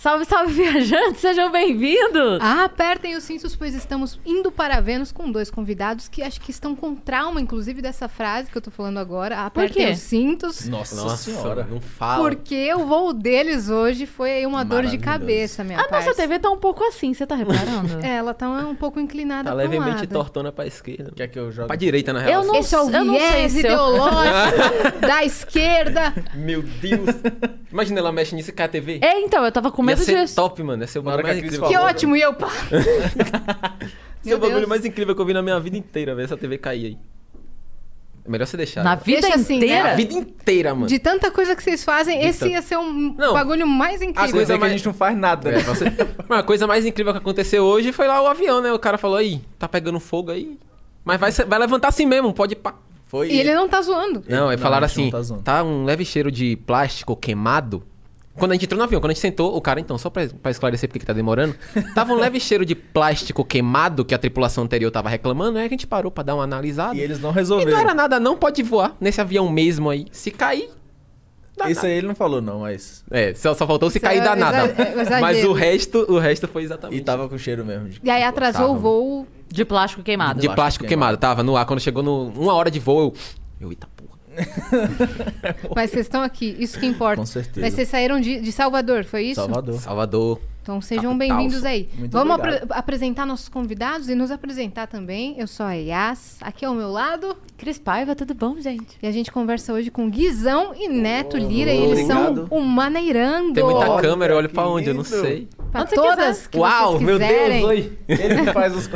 Salve, salve, viajantes! Sejam bem-vindos! Ah, Apertem os cintos, pois estamos indo para Vênus com dois convidados que acho que estão com trauma, inclusive, dessa frase que eu tô falando agora. Apertem quê? os cintos, Nossa, Nossa, senhora. não fala. porque o voo deles hoje foi uma dor de Maravilhoso. cabeça, minha A nossa parça. TV tá um pouco assim, você tá reparando? É, Ela tá um pouco inclinada Tá pra um levemente lado. tortona pra esquerda. Quer é que eu jogue? Pra direita, na real. Eu não, Esse é o eu não sei viés se eu... ideológico da esquerda. Meu Deus. Imagina ela mexe nisso e cai a TV. É, então, eu tava com Ia medo ser disso. top, mano. é Ia ser o Na bagulho hora mais que a Cris incrível. Que Falou, ótimo, e eu pá. Esse é o Meu bagulho Deus. mais incrível que eu vi na minha vida inteira, ver essa TV cair aí. Melhor você deixar. Na né? vida Deixa assim, né? inteira? A vida inteira, mano. De tanta coisa que vocês fazem, De esse tanto. ia ser um Não. bagulho mais Ah, incrível. coisa Mas- que a gente não faz nada, né? É, você- Mas a coisa mais incrível que aconteceu hoje foi lá o avião, né? O cara falou aí, tá pegando fogo aí. Mas vai, ser- vai levantar assim mesmo, pode pá. Foi. E ele não tá zoando. Não, aí Não, falaram a gente assim, não tá zoando. tá um leve cheiro de plástico queimado. Quando a gente entrou no avião, quando a gente sentou, o cara, então, só pra, pra esclarecer porque que tá demorando, tava um leve cheiro de plástico queimado que a tripulação anterior tava reclamando, aí a gente parou pra dar uma analisada. E E, eles não resolveram. não era nada, não pode voar nesse avião mesmo aí. Se cair, dá Isso nada. aí ele não falou, não, mas. É, só, só faltou se Isso cair é exa- dá nada. é exagero. Mas o resto, o resto foi exatamente. E tava com cheiro mesmo. de- E aí atrasou Tá, o voo. De plástico queimado. de plástico plástico queimado. tava no ar. Quando chegou no uma hora de voo, eu. Eu, eita porra. Mas vocês estão aqui, isso que importa. Com certeza. Mas vocês saíram de, de Salvador, foi isso? Salvador. Salvador. Então sejam Capital. bem-vindos aí. Muito Vamos obrigado. apre- apresentar nossos convidados e nos apresentar também. Eu sou a Yas, aqui ao meu lado. Cris Paiva, tudo bom, gente? E a gente conversa hoje com Guizão e Neto Lira. e oh, eles obrigado. são o Maneirando. Tem muita Olha câmera, eu olho pra que onde? Eu não lindo. sei. Pra Onde você todas que Uau, vocês meu quiserem. Deus, oi. Ele que faz os.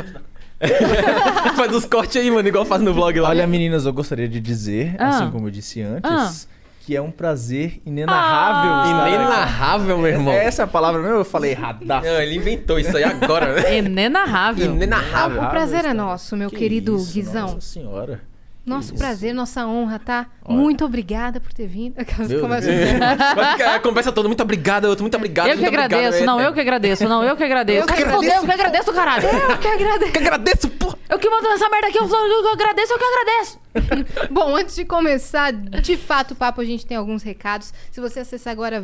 Faz uns cortes aí, mano, igual faz no vlog lá. Olha, meninas, eu gostaria de dizer, Ah. assim como eu disse antes, que é um prazer Ah. inenarrável. estar aqui. Inenarrável, meu irmão. É essa a palavra mesmo? Eu falei erradaço. Não, ele inventou isso aí agora, né? Inenarrável. Ah, Inenarrável. o prazer é nosso, meu Que querido isso, Guizão. Nossa senhora. Nosso isso. prazer, nossa honra, tá? Olha. Muito obrigada por ter vindo. Aquelas Meu conversas- Vai ficar a conversa toda, muito obrigado, outro, muito obrigado. Eu que muito obrigado, agradeço, é- não, eu que agradeço, não, eu que agradeço. Eu que Fudeu, Eu que agradeço, caralho. Eu que agradeço. Que agradeço, porra. Eu que mando essa merda aqui, eu, sou- eu que agradeço, eu que agradeço. Bom, antes de começar, de fato, o papo, a gente tem alguns recados. Se você acessar agora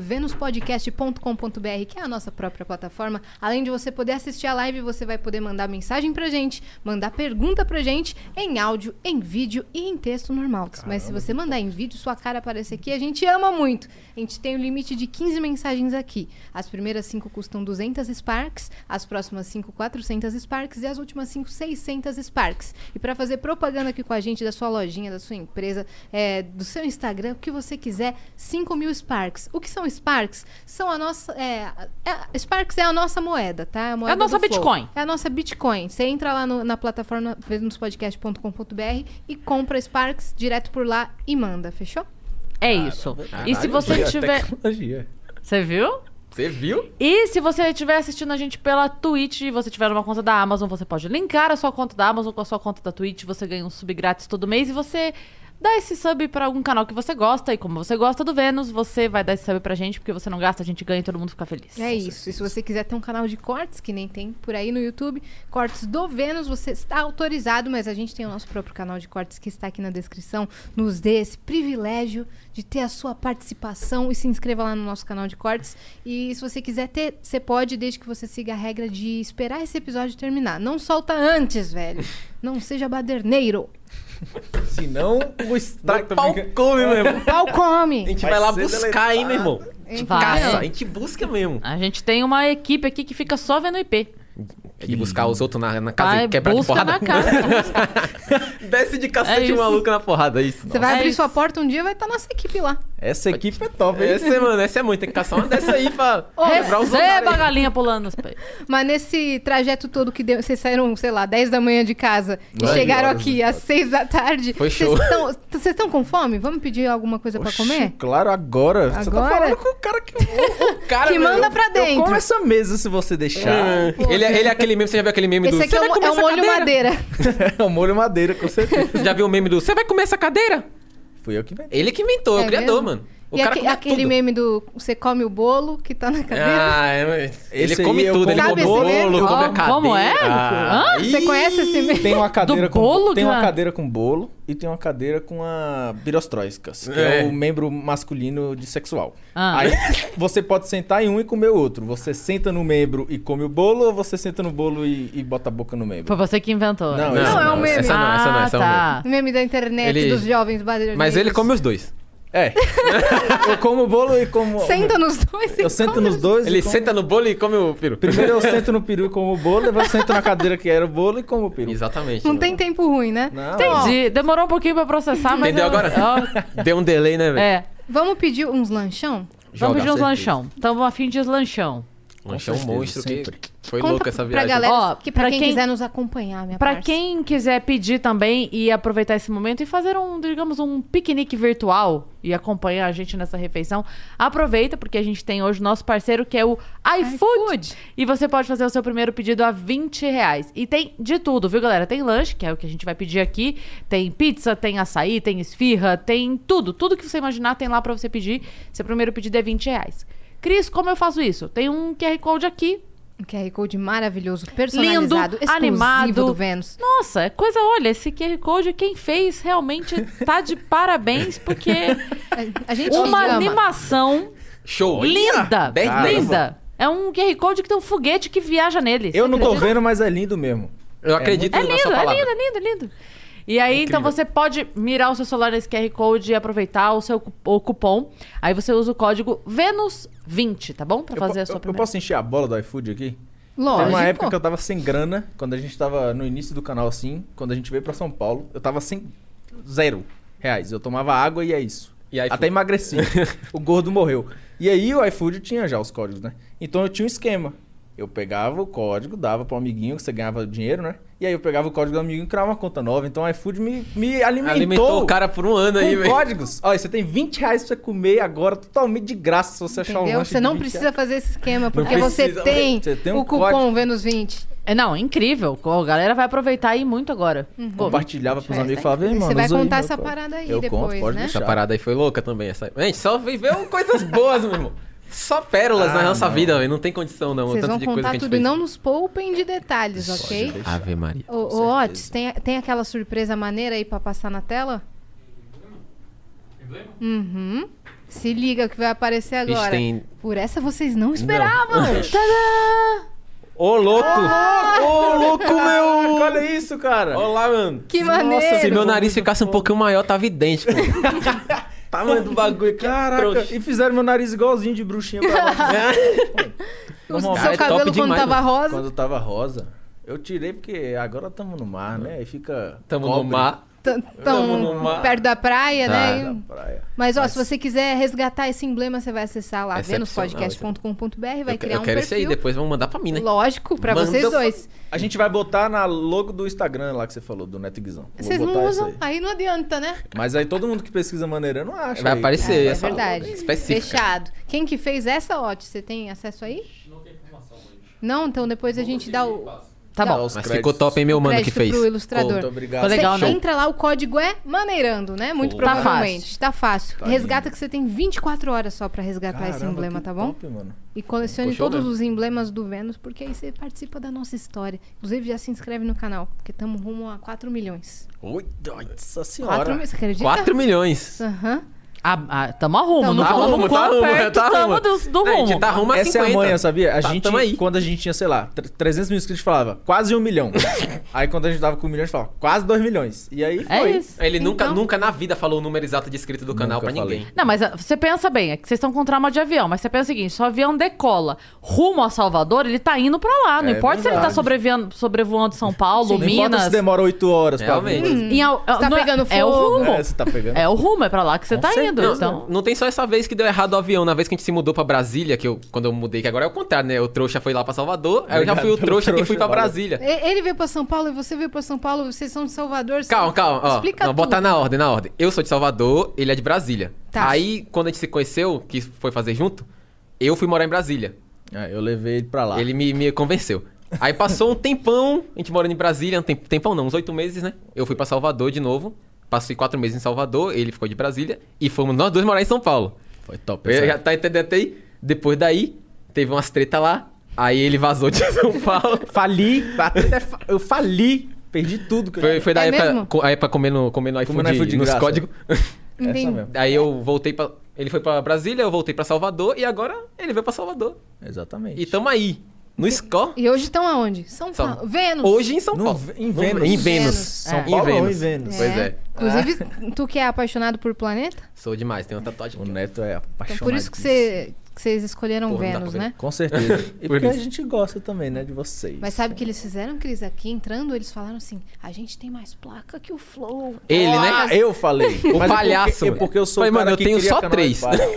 venuspodcast.com.br, que é a nossa própria plataforma, além de você poder assistir a live, você vai poder mandar mensagem pra gente, mandar pergunta pra gente em áudio, em vídeo e em texto normal. Mas se você mandar em vídeo, sua cara aparece aqui, a gente ama muito. A gente tem o limite de 15 mensagens aqui. As primeiras 5 custam 200 Sparks, as próximas 5, 400 Sparks e as últimas 5, 600 Sparks. E para fazer propaganda aqui com a gente da sua lojinha, da sua empresa, é, do seu Instagram, o que você quiser, 5 mil Sparks. O que são Sparks? São a nossa. é, é- Sparks é a nossa moeda, tá? É a, moeda nossa do Flow. Bitcoin. É a nossa Bitcoin. Você entra lá no- na plataforma venuspodcast.com.br e compra Sparks direto por lá e manda, fechou? É isso. E se Caralho, você Tecnologia, tiver. Tecnologia. Você viu? Você viu? E se você estiver assistindo a gente pela Twitch e você tiver uma conta da Amazon, você pode linkar a sua conta da Amazon com a sua conta da Twitch, você ganha um sub grátis todo mês e você dá esse sub pra algum canal que você gosta. E como você gosta do Vênus, você vai dar esse sub pra gente, porque você não gasta, a gente ganha e todo mundo fica feliz. É isso. E se você quiser ter um canal de cortes, que nem tem por aí no YouTube, cortes do Vênus, você está autorizado, mas a gente tem o nosso próprio canal de cortes que está aqui na descrição. Nos dê esse privilégio de ter a sua participação e se inscreva lá no nosso canal de cortes. E se você quiser ter, você pode, desde que você siga a regra de esperar esse episódio terminar. Não solta antes, velho. Não seja baderneiro. Se não, o tá estrago. Pau come, meu irmão. Pau come! A gente vai, Vai lá ser buscar, hein, meu irmão. A gente Vai. caça, a gente busca mesmo. A gente tem uma equipe aqui que fica só vendo IP. É de buscar os outros na, na casa Vai, e quebrar de busca porrada. na casa. Desce de É cacete isso. o maluco na porrada, é isso. Você vai É abrir isso. sua porta um dia vai estar nossa equipe lá. Essa equipe é top, hein? Essa, é, mano, essa é muito. Tem que caçar uma dessa aí pra quebrar os outros. Receba a galinha pulando nos pés. Mas nesse trajeto todo que deu, vocês saíram, sei lá, 10 da manhã de casa e Nove chegaram horas, aqui né? às 6 da tarde. Foi vocês show. tão- Vocês estão com fome? Vamos pedir alguma coisa pra Oxi, comer? Claro, agora. Você tá Agora? falando com o cara que. O, o cara, Que meu, manda eu- pra Eu como dentro. essa mesa se você deixar. Hum, ele, é- ele é aquele meme, você já viu aquele meme Esse do. aqui é "Você vai um, comer é um essa molho cadeira?" madeira. É um molho madeira, com certeza. Já viu o meme do. Você vai comer essa cadeira? Fui eu que inventei. Ele que inventou, é É o criador, mesmo? mano. O e cara aque- come aquele tudo. meme do você come o bolo que tá na cadeira? Ah, é, ele Esse come aí eu tudo, ele como- come o Sabe esse bolo, meme? come a cadeira. Ah, Como é? Hã? Você conhece esse meme? Tem uma cadeira com bolo, tem uma cara? cadeira com bolo e tem uma cadeira com a birostroiscas, que é. É. o membro masculino de sexual. Ah. Aí você pode sentar em um e comer o outro. Você senta no membro e come o bolo ou você senta no bolo e, e bota a boca no membro? Foi você que inventou. Não, né? esse Não, é um meme. Essa não, essa não, essa ah, tá. não. Meme da internet Ele- dos jovens baderneiros. Mas ele come os dois. É. eu como o bolo e como Senta nos dois e Eu sento come nos dois. e Ele como- senta no bolo e come o peru. Primeiro eu sento no peru e como o bolo, depois eu sento na cadeira que era o bolo e como o peru. Exatamente. Não mano. tem tempo ruim, né? Não. Então, ó, De- demorou um pouquinho pra processar, mas. Entendeu eu- agora? ó, Deu um delay, né, velho? é. vamos pedir uns lanchão? Joga, Vamos pedir uns certeza. lanchão. Estamos afim de lanchão. Lanchão certeza, monstro que sempre. foi Conta louco essa pra viagem. galera Ó, que pra, pra quem, quem- quiser nos acompanhar, minha Pra parça. quem quiser pedir também e aproveitar esse momento e fazer um, digamos, um piquenique virtual e acompanhar a gente nessa refeição, aproveita, porque a gente tem hoje o nosso parceiro que é o iFood. E você pode fazer o seu primeiro pedido a 20 reais. E tem de tudo, viu, galera? Tem lanche, que é o que a gente vai pedir aqui. Tem pizza, tem açaí, tem esfirra, tem tudo. Tudo que você imaginar tem lá pra você pedir. Seu primeiro pedido é 20 reais. Cris, como eu faço isso? Tem um QR Code aqui, Um QR Code maravilhoso, personalizado, exclusivo animado. do Vênus. Nossa, é coisa, olha, esse QR Code, quem fez realmente tá de parabéns, porque A gente uma ama. animação Show. linda, Bem linda. É um QR Code que tem um foguete que viaja nele. Eu Você não tô acredita? vendo, mas é lindo mesmo. Eu acredito É na sua lindo, é palavra. lindo, é lindo, é lindo. E aí, então você pode mirar o seu celular nesse QR Code e aproveitar o seu cu- o cupom. Aí você usa o código VENUS20, tá bom? Pra Eu fazer po- a sua eu, eu primeira. posso encher a bola do iFood aqui? Tem Lógico. uma época que eu tava sem grana, quando a gente tava no início do canal assim, quando a gente veio pra São Paulo, eu tava sem zero reais. Eu tomava água e é isso. E iFood? Até emagreci. o gordo morreu. E aí o iFood tinha já os códigos, né? Então eu tinha um esquema. Eu pegava o código, dava pro amiguinho, que você ganhava dinheiro, né? E aí eu pegava o código do amiguinho e criava uma conta nova. Então o iFood me, me alimentou. Alimentou o cara por um ano aí, Com velho. códigos. Olha, você tem 20 reais pra você comer agora totalmente de graça se você achar um Entendeu? lanche Você de não 20 precisa reais. fazer esse esquema, porque você precisa, tem, você tem um o cupom código. Vênus 20. É, não, é incrível. A galera vai aproveitar aí muito agora. Uhum. Pô, Compartilhava pros É, amigos e falava, "Ei, você mano, vai usa aí contar meu essa código." parada aí Eu conto, depois, pode né? deixar. Essa parada aí foi louca também. Essa... Gente, só viveu coisas boas, meu irmão. Só pérolas na Ah, nossa não. vida, velho. Não tem condição, não. o Vocês tanto vão de coisa que contar a gente tudo fez. e não nos poupem de detalhes, ok? deixar. Ave Maria. Ô, ô, Otis, tem, tem aquela surpresa maneira aí pra passar na tela? Uhum. Se liga que vai aparecer Vixe, agora. tem- Por essa vocês não esperavam. Ô, louco! Ô, louco, meu! Caraca, olha isso, cara. Olá, mano. Que Nossa, maneiro. Se meu nariz ficasse um pouquinho maior, tava idêntico. Tamanho do bagulho, Caraca, e fizeram meu nariz igualzinho de bruxinha pra lá. O Normal, seu é top cabelo quando demais, tava mano. rosa. Quando eu tava rosa, eu tirei porque agora tamo no mar, né? Aí fica. Tamo no cobre mar. Tão- Tamo tão no mar. perto da praia, Tá. né? da E- praia. Mas, ó, se você quiser resgatar esse emblema, você vai acessar lá Excepcional, venuspodcast.com.br, vai é eu, criar eu um quero esse aí, perfil. depois vamos mandar pra mim, né? Lógico, pra Manda vocês eu- dois. Então, A gente vai botar na logo do Instagram lá que você falou, do Neto Guizão. Vou Vocês botar não essa usam, aí. aí. não adianta, né? Mas aí todo mundo que pesquisa maneira não acha. Vai aí. aparecer é essa verdade. específica. Fechado. Quem que fez essa, Otis? Você tem acesso aí? Não, então depois a gente dá o... Tá Não. bom. Os Mas créditos. ficou top, hein, meu mano, que Crédito fez. pro ilustrador. Muito obrigado. Tá legal, Você né? entra lá, o código é maneirando, né? Muito Tá provavelmente. Tá fácil. Tá Resgata que você tem 24 horas só pra resgatar esse Caramba, emblema, que tá bom? top, mano. E colecione Puxou todos mesmo. os emblemas do Vênus, porque aí você participa da nossa história. Inclusive, já se inscreve no canal, porque estamos rumo a 4 milhões. Oi, nossa 4 senhora. milhões, você acredita? 4 milhões. Aham. Ah, ah, tamo a rumo, Tamo não a falamos rumo, tá quão rumo, perto tá tamo rumo. do, do A gente rumo. tá rumo a Essa é a 50. manha, sabia? A Tá, gente, tamo aí. quando a gente tinha, sei lá, tre- 300 mil inscritos, falava quase um milhão. aí quando a gente tava com um milhão, a gente falava quase dois milhões. E aí foi. É isso. Ele nunca, Então- nunca na vida falou o número exato de inscrito do canal Nunca pra ninguém. falei. Não, mas ah, você pensa bem, é que vocês estão com trauma de avião, mas você pensa o seguinte, se o avião decola rumo a Salvador, ele tá indo pra lá, não É importa se ele tá verdade. sobrevoando, sobrevoando São Paulo, Não importa se Minas... demora oito horas pra Realmente. alguma coisa. Em al- tá não é- pegando É o fogo. rumo. É, você tá pegando. É o rumo, é pra lá que você Com tá certeza. indo. Não, então... não tem só essa vez que deu errado o avião. Na vez que a gente se mudou pra Brasília, que eu, quando eu mudei, que agora é o contrário, né? O trouxa foi lá pra Salvador, aí eu já Obrigado fui o pelo trouxa que trouxa, fui pra valeu. Brasília. E- Ele veio pra São Paulo e você veio pra São Paulo, vocês são de Salvador. são- Calma, calma, ó. Explica não, tudo. botar na ordem, na ordem. Eu sou de Salvador, ele é de Brasília. Tá. Aí, quando a gente se conheceu, que foi fazer junto, eu fui morar em Brasília. É, eu levei ele pra lá. Ele me, me convenceu. Aí passou um tempão, a gente morando em Brasília, um tem- tempão não, uns oito meses, né? Eu fui pra Salvador de novo, passei quatro meses em Salvador, ele ficou de Brasília, e fomos nós dois morar em São Paulo. Foi top. Eu essa- já tá entendendo até aí? Depois daí, teve umas treta lá, aí ele vazou de São Paulo. Fali, até fa- eu fali, perdi tudo. Que eu Foi, foi da É mesmo? época, co- a época comendo, comendo Comendo iFood, iFood de nos graça. códigos. Essa Entendi. mesmo. Aí eu voltei pra. Ele foi pra Brasília, eu voltei pra Salvador e agora ele veio pra Salvador. Exatamente. E tamo aí, no Score. E hoje estão aonde? São São- Paulo. Vênus. Hoje em São No Paulo. Ve- em No- Vênus. Em Vênus. Vênus. São É. Paulo ou em Vênus. Vênus. Pois é. Inclusive, tu que é apaixonado por planeta? Sou demais, tenho uma tatuagem. O aqui, ó. Neto é apaixonado. Então por isso que, você- que vocês escolheram Porra, não dá Vênus, pra ver. né? Com certeza. E Por porque a isso. gente gosta também, né, de vocês. Mas sabe o que eles fizeram, Cris? Aqui entrando, eles falaram assim: a gente tem mais placa que o Flow. Ele, né? Ah, eu falei. O Mas é palhaço, Porque, é mano. porque eu sou Falei, o cara mano, eu que tenho cria só canal e três. para.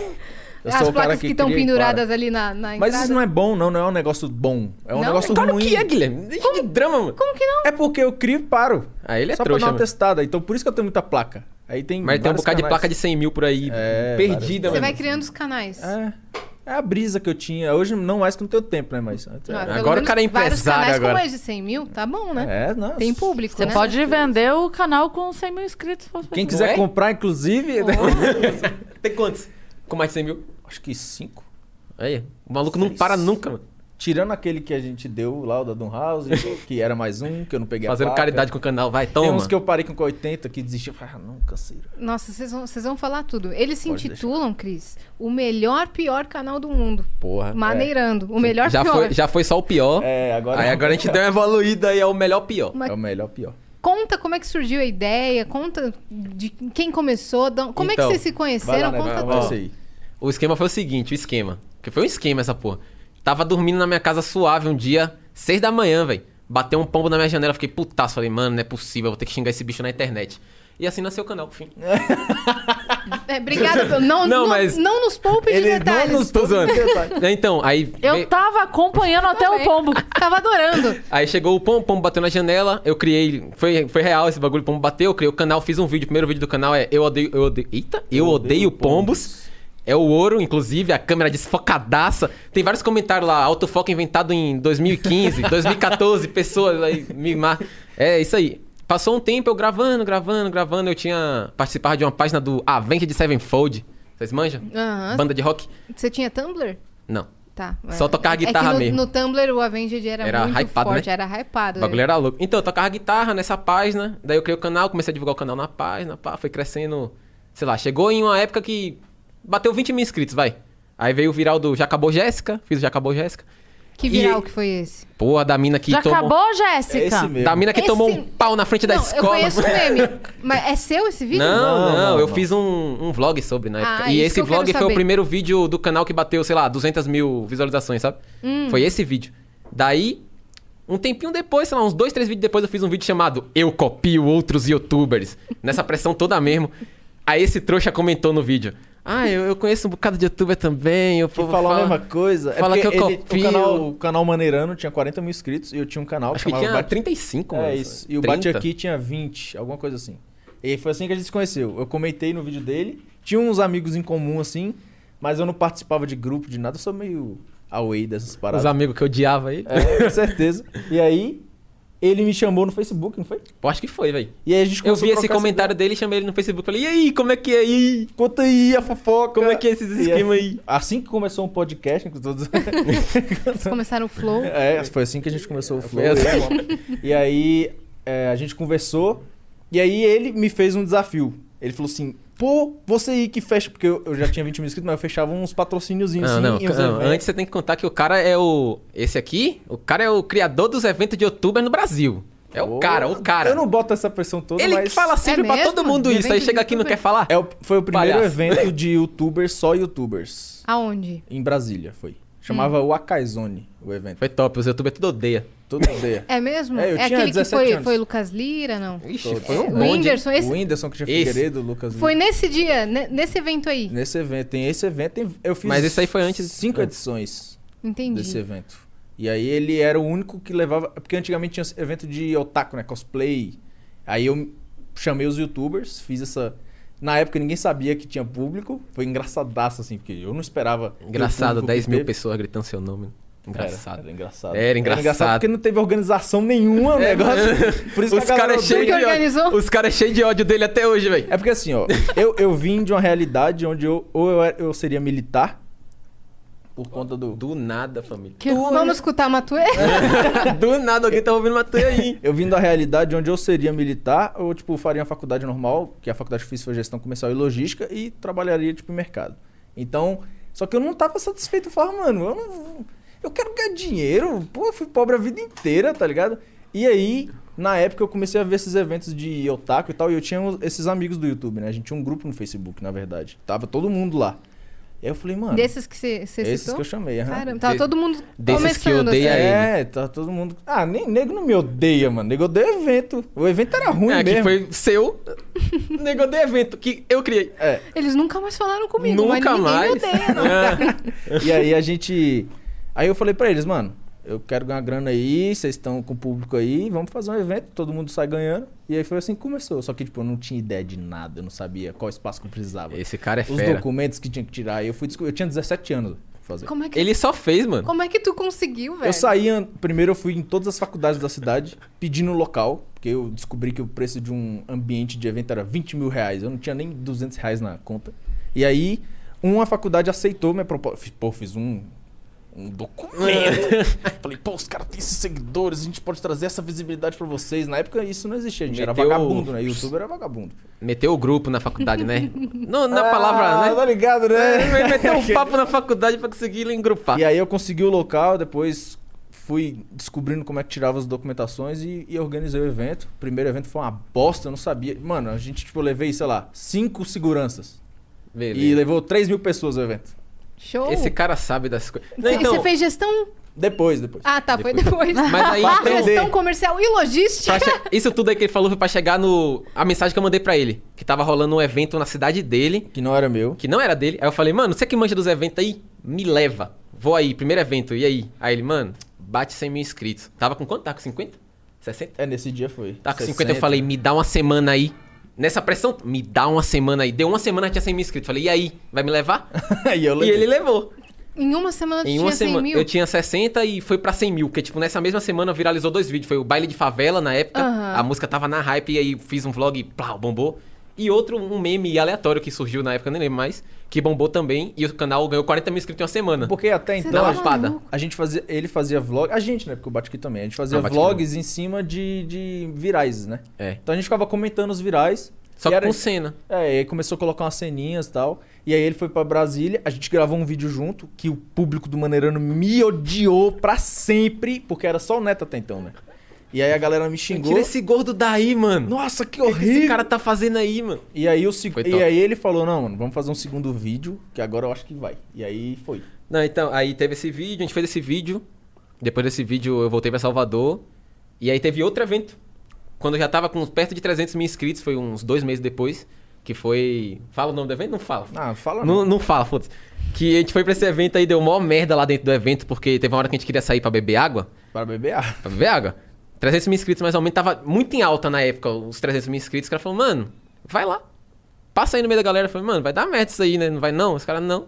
Eu As sou o cara placas que estão cria e penduradas para. ali na, na Mas entrada. isso não é bom, não. Não é um negócio bom. É um Não? negócio Claro ruim. que é, Guilherme. Deixa de drama, mano. Como que não? É porque eu crio e paro. Ah, ele é Só trouxa, pra dar uma mano. testada. Então por isso que eu tenho muita placa. Aí tem Mas tem um vários bocado de canais. placa de 100 mil por aí, É, perdida, vários. Você mano. vai criando os canais. É. É a brisa que eu tinha. Hoje não mais que não tenho tempo, né? Mas. Não, é, pelo Agora o menos cara é vários empresário canais com agora. mais de 100 mil, tá bom, né? é não. Tem público, Você né? pode vender o canal com 100 mil inscritos. pra pessoa. Quem quiser é? comprar, inclusive. Tem quantos? Com mais de 100 mil? Acho que cinco. Aí, o maluco não Seis. para nunca, mano. Tirando aquele que a gente deu lá, o da Dunhouse, que era mais um, que eu não peguei a Fazendo placa. caridade com o canal, vai, Tem toma. uns é. que eu parei com 80 que desisti. Eu falei, Ah, não, canseiro. Nossa, vocês vão, vocês vão falar tudo. Eles se Pode intitulam, Cris, o melhor pior canal do mundo. Porra. Maneirando. O melhor já, pior. foi, já foi só o pior. É, agora. Aí agora a gente deu uma evoluída e é o melhor pior. Mas É o melhor, pior. Conta como é que surgiu a ideia, conta de quem começou, da- como é Então, que vocês se Vai conheceram, lá, né? conta Vai, tudo. vai, tudo. isso aí. O esquema foi o seguinte, o esquema. Que foi um esquema essa porra. Tava dormindo na minha casa suave um dia, seis da manhã, velho. Bateu um pombo na minha janela, fiquei putaço. Falei, mano, não é possível, eu vou ter que xingar esse bicho na internet. E assim nasceu o canal, fim. É, obrigada. pelo- Não, Não, não, mas- não nos poupe de é é detalhes. Tô zoando. então, aí. Eu veio- tava acompanhando até o Também. pombo. Tava adorando. Aí chegou o pombo, o pombo bateu na janela, eu criei. Foi, foi real esse bagulho, o pombo bateu, eu criei o canal, fiz um vídeo. O primeiro vídeo do canal é Eu Odeio. Eu odeio eita, eu, odeio, pombos. É o ouro, inclusive, a câmera desfocadaça. Tem vários comentários lá, autofoco inventado em 2015, 2014, pessoas aí me mar... É isso aí. Passou um tempo eu gravando, gravando, gravando. Eu tinha participado de uma página do Avenge de Sevenfold. Vocês manjam? Aham. Banda de rock? Você tinha Tumblr? Não. Tá. Só tocava É que guitarra no, mesmo. No Tumblr o Avenged era, Era muito hypado, forte, né? era hypado. é. O bagulho era louco. Então, eu tocava guitarra nessa página, daí eu criei o canal, comecei a divulgar o canal na página, pá, foi crescendo, sei lá, chegou em uma época que bateu 20 mil inscritos, vai. Aí veio o viral do Já Acabou Jéssica, fiz o Já Acabou Jéssica. Que E- viral que foi esse? Porra, da mina que Já tomou... acabou, Jéssica? É esse mesmo. Da mina que Esse- tomou um pau na frente da não, eu escola. conheço o meme. Mas é seu esse vídeo? Não, não, Não, não, eu não. fiz um, um vlog sobre na época. Ah, e isso que esse eu quero vlog foi saber. o primeiro vídeo do canal que bateu, sei lá, 200 mil visualizações, sabe? Hum. Foi esse vídeo. Daí, um tempinho depois, sei lá, uns dois, três vídeos depois, eu fiz um vídeo chamado Eu Copio Outros Youtubers. Nessa pressão toda mesmo. Aí esse trouxa comentou no vídeo. Ah, eu, eu conheço um bocado de youtuber também. Eu Que falar a mesma coisa. É fala porque que eu ele- copio. O canal, o canal Maneirano tinha 40 mil inscritos e eu tinha um canal Acho que chamava tinha Bate- 35, mano. É isso. E o 30. Bate Aqui tinha 20, alguma coisa assim. E foi assim que a gente se conheceu. Eu comentei no vídeo dele, tinha uns amigos em comum assim, mas eu não participava de grupo, de nada, eu sou meio away dessas Os paradas. amigos que eu odiava ele. É, com certeza. É, E aí, Ele me chamou no Facebook, não foi? Pô, acho que foi, velho. E aí a gente Eu começou vi a esse trocar comentário dele, chamei ele no Facebook. Falei, e aí, como é que é aí? ideia. Conta aí a fofoca. Como é que é esses E esquemas aí? Assim que começou um podcast, com todos... Vocês começaram o flow. É, foi assim que a gente começou o flow. Foi assim. E aí é, a gente conversou. E aí ele me fez um desafio. Ele falou assim: pô, você aí que fecha. Porque eu, eu já tinha 20 mil inscritos, mas eu fechava uns patrocíniozinhos Não, assim. não, e uns não. eventos. Antes você tem que contar que o cara é o. Esse aqui, o cara é o criador dos eventos de youtuber no Brasil. É o Pô, cara, o cara. Eu não boto essa pressão toda, Ele que mas. fala sempre É pra todo mesmo? mundo De isso. Aí evento chega de aqui e não youtuber? quer falar. É o- foi o primeiro Palhaço. evento de youtubers, só youtubers. Aonde? Em Brasília, foi. Chamava Hum. o Akaizone o evento. Foi top, os youtubers tudo odeia. Todo dia. É mesmo? É, eu tinha aquele que 17 foi, anos. foi Lucas Lira, não? Ixi, Todos. foi um O É, O bonde. hein? Whindersson, esse? O Whindersson, Christian esse. Figueiredo, Lucas Foi Lima. nesse dia, ne- nesse evento aí. Nesse evento, tem esse evento, tem- eu fiz Mas esse aí foi antes- cinco antes. edições. Entendi. desse evento. E aí ele era o único que levava. Porque antigamente tinha evento de otaku, né? Cosplay. Aí eu chamei os youtubers, fiz essa. Na época ninguém sabia que tinha público. Foi engraçadaço, assim, porque eu não esperava. ter o Engraçado, público que 10 mil teve. pessoas gritando seu nome. Engraçado. Era, era engraçado. Era engraçado. É, porque não teve organização nenhuma o negócio. Por isso que os É. a galera odeia. caras cheios odeia. de Quem organizou? ódio. Os caras cheios de ódio dele até hoje, velho. É porque assim, ó, eu, eu vim de uma realidade onde eu, ou eu, era- eu seria militar, por conta do. Do nada, família. Que- Vamos escutar Matue? Do nada, alguém tá ouvindo uma teia aí. Eu vim da realidade onde eu seria militar, ou tipo, faria uma faculdade normal, que é a faculdade que eu fiz foi gestão comercial e logística, e trabalharia, tipo, em mercado. Então, só que eu não tava satisfeito. Eu falava, mano, eu não. Eu quero ganhar dinheiro. Pô, eu fui pobre a vida inteira, tá ligado? E aí, na época, eu comecei a ver esses eventos de otaku e tal, e eu tinha uns- esses amigos do YouTube, né? A gente tinha um grupo no Facebook, na verdade. Tava todo mundo lá. E aí eu falei, mano, Desses que você esses citou? que eu chamei, aham. Caramba, tava todo mundo desses que começando. odeia- assim. a É, tá todo mundo. Ah, nem nego não me odeia, mano. Nego odeia evento. O evento era ruim é, mesmo. que foi seu negócio de evento que eu criei. Eles nunca mais falaram comigo, mas Nunca ninguém me mais. É. odeia, não. E aí a gente. Aí eu falei pra eles, mano, eu quero ganhar grana aí, vocês estão com o público aí, vamos fazer um evento, todo mundo sai ganhando. E aí foi assim que começou. Só que, tipo, eu não tinha ideia de nada, eu não sabia qual espaço que eu precisava. Esse cara é Os fera. documentos que tinha que tirar. Eu fui descobrir- Eu tinha 17 anos pra fazer. Como é que, Ele só fez, mano. como é que tu conseguiu, velho? Eu saía, primeiro eu fui em todas as faculdades da cidade pedindo local, porque eu descobri que o preço de um ambiente de evento era 20 mil reais. Eu não tinha nem 200 reais na conta. E aí, uma faculdade aceitou minha proposta. Fiz- Pô, fiz um, um documento. Falei, pô, os caras têm esses seguidores, a gente pode trazer essa visibilidade pra vocês. Na época isso não existia, a gente Meteu- era vagabundo, né? Youtuber era vagabundo. Meteu o grupo na faculdade, né? Não, na palavra, né? Tá ligado, né? Ele Meteu um papo na faculdade pra conseguir ele engrupar. E aí eu consegui o local, depois fui descobrindo como é que tirava as documentações e, e organizei o evento. O primeiro evento foi uma bosta, eu não sabia. Mano, a gente, tipo, eu levei, sei lá, cinco seguranças. E Beleza. levou 3 mil pessoas ao evento. Show. Esse cara sabe das coisas. Não, Você então, fez gestão? Depois, depois. Ah, tá, foi depois. Mas aí, Ah, então, gestão comercial e logística. pra che- isso tudo aí que ele falou foi pra chegar no. A mensagem que eu mandei pra ele. Que tava rolando um evento na cidade dele, Que não era meu. que não era dele. Aí eu falei, mano, você é que manja dos eventos aí, me leva. Vou aí, primeiro evento, e aí? Aí ele, mano, bate 100 mil inscritos. Tava com quanto? Tá com 50? 60? É, nesse dia foi. Tá com 50, eu falei, me dá uma semana aí. Nessa pressão, me dá uma semana aí. Deu uma semana, tinha 100 mil inscritos. Falei, e aí? Vai me levar? e eu e levei. ele levou. Em uma semana tu Em tinha uma 100 semana, mil. eu tinha 60 e foi pra 100 mil. Porque, tipo, nessa mesma semana viralizou dois vídeos. Foi o Baile de Favela, na época. Aham. A música tava na hype e aí fiz um vlog e plau, bombou. E outro, um meme aleatório que surgiu na época, eu nem lembro mais. Que bombou também. E o canal ganhou 40 mil inscritos em uma semana. Porque até Você então. Dá a uma tá gente- espada. maluco? A gente fazia. Ele fazia vlog. A gente, né? Porque o Batki também. A gente fazia Ah, Batki vlogs em cima de, de virais, né? É. Então a gente ficava comentando os virais. Só e que era- com cena. É, e aí começou a colocar umas ceninhas e tal. E aí ele foi pra Brasília, a gente gravou um vídeo junto, que o público do Maneirano me odiou pra sempre, porque era só o Neto até então, né? E aí a galera me xingou. Tira esse gordo daí, mano. Nossa, que O que esse horrível! cara tá fazendo aí, mano? E aí, o seg... Foi e top. aí ele falou, não, mano, vamos fazer um segundo vídeo, que agora eu acho que vai. E aí foi. Não, então, aí teve esse vídeo, a gente fez esse vídeo. Depois desse vídeo eu voltei pra Salvador. E aí teve outro evento. Quando eu já tava com perto de 300 mil inscritos, foi uns dois meses depois. Que foi. Fala o nome do evento? Não fala. Ah, fala não. Não, não fala, foda-se. Que a gente foi pra esse evento aí, deu mó merda lá dentro do evento, porque teve uma hora que a gente queria sair pra beber água. Para beber ah." água. Pra beber água. 300 mil inscritos, mais ou menos, tava muito em alta na época, os 300 mil inscritos. O cara falou, mano, vai lá. Passa aí no meio da galera. Eu falei, mano, vai dar merda isso aí, né? Não vai não? Os caras, não.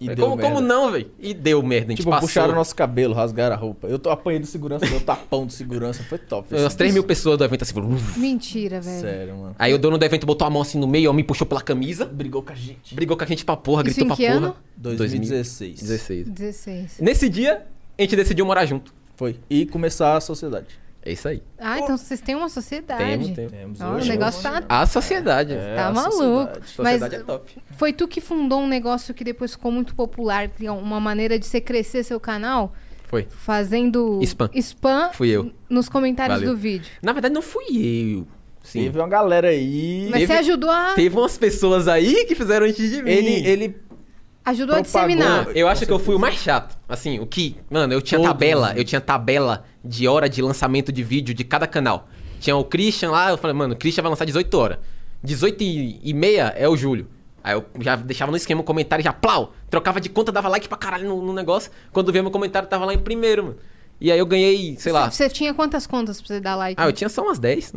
E Falei, deu como, merda. como não, velho? E deu merda, a gente Tipo, passou. puxaram o nosso cabelo, rasgaram a roupa. Eu tô apanhando segurança, deu um tapão de segurança. Foi top. Umas assim. 3 mil pessoas do evento assim. uf. Mentira, velho. Sério, mano. Aí o dono do evento botou a mão assim no meio, ó, me puxou pela camisa, Brigou com a gente. brigou com a gente pra porra, Isso gritou em pra que porra. ano? 2016. 2016. 16. Nesse dia, a gente decidiu morar junto. Foi. E começar a sociedade. É isso aí. Ah, então vocês têm uma sociedade. Temos, temos. Temos Ah, o hoje um negócio uma- tá, A sociedade. É, tá a maluco. sociedade. Mas Sociedade é top. foi tu que fundou um negócio que depois ficou muito popular, que é uma maneira de você crescer seu canal Foi. fazendo Spam. spam Fui eu. nos comentários Valeu. do vídeo. Na verdade, não fui eu. Sim. Teve uma galera aí. Mas você ajudou a, Teve umas pessoas aí que fizeram antes de mim. Ele, ele ajudou a propagou- disseminar. Não, eu acho que eu fui o mais chato. Assim, o que. Mano, eu tinha Todos, tabela. né? Eu tinha tabela de hora de lançamento de vídeo de cada canal. Tinha o Christian lá, eu falei, mano, o Christian vai lançar 18 horas. 18 e e meia é o Júlio. Aí eu já deixava no esquema um comentário, já plau, trocava de conta, dava like pra caralho no, no negócio. Quando via meu comentário, tava lá em primeiro, mano. E aí eu ganhei, sei lá. Você tinha quantas contas pra você dar like? Ah, eu tinha só umas 10.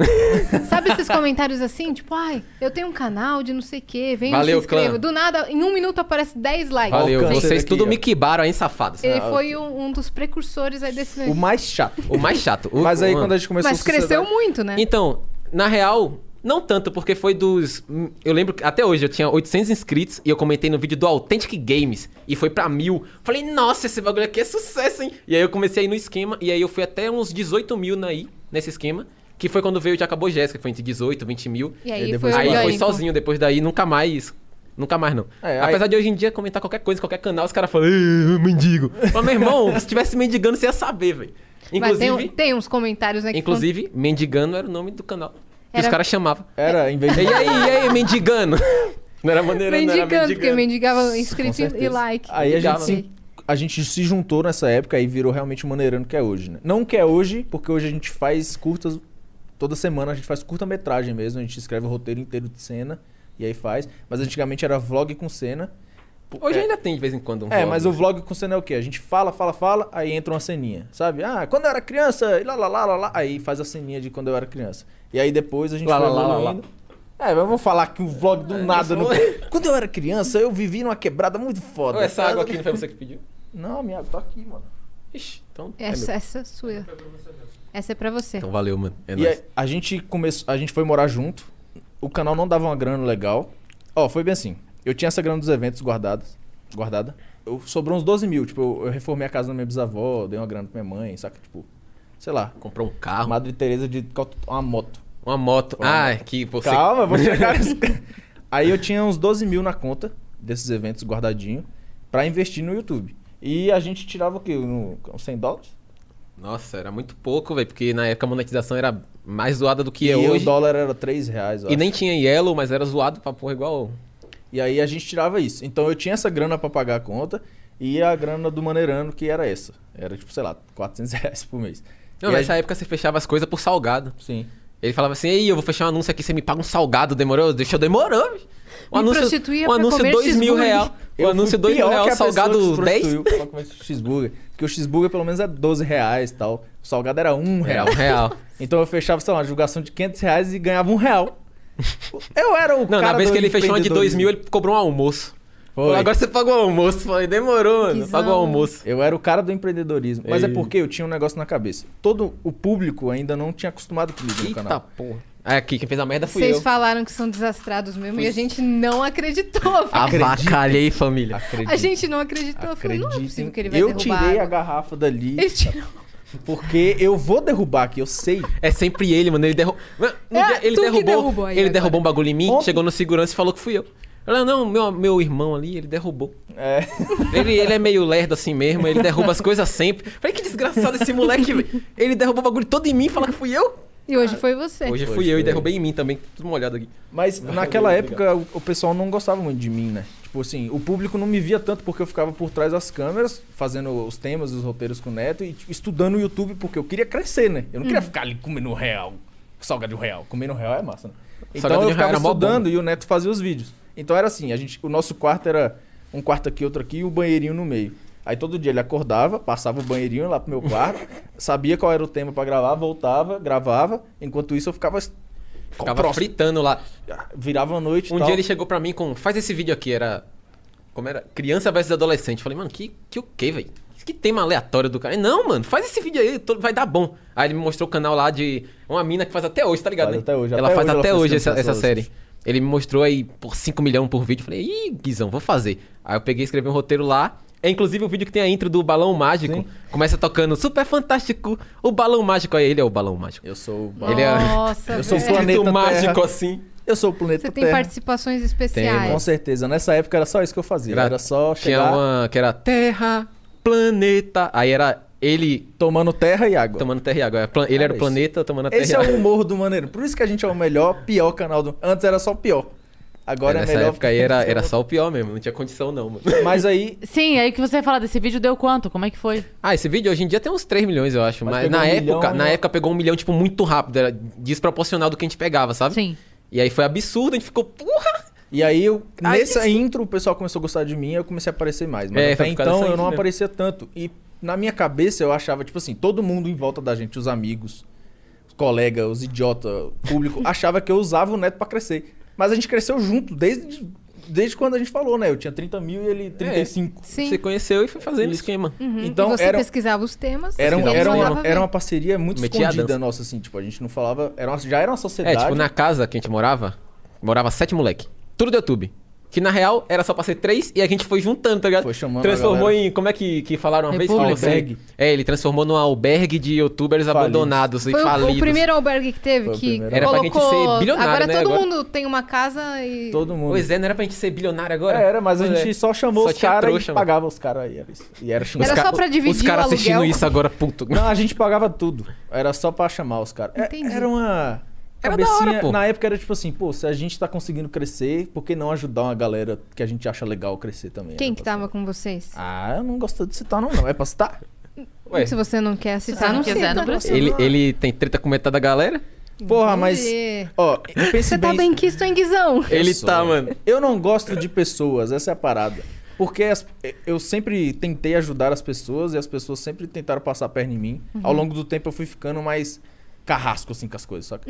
Sabe esses comentários assim? Tipo, ai, eu tenho um canal de não sei o quê, venham Valeu, se inscreva. clã. Do nada, em um minuto aparece 10 likes. Valeu, Alcance vocês daqui, tudo ó. me quibaram aí, safados. Ele foi um, um dos precursores aí desse Ah, o mais chato. O mais chato. O- Mas aí mano. quando a gente começou Mas a cresceu sociedade- muito, né? Então, na real, não tanto, porque foi dos. hum, Eu lembro que até hoje eu tinha 800 inscritos e eu comentei no vídeo do Authentic Games e foi pra mil. Falei, nossa, esse bagulho aqui é sucesso, hein? E aí eu comecei a ir no esquema e aí eu fui até uns 18 mil naí, nesse esquema, que foi quando veio o Já Acabou Jéssica, que foi entre 18, 20 mil. E aí, E foi então? depois- Aí foi orgânico. sozinho, depois daí nunca mais. Nunca mais não. É, aí- Apesar de hoje em dia comentar qualquer coisa, qualquer canal, os caras falam, "Ê, mendigo. Mas, meu irmão, se tivesse mendigando, você ia saber, velho. Mas tem, Inclusive. um- tem uns comentários, né? que Inclusive, Mendigando era o nome do canal. Que Era- os caras chamavam. Era, em vez É E de. aí, e aí, Mendigando? Não era falam- maneira, não era Mendigando, Mendigando. porque mendigava Com inscrito e- certeza. e like. Aí a gente, Ligava. se, a gente se juntou nessa época e virou realmente o maneirano que é hoje, né? Não que é hoje, porque hoje a gente faz curtas. Toda semana a gente faz curta-metragem mesmo, a gente escreve o roteiro inteiro de cena e aí faz. Mas antigamente era vlog com cena. Hoje ainda tem de vez em quando um É, vlog, mas o vlog com cena é o quê? A gente fala, fala, fala, aí entra uma ceninha, sabe? Ah, quando eu era criança, e lá, lá, lá, lá, lá, aí faz a ceninha de quando eu era criança. E aí depois a gente Lá, vai lá, É, lá, lá, evoluindo. É, mas vamos falar que o vlog do nada... No... Quando eu era criança, eu vivi numa quebrada muito foda. Ô, essa água aqui não foi você que pediu? Não, minha água tá aqui, mano. Ixi, então. é Essa, meu. essa é sua. Essa é pra você. Então valeu, mano. É E nóis. aí, a gente começou, a gente foi morar junto. O canal não dava uma grana legal. Ó, foi bem assim. Eu tinha essa grana dos eventos guardadas, guardada. Eu sobrou uns 12 mil. Tipo, eu, eu reformei a casa da minha bisavó, dei uma grana pra minha mãe, saca? Tipo, sei lá. Comprou um carro, Madre Teresa de caut- uma moto. uma moto. Ah, que você. Calma, eu vou chegar. nesse- Aí eu tinha uns 12 mil na conta desses eventos guardadinho pra investir no YouTube. E a gente tirava o quê? Um- Uns 100 dólares? Nossa, era muito pouco, velho, porque na época a monetização era mais zoada do que é e o hoje. dólar era 3 reais, eu E acho. nem tinha Yellow, mas era zoado pra porra igual. E aí a gente tirava isso. Então eu tinha essa grana pra pagar a conta e a grana do maneirano que era essa. Era tipo, sei lá, 400 reais por mês. Não, E nessa a gente- época você fechava as coisas por salgado. Sim. Ele falava assim, ei, eu vou fechar um anúncio aqui, você me paga um salgado, demorou? Deixa eu demorou, bicho. Um Me anúncio, prostituía um pra anúncio comer dois mil cheeseburger. real. Um anúncio dois mil real, salgado 10. dez Cheeseburger. Porque o cheeseburger pelo menos é 12 reais e tal. O salgado era um É, real. um real. Então eu fechava, sei lá, uma divulgação de 500 reais e ganhava um real. Eu era o Não, cara na vez do que ele fechou uma de dois mil, empreendedorismo. ele cobrou um almoço. Foi. Falou, Agora você pagou o almoço. Falei, demorou, mano. Quizão. Pagou o almoço. Eu era o cara do empreendedorismo. Mas é Ei. porque eu tinha um negócio na cabeça. Todo o público ainda não tinha acostumado comigo no Eita é canal. porra. Aí aqui, quem fez a merda fui Vocês eu. falaram que são desastrados mesmo e a gente não acreditou. Ah, Avacalhei, família. Acredito. A gente não acreditou. Eu falei, não é Acreditem, possível que ele vai Eu derrubar tirei a água. garrafa dali Ele tirou. porque eu vou derrubar aqui, eu sei. É sempre ele, mano. Ele derrubou. É, ele tu que derrubou. derrubou aí ele agora. derrubou um bagulho em mim, Ontem. chegou no segurança e falou que fui eu. Ela, não, meu, meu irmão ali, ele derrubou. É. Ele, ele é meio lerdo assim mesmo, ele derruba as coisas sempre. Falei, que desgraçado esse moleque, velho. Ele derrubou o bagulho todo em mim e falou que fui eu. E hoje foi você. Hoje fui Hoje eu foi. e derrubei em mim também, tudo molhado aqui. Mas naquela época o, o pessoal não gostava muito de mim, né? Tipo assim, o público não me via tanto porque eu ficava por trás das câmeras, fazendo os temas, os roteiros com o Neto e tipo, estudando o YouTube porque eu queria crescer, né? Eu não queria ficar ali comendo real, salgado real. Comendo real é massa, né? Então Salgado eu de real ficava era mó né? estudando e o Neto fazia os vídeos. Então era assim, a gente, o nosso quarto era um quarto aqui, outro aqui e um banheirinho no meio. Aí todo dia ele acordava, passava o banheirinho lá pro meu quarto, sabia qual era o tema pra gravar, voltava, gravava. Enquanto isso eu ficava Ficava próximo. fritando lá. virava a noite e Um tal. dia ele chegou pra mim com, faz esse vídeo aqui, era Como era? Criança versus adolescente. Falei, mano, que, que o quê, velho? Que tema aleatório do cara. Ele, Não, mano, faz esse vídeo aí, todo- vai dar bom. Aí ele me mostrou o canal lá de uma mina que faz até hoje, tá ligado? Faz né? até hoje, Ela até faz hoje até ela faz hoje essa, criança essa série. adolescente. Ele me mostrou aí por 5 milhões por vídeo. Falei, ih, Guizão, vou fazer. Aí eu peguei e escrevi um roteiro lá. É inclusive o vídeo que tem a intro do Balão Mágico. Sim. Começa tocando Super Fantástico, o Balão Mágico. Aí ele é o Balão Mágico. Eu sou o Ele é- Nossa, Eu sou velho. o planeta Escrito Terra. mágico assim. Eu sou o planeta Você tem Terra. participações Com especiais. certeza. Nessa época era só isso que eu fazia. Era, só Tinha chegar uma que era Terra, Planeta. Aí era ele tomando terra e água. tomando terra e água. Era plan- Ele Era era o isso. planeta tomando a terra Esse e é água. o humor do maneiro. Por isso que a gente é o melhor, pior canal do. Antes era só o pior. Agora é Nessa melhor. época aí era, era só o pior mesmo. Não tinha condição não, mano. Mas aí. Sim, aí que você ia falar desse vídeo deu quanto? Como é que foi? Ah, esse vídeo hoje em dia tem uns 3 milhões, eu acho. Mas Mas, pegou na um época, milhão, na né? época pegou um milhão, tipo, muito rápido. Era desproporcional do que a gente pegava, sabe? Sim. E aí foi absurdo, a gente ficou, porra! E aí, eu, Ah, Aí nessa sim. intro, o pessoal começou a gostar de mim e eu comecei a aparecer mais. Mas É, até foi por causa então dessa eu intro não mesmo. aparecia tanto. E na minha cabeça eu achava, tipo assim, todo mundo em volta da gente, os amigos, os colegas, os idiotas, o público, achava que eu usava o neto pra crescer. Mas a gente cresceu junto, desde, desde quando a gente falou, né? Eu tinha 30 mil e É. ele 35. Sim. Você um- conheceu e foi fazendo Isso. esquema. Uhum. Então, e você era- pesquisava os temas. Era, um- e era, mandava uma, ver. era uma parceria muito Metia a escondida dança. nossa, assim, tipo, a gente não falava. Era uma- já era uma sociedade. É, tipo, na casa que a gente morava, morava sete moleque. Tudo do YouTube. Que na real era só pra ser três e a gente foi juntando, tá ligado? Foi chamando a transformou galera. em. Como é que, que falaram uma República. vez? Que ele- Albergue. É, ele transformou num albergue de youtubers Falidos. abandonados e Foi o- falidos. o, primeiro albergue que teve Foi o que primeiro. Era pra gente colocou. ser bilionário, agora né, todo agora. mundo tem uma casa e. Todo mundo. Pois é, não era pra gente ser bilionário agora? Era, mas a Pois gente é. só chamou Só os tinha caras trouxa, e mano. pagava os caras aí. Era isso. E era Os Era ca- só pra Os dividir o caras assistindo aluguel. isso agora, puto. Não, a gente pagava tudo. Era só pra chamar os caras. É- Entendi. Era uma. Era da hora, cabecinha- pô. Na época era tipo assim, pô, se a gente tá conseguindo crescer, por que não ajudar uma galera que a gente acha legal crescer também? Quem Era que tá pra- tava com vocês? Ah, eu não gosto de citar, não, não. É pra citar? Ué, Se você não quer você citar, não não, quiser, cita. não precisa. ele, ele tem treta com metade da galera? Porra, mas. Entendi. Ó, pense Você tá bem bem quisto, hein, Guizão? Eu Ele sou. tá, mano. Eu não gosto de pessoas, essa é a parada. Porque as- eu sempre tentei ajudar as pessoas e as pessoas sempre tentaram passar a perna em mim. Ao longo do tempo eu fui ficando mais carrasco assim com as coisas, saca?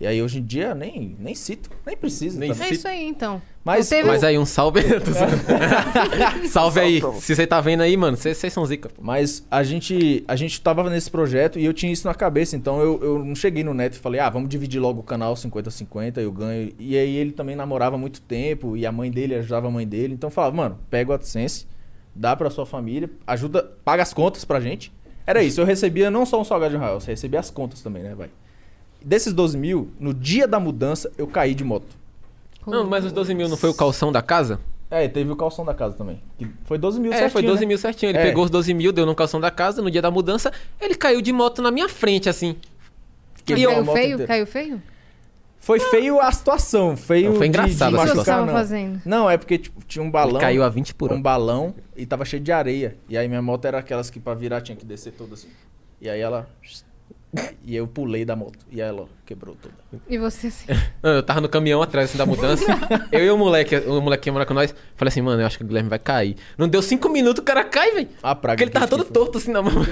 E aí hoje em dia nem, nem cito, nem preciso. Nem também. É isso aí, então. Mas, Então teve- Mas aí, um salve. Tô zoando. salve aí. Se você tá vendo aí, mano, vocês vocês são zica. mas a gente a gente tava nesse projeto e eu tinha isso na cabeça, então eu, eu não cheguei no neto e falei, ah, vamos dividir logo o canal 50-50, eu ganho. E aí ele também namorava há muito tempo e a mãe dele ajudava a mãe dele, então eu falava, mano, pega o AdSense, dá pra sua família, ajuda, paga as contas pra gente. Era isso, eu recebia não só um salgado de um real, eu recebia as contas também, né, vai. Desses 12 mil, no dia da mudança, eu caí de moto. Não, mas os 12 mil não foi o calção da casa? É, e teve o calção da casa também. que foi 12 mil É, certinho, foi 12 né? mil certinho. Ele É. pegou os 12 mil, deu no calção da casa, no dia da mudança, ele caiu de moto na minha frente, assim. Que e um deu a Caiu eu, moto feio? inteira. Caiu feio? Foi feio a situação, feio Não, foi de- engraçado de a O que Acho vocês situação. que machucar, estavam não. fazendo? Não, é porque tipo, tinha um balão. ele caiu a 20 por um hora. balão e tava cheio de areia. E aí minha moto era aquelas que pra virar tinha que descer toda assim. E aí ela. E eu pulei da moto. E aí ela quebrou toda. E você assim? Não, Ah, Eu tava no caminhão atrás assim, da mudança. eu e o moleque, o moleque ia morar com nós. Falei assim, mano, eu acho que o Guilherme vai cair. Não deu 5 minutos, o cara cai, velho. A praga. Porque ele que tava eu todo tive. torto assim na mão.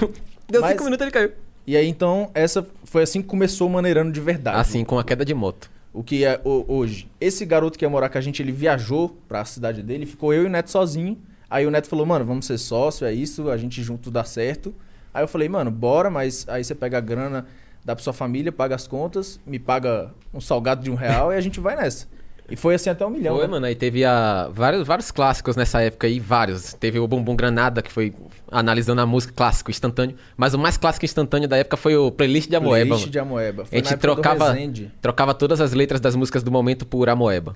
Deu 5 Mas- minutos ele caiu. E aí então, essa foi assim que começou o maneirando de verdade. Assim, com a queda de moto. O que é ho- hoje. Esse garoto que ia morar com a gente, ele viajou pra cidade dele, ficou eu e o Neto sozinho. Aí o Neto falou, mano, vamos ser sócio, é isso, a gente junto dá certo. Aí eu falei, mano, bora, mas aí você pega a grana, dá pra sua família, paga as contas, me paga um salgado de um real e a gente vai nessa. E foi assim até um milhão. Foi, né? mano. Aí teve a, vários, vários clássicos nessa época aí, vários. Teve o Bumbum Granada, que foi analisando a música clássico, instantâneo. Mas o mais clássico instantâneo da época foi o Playlist de é, Amoeba. Playlist mano. de Amoeba. Foi A na gente época do trocava, Resende. trocava todas as letras das músicas do momento por Amoeba.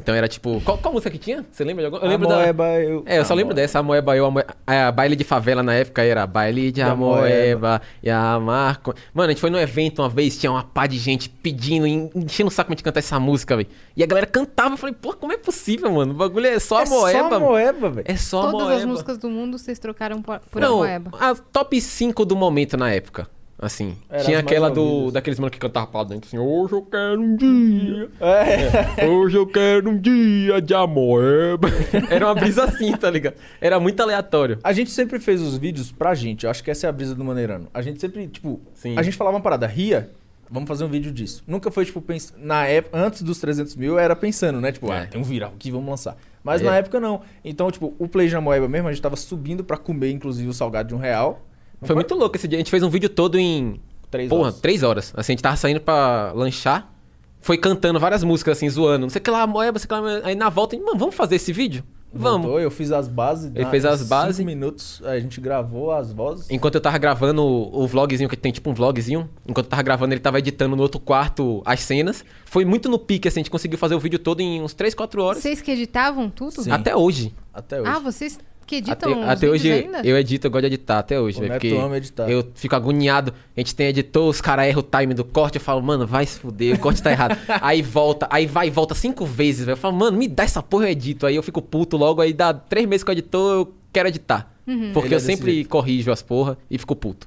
Então era tipo. Qual, qual música que tinha? Você lembra de alguma? Eu lembro Amoeba, eu... da. É, eu só lembro Amoeba. dessa, Amoeba eu, Amoeba. é, A baile de favela na época era baile de Amoeba, e a Marco. Mano, a gente foi num evento uma vez, tinha uma pá de gente pedindo, en- enchendo o saco pra gente cantar essa música, velho. E a galera cantava, eu falei, pô, como é possível, mano? O bagulho é só É só Amoeba. mano. Amoeba, velho. É só Todas Amoeba. as músicas do mundo vocês trocaram por, por Não, Amoeba. a top 5 do momento na época. Assim, Era tinha as mais aquela do, ouvidas. daqueles mano que cantava pra dentro assim, hoje eu quero um dia, É. hoje eu quero um dia de amoeba. Era uma brisa assim, tá ligado? Era muito aleatório. A gente sempre fez os vídeos pra gente. Eu acho que essa é a brisa do Maneirano. A gente sempre, tipo, Sim. a gente falava uma parada, ria, vamos fazer um vídeo disso. Nunca foi, tipo, pens... na época, antes dos 300 mil, era pensando, né? Tipo, É. ah, tem um viral aqui, vamos lançar. Mas Aí na é. época não. Então, tipo, o Play Jamoeba mesmo, a gente tava subindo pra comer, inclusive, o salgado de um real. Foi muito louco esse dia. A gente fez um vídeo todo em. Três Porra, horas. três horas. Assim, a gente tava saindo pra lanchar. Foi cantando várias músicas, assim, zoando. Não sei o que lá, moeba, não sei o que lá. Aí na volta, a gente, mano, vamos fazer esse vídeo? Vamos. Voltou, eu fiz as bases. Ele na- fez as cinco bases. minutos, a gente gravou as vozes. Enquanto eu tava gravando o, o vlogzinho, que tem tipo um vlogzinho, enquanto eu tava gravando, ele tava editando no outro quarto as cenas. Foi muito no pique, assim, a gente conseguiu fazer o vídeo todo em uns 3, 4 horas. Vocês que editavam tudo? Sim. Até hoje. Até hoje. Ah, vocês que editam Até, os até vídeos hoje ainda? eu edito, eu gosto de editar, até hoje. O velho, Neto porque ama editar. Eu fico agoniado. A gente tem editor, os caras erram o time do corte, eu falo, mano, vai se fuder, o corte tá errado. aí volta, aí vai e volta cinco vezes, velho. Eu falo, mano, me dá essa porra, eu edito. Aí eu fico puto logo, aí dá três meses que eu editor, eu quero editar. Uhum. Porque Ele é eu desse sempre jeito. corrijo as porra e fico puto.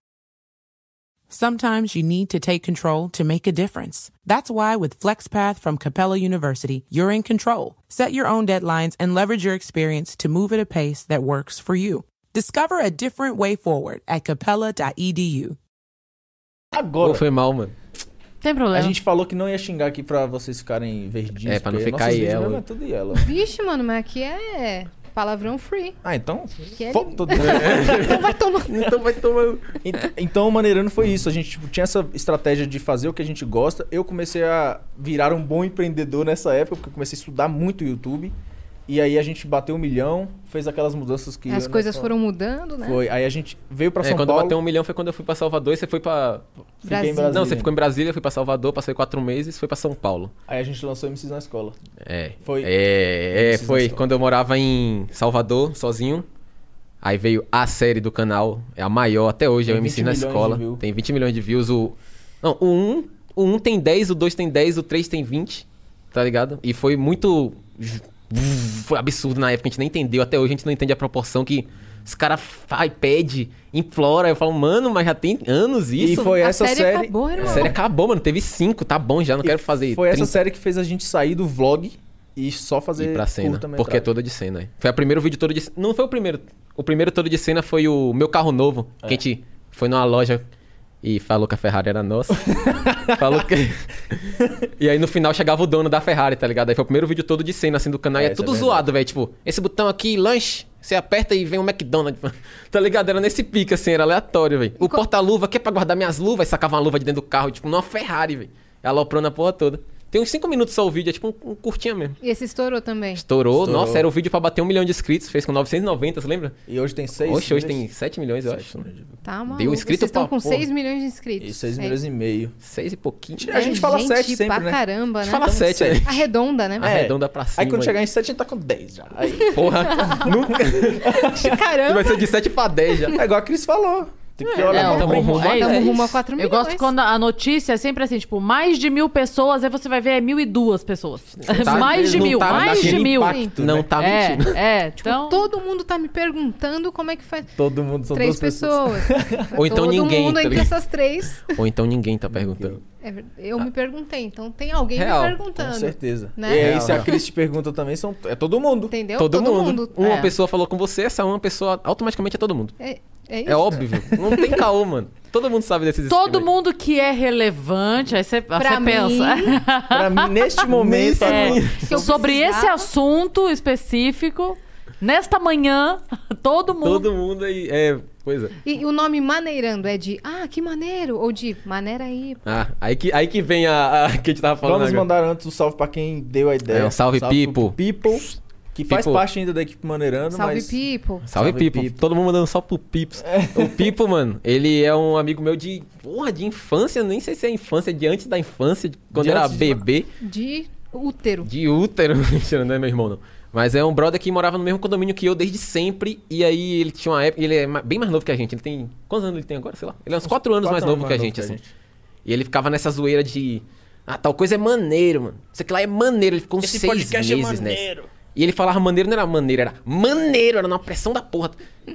Sometimes you need to take control to make a difference. That's why with FlexPath from Capella University, you're in control. Set your own deadlines and leverage your experience to move at a pace that works for you. Discover a different way forward at E capella.edu. Pô, Agora. foi mal, mano. Tem problema. É. A gente falou que não ia xingar aqui pra vocês ficarem verdinhos. É, pra não porque ficar nossos vídeos yellow. mesmo É tudo yellow. Vixe, mano, mas aqui é palavrão free. Ah, então. Que é- fo- todo- Então vai tomar. Então vai tomar. Ent- Então, o Maneirando foi isso. A gente tipo, tinha essa estratégia de fazer o que a gente gosta. Eu comecei a virar um bom empreendedor nessa época, porque eu comecei a estudar muito o YouTube. E aí a gente bateu um milhão, fez aquelas mudanças que. As eu- coisas foram mudando, né? Foi. Aí a gente veio pra É, São quando Paulo. bateu um milhão foi quando eu fui pra Salvador e você foi pra. fiquei em Brasil. Brasília. Não, você ficou em Brasília, fui pra Salvador, passei quatro meses, foi pra São Paulo. Aí a gente lançou MCs na escola. É. Foi. É, é, Preciso foi dessa- quando eu morava em Salvador, sozinho. Aí veio a série do canal, é a maior até hoje, é o Tem MC 20 na milhões de escola. views. Tem 20 milhões de views. O... Não, o 1, o 1 tem 10, o 2 tem 10, o 3 tem 20, tá ligado? E foi muito. Foi absurdo na época, a gente nem entendeu. Até hoje a gente não entende a proporção que os caras fa- pede, implora. Eu falo, mano, mas já tem anos E isso. foi A essa série série. acabou, A irmão. série acabou, mano. Teve 5, tá bom já, não E quero fazer Foi essa 30. série que fez a gente sair do vlog e só E fazer pra cena. curta-metragem. Porque é toda de cena. é. Foi o primeiro vídeo todo de cena. Não foi o primeiro. O primeiro todo de cena foi o Meu Carro Novo. Que a É. gente foi numa loja e falou que a Ferrari era nossa. falou que. e aí no final chegava o dono da Ferrari, tá ligado? Aí foi o primeiro vídeo todo de cena, assim, do canal. e é Essa é tudo verdade. zoado, velho. Tipo, esse botão aqui, lanche. Você aperta e vem um McDonald's, mano. tá ligado? Era nesse pique, assim, era aleatório, velho. O porta-luva, que é pra guardar minhas luvas, sacava uma luva de dentro do carro, tipo, numa Ferrari, velho. Aloprando a porra toda. Tem uns 5 minutos só o vídeo, é tipo um, um curtinha mesmo. E esse estourou também. Estourou. Estourou. Nossa, era o vídeo pra bater um milhão de inscritos. Fez com 990, você lembra? E hoje tem seis. Oxe, hoje tem milhões. 7 milhões, eu Sete acho. milhões de views. Tá maluco. inscrito Vocês estão pra com porra. 6 milhões de inscritos. E seis É. milhões e meio. 6 e pouquinho. A gente fala gente sete sempre, pra né? caramba, A gente né? fala 7, né? Arredonda, né? É. Arredonda pra cima. Aí quando chegar aí. em 7, a gente tá com 10 já. Aí, Porra, nunca. Caramba. Vai ser de 7 pra 10 já. é igual a Cris falou. Tem que olhar É, tá pra tamo frente. rumo- é Tamo isso. rumo a 4 Eu milhões. gosto quando a notícia é sempre assim, tipo, mais de mil pessoas, aí você vai ver é mil e duas pessoas. Tá- mais de não mil, tá mais de naquele mil. impacto, Não tá é, mentindo. é, então... Todo mundo tá me perguntando como é que faz. Todo mundo são três duas pessoas. pessoas. Ou então Todo ninguém, mundo tá entre ligado? essas três. Ou então ninguém tá perguntando. É ver- Eu me perguntei, então tem alguém Real, me Com perguntando. certeza. Né? E aí, Real, se a real. Cris te pergunta também, são... é todo mundo. Entendeu? Todo, mundo. Uma É. pessoa falou com você, essa uma pessoa automaticamente é todo mundo. É, é isso. É óbvio. Não tem caô, mano. Todo mundo sabe desses Todo esquemas aí. mundo que é relevante, aí você Pra mim, pensa. Pra mim, neste momento, É, agora, que eu sobre esse precisava. assunto específico, nesta manhã, todo mundo. Todo mundo aí. É, pois é. E o nome maneirando é de ah, que maneiro, ou de maneira aí. Ah, aí que, aí que vem a, a que a gente tava falando. vamos agora. mandar antes um salve pra quem deu a ideia. É, um salve, pro Pipo. People, que faz Pipo. parte ainda da equipe Maneirando, Salve mas... people. Salve, Salve, Pipo. É. Pipo. Todo mundo mandando só pro Pips. O Pipo, mano, ele é um amigo meu de. Porra, de infância. Nem sei se é infância, de antes da infância, de quando De era antes de- bebê, De útero. de útero. Mentira, não é meu irmão, não. Mas é um brother que morava no mesmo condomínio que eu desde sempre. E aí ele tinha uma época. Ele é ma- bem mais novo que a gente. Ele tem. Quantos anos ele tem agora? Sei lá. Ele é uns 4 anos Quatro mais novo que a gente, assim. E ele ficava nessa zoeira de. Ah, tal coisa é maneiro, mano. Isso aqui lá é maneiro. Ele ficou uns Esse seis podcast é meses nessa. maneiro. E ele falava maneiro, não era maneiro, era maneiro, era na pressão da porra.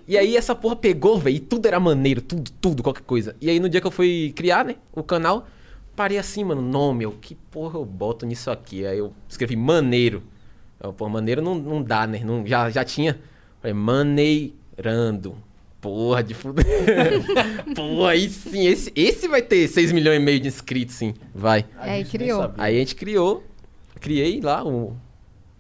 E aí essa porra pegou, velho, e tudo era maneiro, tudo, tudo, qualquer coisa. E aí no dia que eu fui criar, né, o canal, parei assim, mano, nome, eu, que porra eu boto nisso aqui? Aí eu escrevi maneiro. Eu, pô, maneiro não, não dá, né? Não, já, já tinha. Falei, maneirando. Porra de fuder. porra, aí sim, esse, esse vai ter 6 milhões e meio de inscritos, sim. Vai. É, aí criou. Aí a gente criou, criei lá o,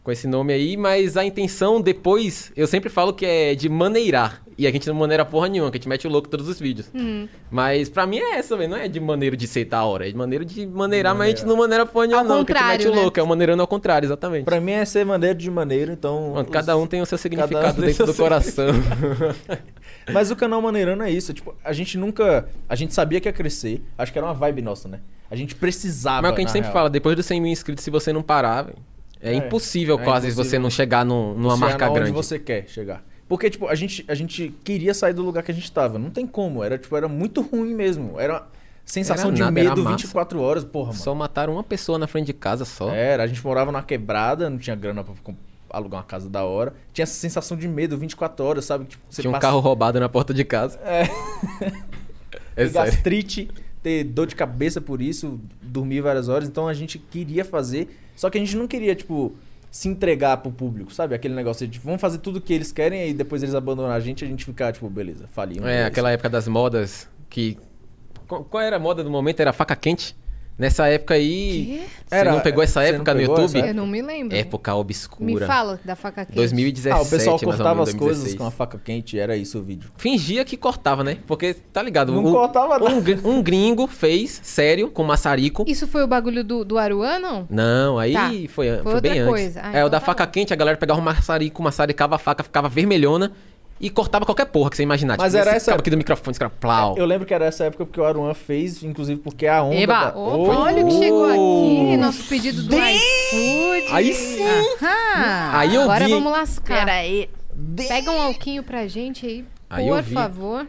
com esse nome aí, mas a intenção depois, eu sempre falo que é de maneirar. E a gente não maneira porra nenhuma, que a gente mete o louco em todos os vídeos. Hum. Mas pra mim é essa, velho. Não é de maneiro de aceitar a hora, é de maneiro de maneirar, mas a gente não maneira porra nenhuma, Ao não. que a gente contrário, mete o né? louco, é o maneirando ao contrário, exatamente. Pra mim é ser maneiro de maneiro, então. Mano, os- cada um tem o seu cada um significado tem dentro seu do coração. Mas o canal Maneirando é isso. Tipo, a gente nunca. A gente sabia que ia crescer. Acho que era uma vibe nossa, né? A gente precisava. Mas é o que a na gente sempre real. fala, depois dos 100 mil inscritos, se você não parar, velho, é, É, impossível é quase impossível. você não chegar num- numa Você marca é onde grande. você quer chegar. Porque, tipo, a gente, a gente queria sair do lugar que a gente tava. Não tem como. Era, tipo, era muito ruim mesmo. Era uma sensação Era de nada, era medo massa. 24 horas, porra, mano. Só mataram uma pessoa na frente de casa só. Era, a gente morava numa quebrada, não tinha grana pra com- alugar uma casa da hora. Tinha essa sensação de medo 24 horas, sabe? Tipo, você Tinha um passa- carro roubado na porta de casa. É. ter sério. gastrite, ter dor de cabeça por isso, dormir várias horas. Então a gente queria fazer, só que a gente não queria, tipo, se entregar pro público, sabe? Aquele negócio de, tipo, vamos fazer tudo o que eles querem e depois eles abandonam a gente e a gente ficar, tipo, beleza, falimos. É, beleza. aquela época das modas que. Qual qual era a moda do momento? Era faca quente? Nessa época aí. Você Era- não pegou essa você não época no pegou essa YouTube? época? Eu não me lembro. É Época me obscura. fala da faca quente. 2017. Ah, o pessoal mais ou cortava menos, as coisas 2016. com a faca quente, era isso o vídeo. Fingia que cortava, né? Porque, tá ligado? Não o- cortava um, gr- um gringo fez, sério, com maçarico. Isso foi o bagulho do, do Aruan, não? Não, aí Tá. foi, foi outra bem antes. coisa. Ah, é, então o da tá faca bom. quente, a galera pegava o maçarico, maçaricava a faca, ficava vermelhona e cortava qualquer porra que você imaginar. Mas era esse essa- cabo aqui do microfone, esse cara, plau. Eu lembro que era essa época porque o Aruan fez, inclusive porque a onda. Eba! da- Opa, olha o que Oh! chegou aqui, nosso pedido do iFood. Aí sim! Ah, Aí eu agora vi, hein? vamos lascar. Peraí. Pega um alquinho pra gente aí, Aí por eu vi. favor.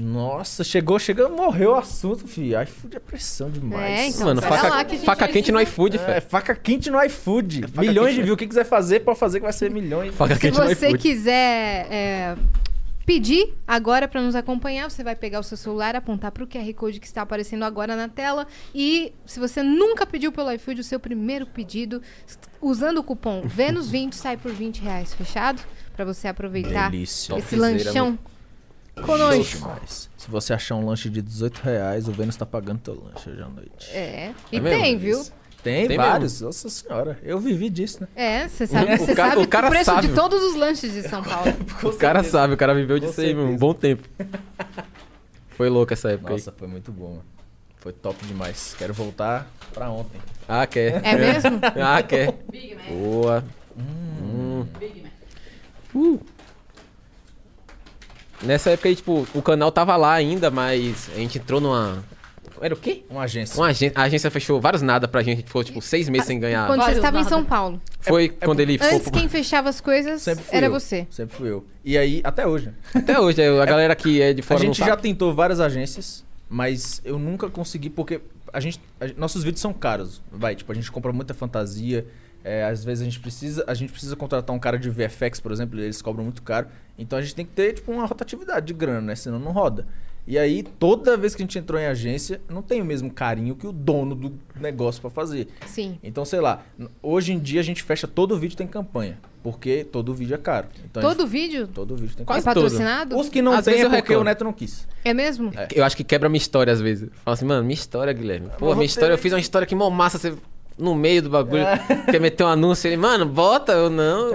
Nossa, chegou, chegou, morreu o assunto, fi. iFood é pressão demais. É, então, Mano, pera faca, lá que a gente faca vai quente no precisar. iFood, É, fé. faca quente no iFood. faca milhões quente, de views. O que quiser fazer, pode fazer que vai ser milhões. Faca Se quente no você iFood. quiser é, pedir agora pra nos acompanhar, você vai pegar o seu celular, apontar pro QR Code que está aparecendo agora na tela. E se você nunca pediu pelo iFood, o seu primeiro pedido, s- usando o cupom Vênus20, sai por 20 reais, fechado? Pra você aproveitar Delícia. esse Topzera, lanchão Show conosco. demais. Se você achar um lanche de 18 reais, o Vênus tá pagando teu lanche hoje à noite. É, e mesmo? tem, viu? Tem, Tem vários. Nossa senhora, eu vivi disso, né? É, você sabe, O você cara- sabe o cara o preço sabe. de todos os lanches de São Paulo. O cara sabe, o cara viveu disso aí, certeza. meu, um bom tempo. Foi louco essa época Nossa, foi muito bom, mano. Foi top demais. Quero voltar pra ontem. aí. Ah, quer. É mesmo? Ah, quer. Boa. Hum. Uh. Nessa época aí, tipo, o canal tava lá ainda, mas a gente entrou numa... Era o quê? Uma agência. Uma agência, a agência fechou vários nada pra gente. A gente ficou, tipo, seis meses sem ganhar. Quando você Vários estava em nada. São Paulo. Foi quando ele ficou... Antes, quem fechava as coisas Sempre fui era eu. você. Sempre fui eu. E aí, até hoje. né? Até hoje, a galera que é de A fora gente não já sabe. tentou várias agências, mas eu nunca consegui, porque a gente, a- nossos vídeos são caros. Vai, tipo, a gente compra muita fantasia. é, às vezes a gente precisa. A gente precisa contratar um cara de VFX, por exemplo, e eles cobram muito caro. Então a gente tem que ter, tipo, uma rotatividade de grana, né? Senão não roda. E aí, toda vez que a gente entrou em agência, não tem o mesmo carinho que o dono do negócio pra fazer. Sim. Então, sei lá, n- hoje em dia a gente fecha todo vídeo tem campanha. Porque todo vídeo é caro. Então, a Todo vídeo gente- todo vídeo tem Quase é todo. patrocinado? campanha. Os que não Às tem vezes é eu porque reclamo. o Neto não quis. É mesmo? Eu acho que quebra minha história às vezes. Fala assim, mano, minha história, Guilherme. Ah, Pô, minha história, eu fiz uma história que mó massa, você no meio do bagulho, É. quer meter um anúncio, ele, mano, bota ou não.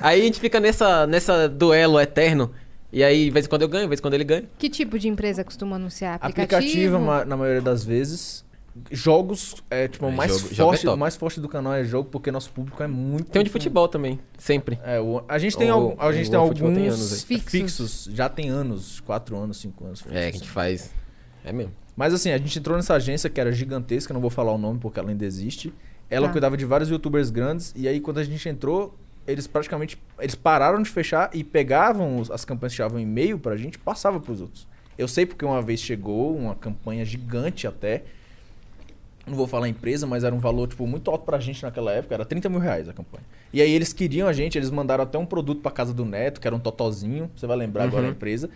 Aí a gente fica nessa, nessa duelo eterno. E aí, de vez em quando eu ganho, de vez em quando ele ganha. Que tipo de empresa costuma anunciar? Aplicativo? Aplicativo, ma- na maioria das vezes. Jogos, é, tipo, o É, mais, jogo- jogo forte, é top. o mais forte do canal é jogo, porque nosso público é muito. Tem um de futebol também, sempre. É, o- a gente tem, O- algum- a gente o tem futebol alguns tem anos aí. fixos. Fixos. já tem anos, 4 anos, 5 anos. É, que a assim. gente faz. É mesmo. Mas assim, a gente entrou nessa agência que era gigantesca, não vou falar o nome porque ela ainda existe. Ela Tá. cuidava de vários youtubers grandes, e aí quando a gente entrou, eles praticamente. Eles pararam de fechar e pegavam os- as campanhas que chegavam em e-mail pra gente e passavam pros outros. Eu sei porque uma vez chegou uma campanha gigante até. Não vou falar a empresa, mas era um valor, tipo, muito alto pra gente naquela época, era 30 mil reais a campanha. E aí eles queriam a gente, eles mandaram até um produto pra casa do Neto, que era um totozinho, você vai lembrar agora a empresa.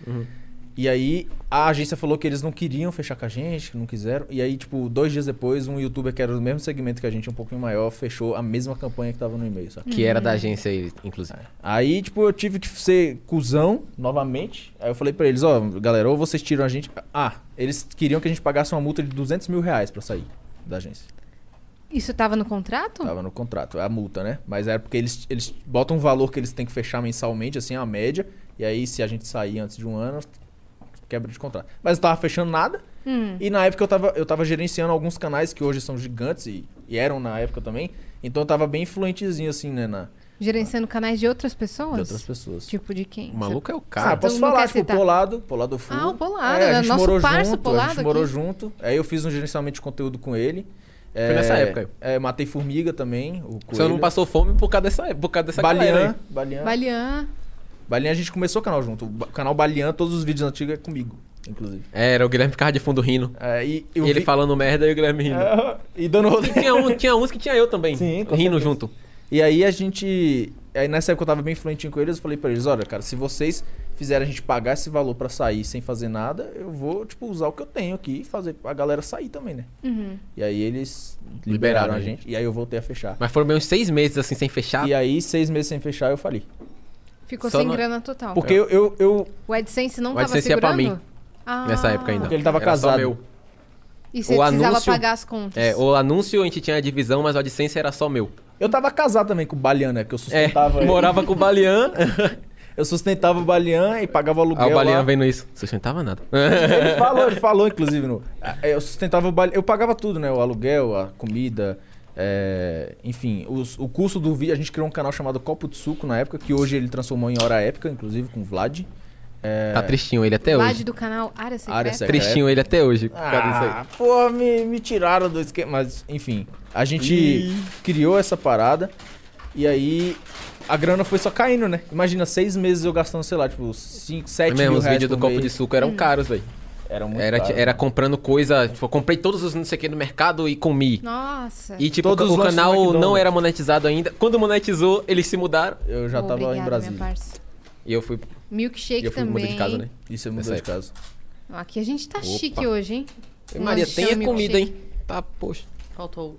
E aí a agência falou que eles não queriam fechar com a gente, que não quiseram. E aí, tipo, dois dias depois, um youtuber que era do mesmo segmento que a gente, um pouquinho maior, fechou a mesma campanha que tava no e-mail, sabe? Que era da agência aí, inclusive. Aí, tipo, eu tive que ser cuzão novamente. Aí eu falei pra eles, ó, galera, ou vocês tiram a gente. Ah, eles queriam que a gente pagasse uma multa de 200 mil reais pra sair da agência. Isso tava no contrato? Tava no contrato, a multa, né? Mas era porque eles, eles botam um valor que eles têm que fechar mensalmente, assim, a média. E aí, se a gente sair antes de um ano, quebra de contrato. Mas não tava fechando nada. Hum. E na época eu tava, eu tava gerenciando alguns canais que hoje são gigantes e, e eram na época também. Então eu tava bem influentezinho, assim, né? Na, Gerenciando canais de outras pessoas? de outras pessoas. Tipo de quem? O maluco é o Cara, cara. posso não falar, quer tipo, citar. Polado, Polado Full. Ah, o Polado, a é gente nosso morou parça, junto, A Polado gente morou aqui. junto. Aí eu fiz um gerenciamento de conteúdo com ele. Foi nessa época. É, matei formiga também, o coelho. Você não passou fome por causa dessa, por causa dessa galera Balian, aí. Balian. Balian. Balian, a gente começou o canal junto. O ba- canal Balian, todos os vídeos antigos é comigo, inclusive. É, Era o Guilherme ficava de fundo rindo. É, e E eu ele assim, né? vi- falando merda e o Guilherme rindo. É, e dando rolê. Tinha, um- tinha uns que tinha eu também. Sim, com rindo junto. E aí a gente. Aí nessa época eu tava bem fluentinho com eles, eu falei pra eles, olha, cara, se vocês fizerem a gente pagar esse valor pra sair sem fazer nada, eu vou, tipo, usar o que eu tenho aqui e fazer a galera sair também, né? Uhum. E aí eles liberaram, Liberaram a a gente. E aí eu voltei a fechar. Mas foram bem uns seis meses assim sem fechar. E aí, seis meses sem fechar, eu falei. Ficou Só sem não- grana total. É. Porque eu, eu, eu- O AdSense não O tava AdSense ia segurando? pra mim, Ah. Nessa época ainda. Porque ele tava Era só casado. meu. E você O precisava anúncio- pagar as contas. É, o anúncio a gente tinha a divisão, mas a licença era só meu. eu tava casado também com o Balian, né? Que eu É, sustentava. ele. morava com o Balian. Eu sustentava o Balian e pagava aluguel. Ah, o Balian lá. vendo isso. Sustentava nada. Ele falou, ele falou, inclusive. No, Ah, eu sustentava o Balian. Eu pagava tudo, né? O aluguel, a comida. é, enfim, os- o custo do vídeo. A gente criou um canal chamado Copo de Suco na época, que hoje ele transformou em Hora Épica, inclusive com o Vlad. É, Tá tristinho ele até Lade hoje. do canal Área Secreta. Área Secreta. Tristinho ele até hoje. por causa disso aí. Ah, pô, me, me tiraram do esquema. Mas, enfim, a gente criou essa parada e aí a grana foi só caindo, né? Imagina, seis meses eu gastando, sei lá, tipo, cinco, É sete mesmo, mil os reais vídeos do por copo de mês. suco Hum. eram caros, velho. Era muito Era, é caro. era comprando coisa, tipo, eu comprei todos os não sei o que no mercado e comi. Nossa. E tipo, Todos os o lanches do canal não McDonald's. era monetizado ainda. Quando monetizou, eles se mudaram Eu já tava Obrigada, em Brasília. minha parça. e eu fui, Milkshake e eu fui também. mudei de casa, né? Isso é mudou Essa de época. casa. Aqui a gente tá chique hoje, hein? Um Maria, lanchão, tenha comida, milkshake. hein? Tá, poxa. Faltou.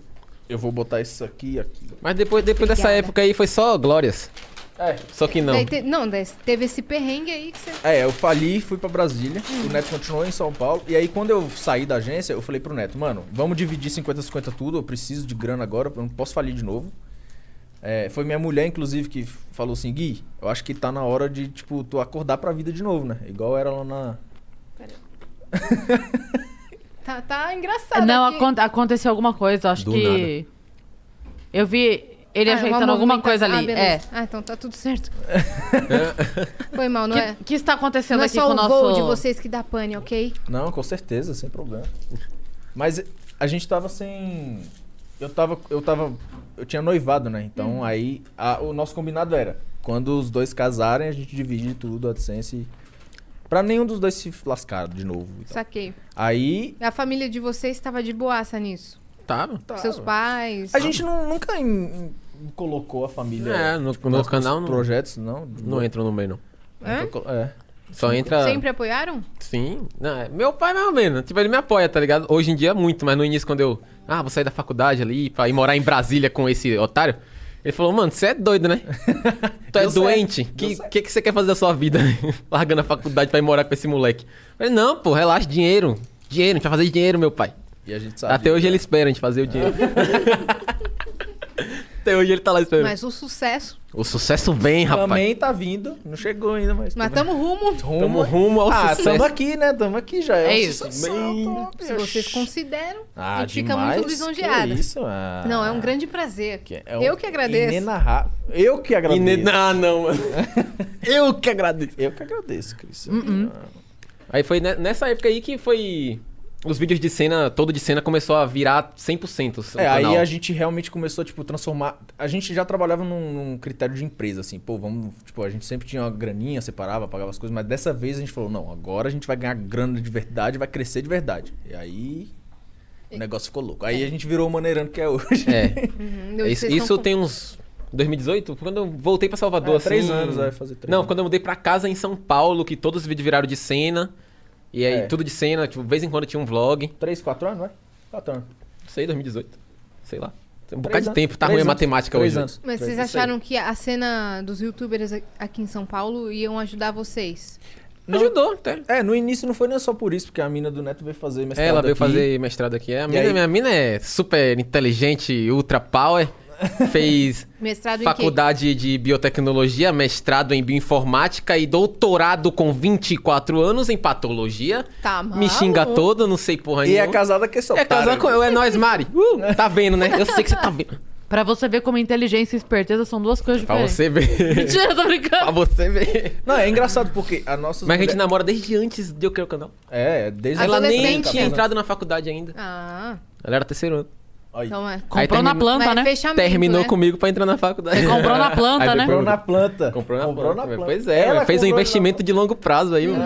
Eu vou botar isso aqui e aqui. Mas depois, depois dessa Obrigada. época aí foi só glórias. É. Só que não. Daí te- não, daí teve esse perrengue aí que você... É, eu fali, fui pra Brasília, o Neto continuou em São Paulo, e aí quando eu saí da agência, eu falei pro Neto, mano, vamos dividir 50-50 tudo, eu preciso de grana agora, eu não posso falir de novo. É, foi minha mulher, inclusive, que falou assim, Gui, eu acho que tá na hora de, tipo, tu acordar pra vida de novo, né? Igual era lá na... Tá, tá engraçado Ah, Não, aqui. acon- aconteceu alguma coisa, acho Do que. Eu vi ele Ah, é uma ajeitando alguma coisa ali. movimentação. Ah, é. beleza. Ah, então tá tudo certo. Foi mal, não é? O que, que está acontecendo Não é aqui só com o o nosso. voo de vocês que dá pane, ok? Não, com certeza, sem problema. Mas a gente tava sem. Eu tava. Eu tava. Eu tinha noivado, né? Então Uhum. aí. a- o nosso combinado era. Quando os dois casarem, a gente divide tudo, a AdSense. Pra nenhum dos dois se lascar de novo. e tal. Saquei. Aí. A família de vocês estava de boaça nisso. Tá. Seus pais. A gente não- nunca em- em- colocou a família. É, no, no nos canal não, Projetos, não. não entra no meio, não. Nunca colo- É. Só entra. Ah. Sempre apoiaram? Sim. Não, é- meu pai, mais ou menos. Tipo, ele me apoia, tá ligado? Hoje em dia, muito, mas no início, quando eu. Ah, vou sair da faculdade ali pra ir morar em Brasília com esse otário. Ele falou, mano, você é doido, né? tu é Deu certo, doente. deu Que, certo. que que você quer fazer da sua vida? né? Largando a faculdade pra ir morar com esse moleque. Eu falei, não, pô, relaxa, dinheiro. Dinheiro, a gente vai fazer dinheiro, meu pai. E a gente sabe. Até hoje ele espera a gente fazer o dinheiro. É. Até hoje ele tá lá esperando. Mas o sucesso. O sucesso vem, rapaz. Também tá vindo. Não chegou ainda, mas. Mas tamo rumo. Tamo rumo ao ah, sucesso. tamo aqui, né? Tamo aqui já. É um isso. sucesso, top. Se vocês consideram, Ah, a gente fica demais. muito lisonjeada. Que isso, ah. Não, é um grande prazer. Que- é um- Eu que agradeço. inenarra- Eu que agradeço. Ine- Ah, não, mano. Eu que agradeço. Eu que agradeço, Cris. Hum, Aí foi ne- nessa época aí que foi. Os vídeos de cena, todo de cena começou a virar 100% o Então, É, aí canal. a gente realmente começou, tipo, transformar. A gente já trabalhava num, num critério de empresa, assim, pô, vamos. Tipo, a gente sempre tinha uma graninha, separava, pagava as coisas, mas dessa vez a gente falou, não, agora a gente vai ganhar grana de verdade, vai crescer de verdade. E aí. O negócio ficou louco. Aí a gente virou o maneirando que é hoje. É. Uhum, eu- Isso, vocês isso tão com- tem uns 2018, quando eu voltei pra Salvador, É, assim. três anos, vai fazer três Não, anos. quando eu mudei pra casa em São Paulo, que todos os vídeos viraram de cena. E aí, É. tudo de cena, tipo, de vez em quando tinha um vlog. Três, quatro anos, vai? Quatro anos. Não sei, 2018. Sei lá. Tem um Três bocado de anos. tempo, tá Três ruim a anos. matemática Três hoje. anos. Mas Três, vocês isso aí. acharam que a cena dos youtubers a- aqui em São Paulo iam ajudar vocês? Não. Ajudou, até. É, no início não foi nem só por isso, porque a mina do Neto veio fazer mestrado Ela veio aqui. fazer mestrado aqui. É, A mina, aí? minha mina é super inteligente, ultra power. Fez Mestrado faculdade de biotecnologia, mestrado em bioinformática e doutorado com 24 anos em patologia. Tá Me maluco. xinga toda, não sei porra E nenhuma. é casada que só. É casada com eu, é nós, Mari. Uh, tá vendo, né? Eu sei que você tá vendo. Pra você ver como inteligência e esperteza são duas coisas Pra diferentes. você ver. Mentira, eu tô pra brincando. você ver. Não, é engraçado porque a nossa. Mas a gente namora desde antes de eu criar o canal. É, desde Ela nem Adolescente, tinha né? entrado na faculdade ainda. que... Ah, Ela era terceiro ano. Aí. então é. Aí Comprou na termina- planta, Mas é né? fechamento, Terminou né? comigo pra entrar na faculdade. comprou na planta, Aí né? depois- Comprou na planta. Comprou na planta. velho. Pois é, Ela velho. fez comprou um na investimento de longo prazo aí, mano.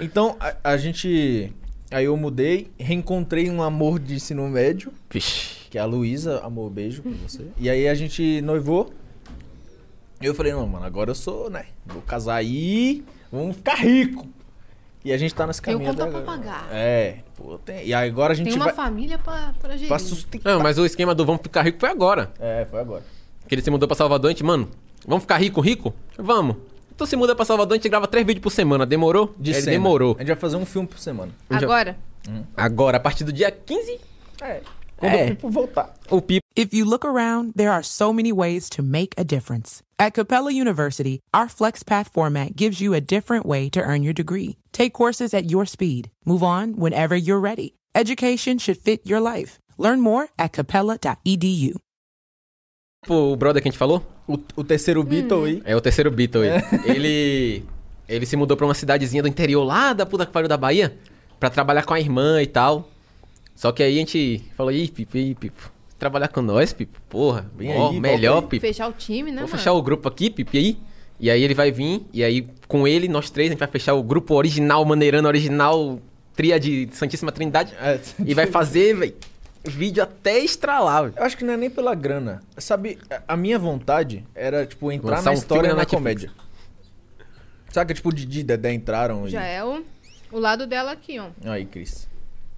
Então, a, a gente. Aí eu mudei, reencontrei um amor de ensino médio, Vixe. que é a Luísa, amor, beijo pra você. E aí a gente noivou. E eu falei, não, mano, agora eu sou, né? Vou casar aí, vamos ficar rico. E a gente tá nesse Tem um caminho conta até pra agora. pagar. É, pô, tem. E agora a gente Tem uma vai. família pra, pra gerir. Pra sustentar. Não, mas o esquema do vamos ficar rico foi agora. É, foi agora. Que ele se mudou pra Salvador, a gente, mano, vamos ficar rico, rico? Vamos. Então se muda pra Salvador, a gente grava três vídeos por semana. Demorou? De ele cena. demorou. A gente vai fazer um filme por semana. Agora, Agora, a partir do dia 15, É. Quando É. o Pipo voltar. o Pipo If you look around, there are so many ways to make a difference. At Capella University, our FlexPath format gives you a different way to earn your degree. Take courses at your speed. Move on whenever you're ready. Education should fit your life. Learn more at E capella.edu. o brother que a gente falou, O, o terceiro Hum. Beatle aí. é o terceiro Beatle aí. Ele. Ele se mudou pra uma cidadezinha do interior lá da puta que pariu da Bahia pra trabalhar com a irmã e tal. Só que aí a gente falou, ih, Pipo, ih, Pipo, trabalhar com nós, Pipo, porra, Vem ó, aí, melhor, volta Pipo. fechar o time, né, Vou mano? fechar o grupo aqui, Pipe, aí. E aí ele vai vir, e aí com ele, nós três, a gente vai fechar o grupo original, maneirando, original, tria de Santíssima Trindade. É. E vai fazer, velho, vídeo até estralar, véi. Eu acho que não é nem pela grana. Sabe, a- a minha vontade era, tipo, entrar Lançar na um história filme e na na Netflix. comédia. Saca, tipo, Didi e Dedé entraram Já e... é o, o lado dela aqui, ó. Aí, Cris.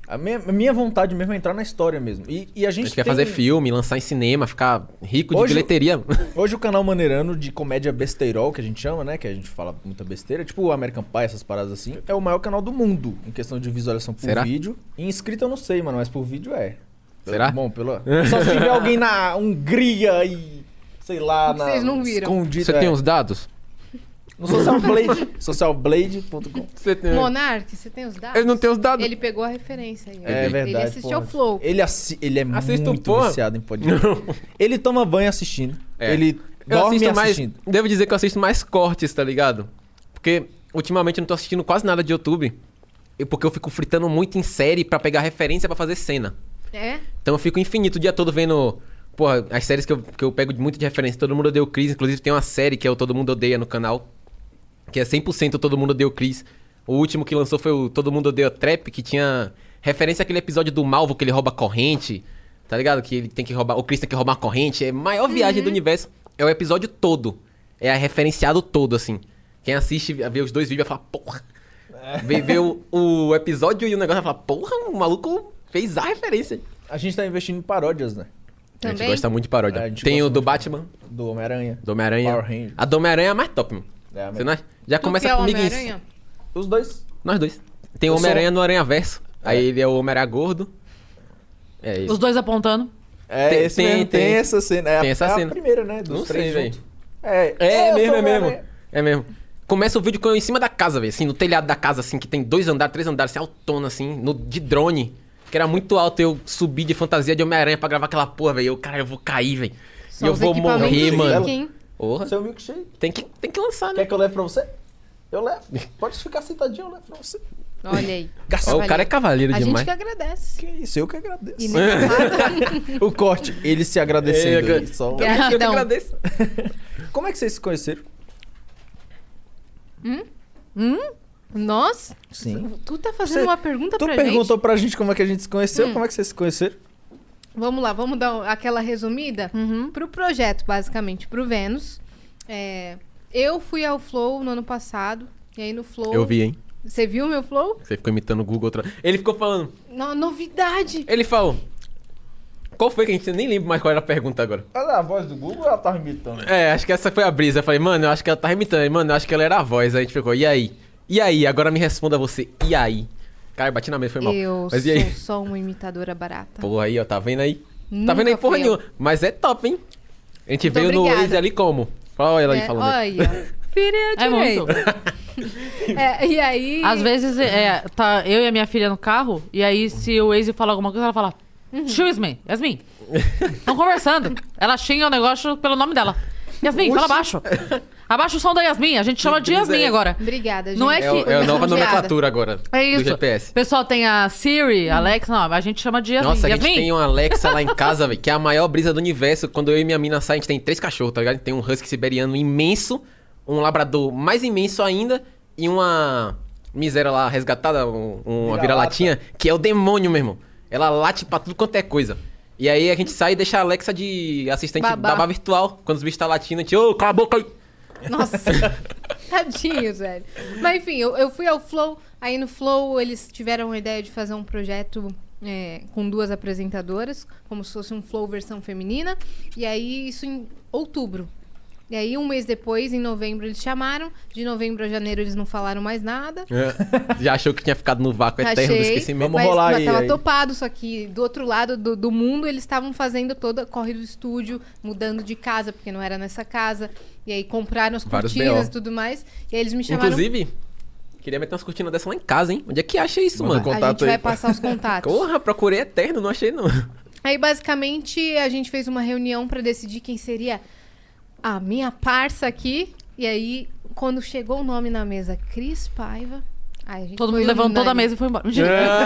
A minha, a minha vontade mesmo é entrar na história mesmo. E, e a A gente gente quer tem- fazer filme, lançar em cinema, ficar rico de Hoje- bilheteria. Hoje o canal Maneirano de comédia besteirol, que a gente chama, né? Que a gente fala muita besteira. Tipo o American Pie, essas paradas assim. É o maior canal do mundo em questão de visualização por Será? vídeo. E inscrito eu não sei, mano. Mas por vídeo é. Será? Bom, pelo... Só se tiver alguém na Hungria e... Sei lá, na... Vocês não viram. Escondido, Você é. tem uns dados? No Social Blade. Socialblade.com. Você tem... Monark, você tem os dados? É. Ele não tem os dados. Ele pegou a referência aí. ó. É verdade. Ele assistiu porra. ao Flow. Ele, assi- ele é Assisto, muito porra. viciado em podcast. Ele toma banho assistindo. É. Ele Eu dorme assisto mais. assistindo. Devo dizer que eu assisto mais cortes, tá ligado? Porque ultimamente eu não tô assistindo quase nada de YouTube. E Porque eu fico fritando muito em série pra pegar referência pra fazer cena. É? Então eu fico infinito o dia todo vendo. Porra, as séries que eu, que eu pego muito de referência. Todo mundo odeia o Chris. Inclusive tem uma série que é o Todo Mundo Odeia no canal. Que é 100% Todo Mundo Odeia o Chris. O último que lançou foi o Todo Mundo Odeia o Trap, que tinha referência àquele episódio do Malvo que ele rouba a corrente. Tá ligado? Que ele tem que roubar. O Chris tem que roubar a corrente. É a maior viagem do universo. É o episódio todo. É referenciado todo, assim. Quem assiste, vê os dois vídeos vai falar, porra. Vê, vê o, o episódio e o negócio vai falar, porra, o maluco fez a referência. A gente tá investindo em paródias, né? A Também? gente gosta muito de É, paródia. a gente Tem gosta o do muito. Batman, Do Homem-Aranha. do Homem-Aranha. Power Rangers. A do Homem-Aranha é a mais top, mano. É, a Você melhor. não acha? Já Tu começa que é o comigo isso. Homem-Aranha? Os dois. Nós dois. Tem o Eu sou- Homem-Aranha no Aranha Verso. Aí ele é o Homem-Aranha gordo. É Os isso. dois apontando. É, Tem- tem, esse tem- mesmo, tem, tem. essa cena. É, a- Tem essa é a cena. primeira, né? Dos Não três sei, juntos. É, É, eu mesmo, sou é mesmo. Homem-Aranha. É mesmo. Começa o vídeo com eu em cima da casa, velho. Assim, no telhado da casa, assim, que tem dois andares, três andares, assim, altona, assim, no, de drone. Que era muito alto eu subir de fantasia de Homem-Aranha pra gravar aquela porra, velho. Eu, cara, eu vou cair, velho. E Só eu os vou equipamentos morrer, chique, mano. hein? Porra, Seu é milkshake. tem que, tem que lançar, né? Quer que eu leve pra você? Eu levo. Pode ficar sentadinho, eu levo pra você. Olha aí. Ó, o cara é cavaleiro A gente demais. que agradece. Que isso, eu que agradeço. E nem o corte, ele se agradecendo É, aí. Só... um- Eu que Gratidão. agradeço. Como é que vocês se conheceram? Nós? Sim. Tu tá fazendo Você- uma pergunta Tu pra perguntou gente? Hum. pra gente como é que a gente se conheceu, como é que vocês se conheceram? Vamos lá, vamos dar aquela resumida Uhum. pro projeto, basicamente, pro Vênus. É, eu fui ao Flow no ano passado, e aí no Flow. Eu vi, hein? Você viu meu Flow? Você ficou imitando o Google outra. Ele ficou falando. Não, novidade! Ele falou. Qual foi que a gente nem lembra mais qual era a pergunta agora? Olha lá, a voz do Google ela tava imitando. É, acho que essa foi a brisa. Eu falei, mano, eu acho que ela tá imitando. Ele, Mano, eu acho que ela era a voz. Aí a gente ficou, e aí? E aí? Agora me responda você, e aí? Cara, bati na mesa, foi mal. Eu Mas e sou aí? só uma imitadora barata. Porra aí, ó, tá vendo aí? Nunca tá vendo aí porra fui nenhuma. Mas é top, hein? A gente Muito veio no obrigada. Waze ali como? Olha ela aí É, falando. aí. Olha, filha É muito. direito. É, e aí... Às vezes, é, tá eu e a minha filha no carro, e aí se o Waze fala alguma coisa, ela fala... Uhum. Excuse me, Yasmin. Estão conversando. Ela xinga o negócio pelo nome dela. Yasmin, fala abaixo. Abaixa o som da Yasmin. A gente chama de brisa é Yasmin essa? agora. Obrigada, gente. Não é É, o- que- é a nova Obrigada. nomenclatura agora É do isso. GPS. Pessoal, tem a Siri, Hum. Alex, não, a gente chama de Yasmin. Nossa, a gente Yasmin? tem um Alexa lá em casa, velho, que é a maior brisa do universo. Quando eu e minha mina saem, a gente tem três cachorros, tá ligado? Tem um husky siberiano imenso, um labrador mais imenso ainda e uma miséria lá resgatada, um- uma Vira-lata. vira-latinha, que é o demônio, meu irmão. Ela late pra tudo quanto é coisa. E aí a gente sai e deixa a Alexa de assistente Babá. babá, virtual. Quando os bichos tá latindo, a gente, ô, cala a boca aí. Nossa, tadinhos, velho. Mas enfim, eu, eu fui ao Flow, aí no Flow eles tiveram a ideia de fazer um projeto é, com duas apresentadoras, como se fosse um Flow versão feminina, e aí isso em outubro. E aí um mês depois, em novembro, eles chamaram, de novembro a janeiro eles não falaram mais nada. É, Já achou que tinha ficado no vácuo eterno do esquecimento. É Vamos mas, rolar mas aí, tava aí. topado, só que do outro lado do, do mundo eles estavam fazendo toda a corre do estúdio, mudando de casa, porque não era nessa casa. E aí compraram as Vários cortinas BO. e tudo mais. E aí eles me chamaram. Inclusive, queria meter umas cortinas dessa lá em casa, hein? Onde é que acha isso, Manda mano? um a gente contato aí, vai pô. passar os contatos. Porra, procurei eterno, não achei não. Aí, basicamente, a gente fez uma reunião pra decidir quem seria a minha parça aqui. E aí, quando chegou o nome na mesa, Cris Paiva. aí a gente Todo foi mundo levantou da unânime. mesa e foi embora. É.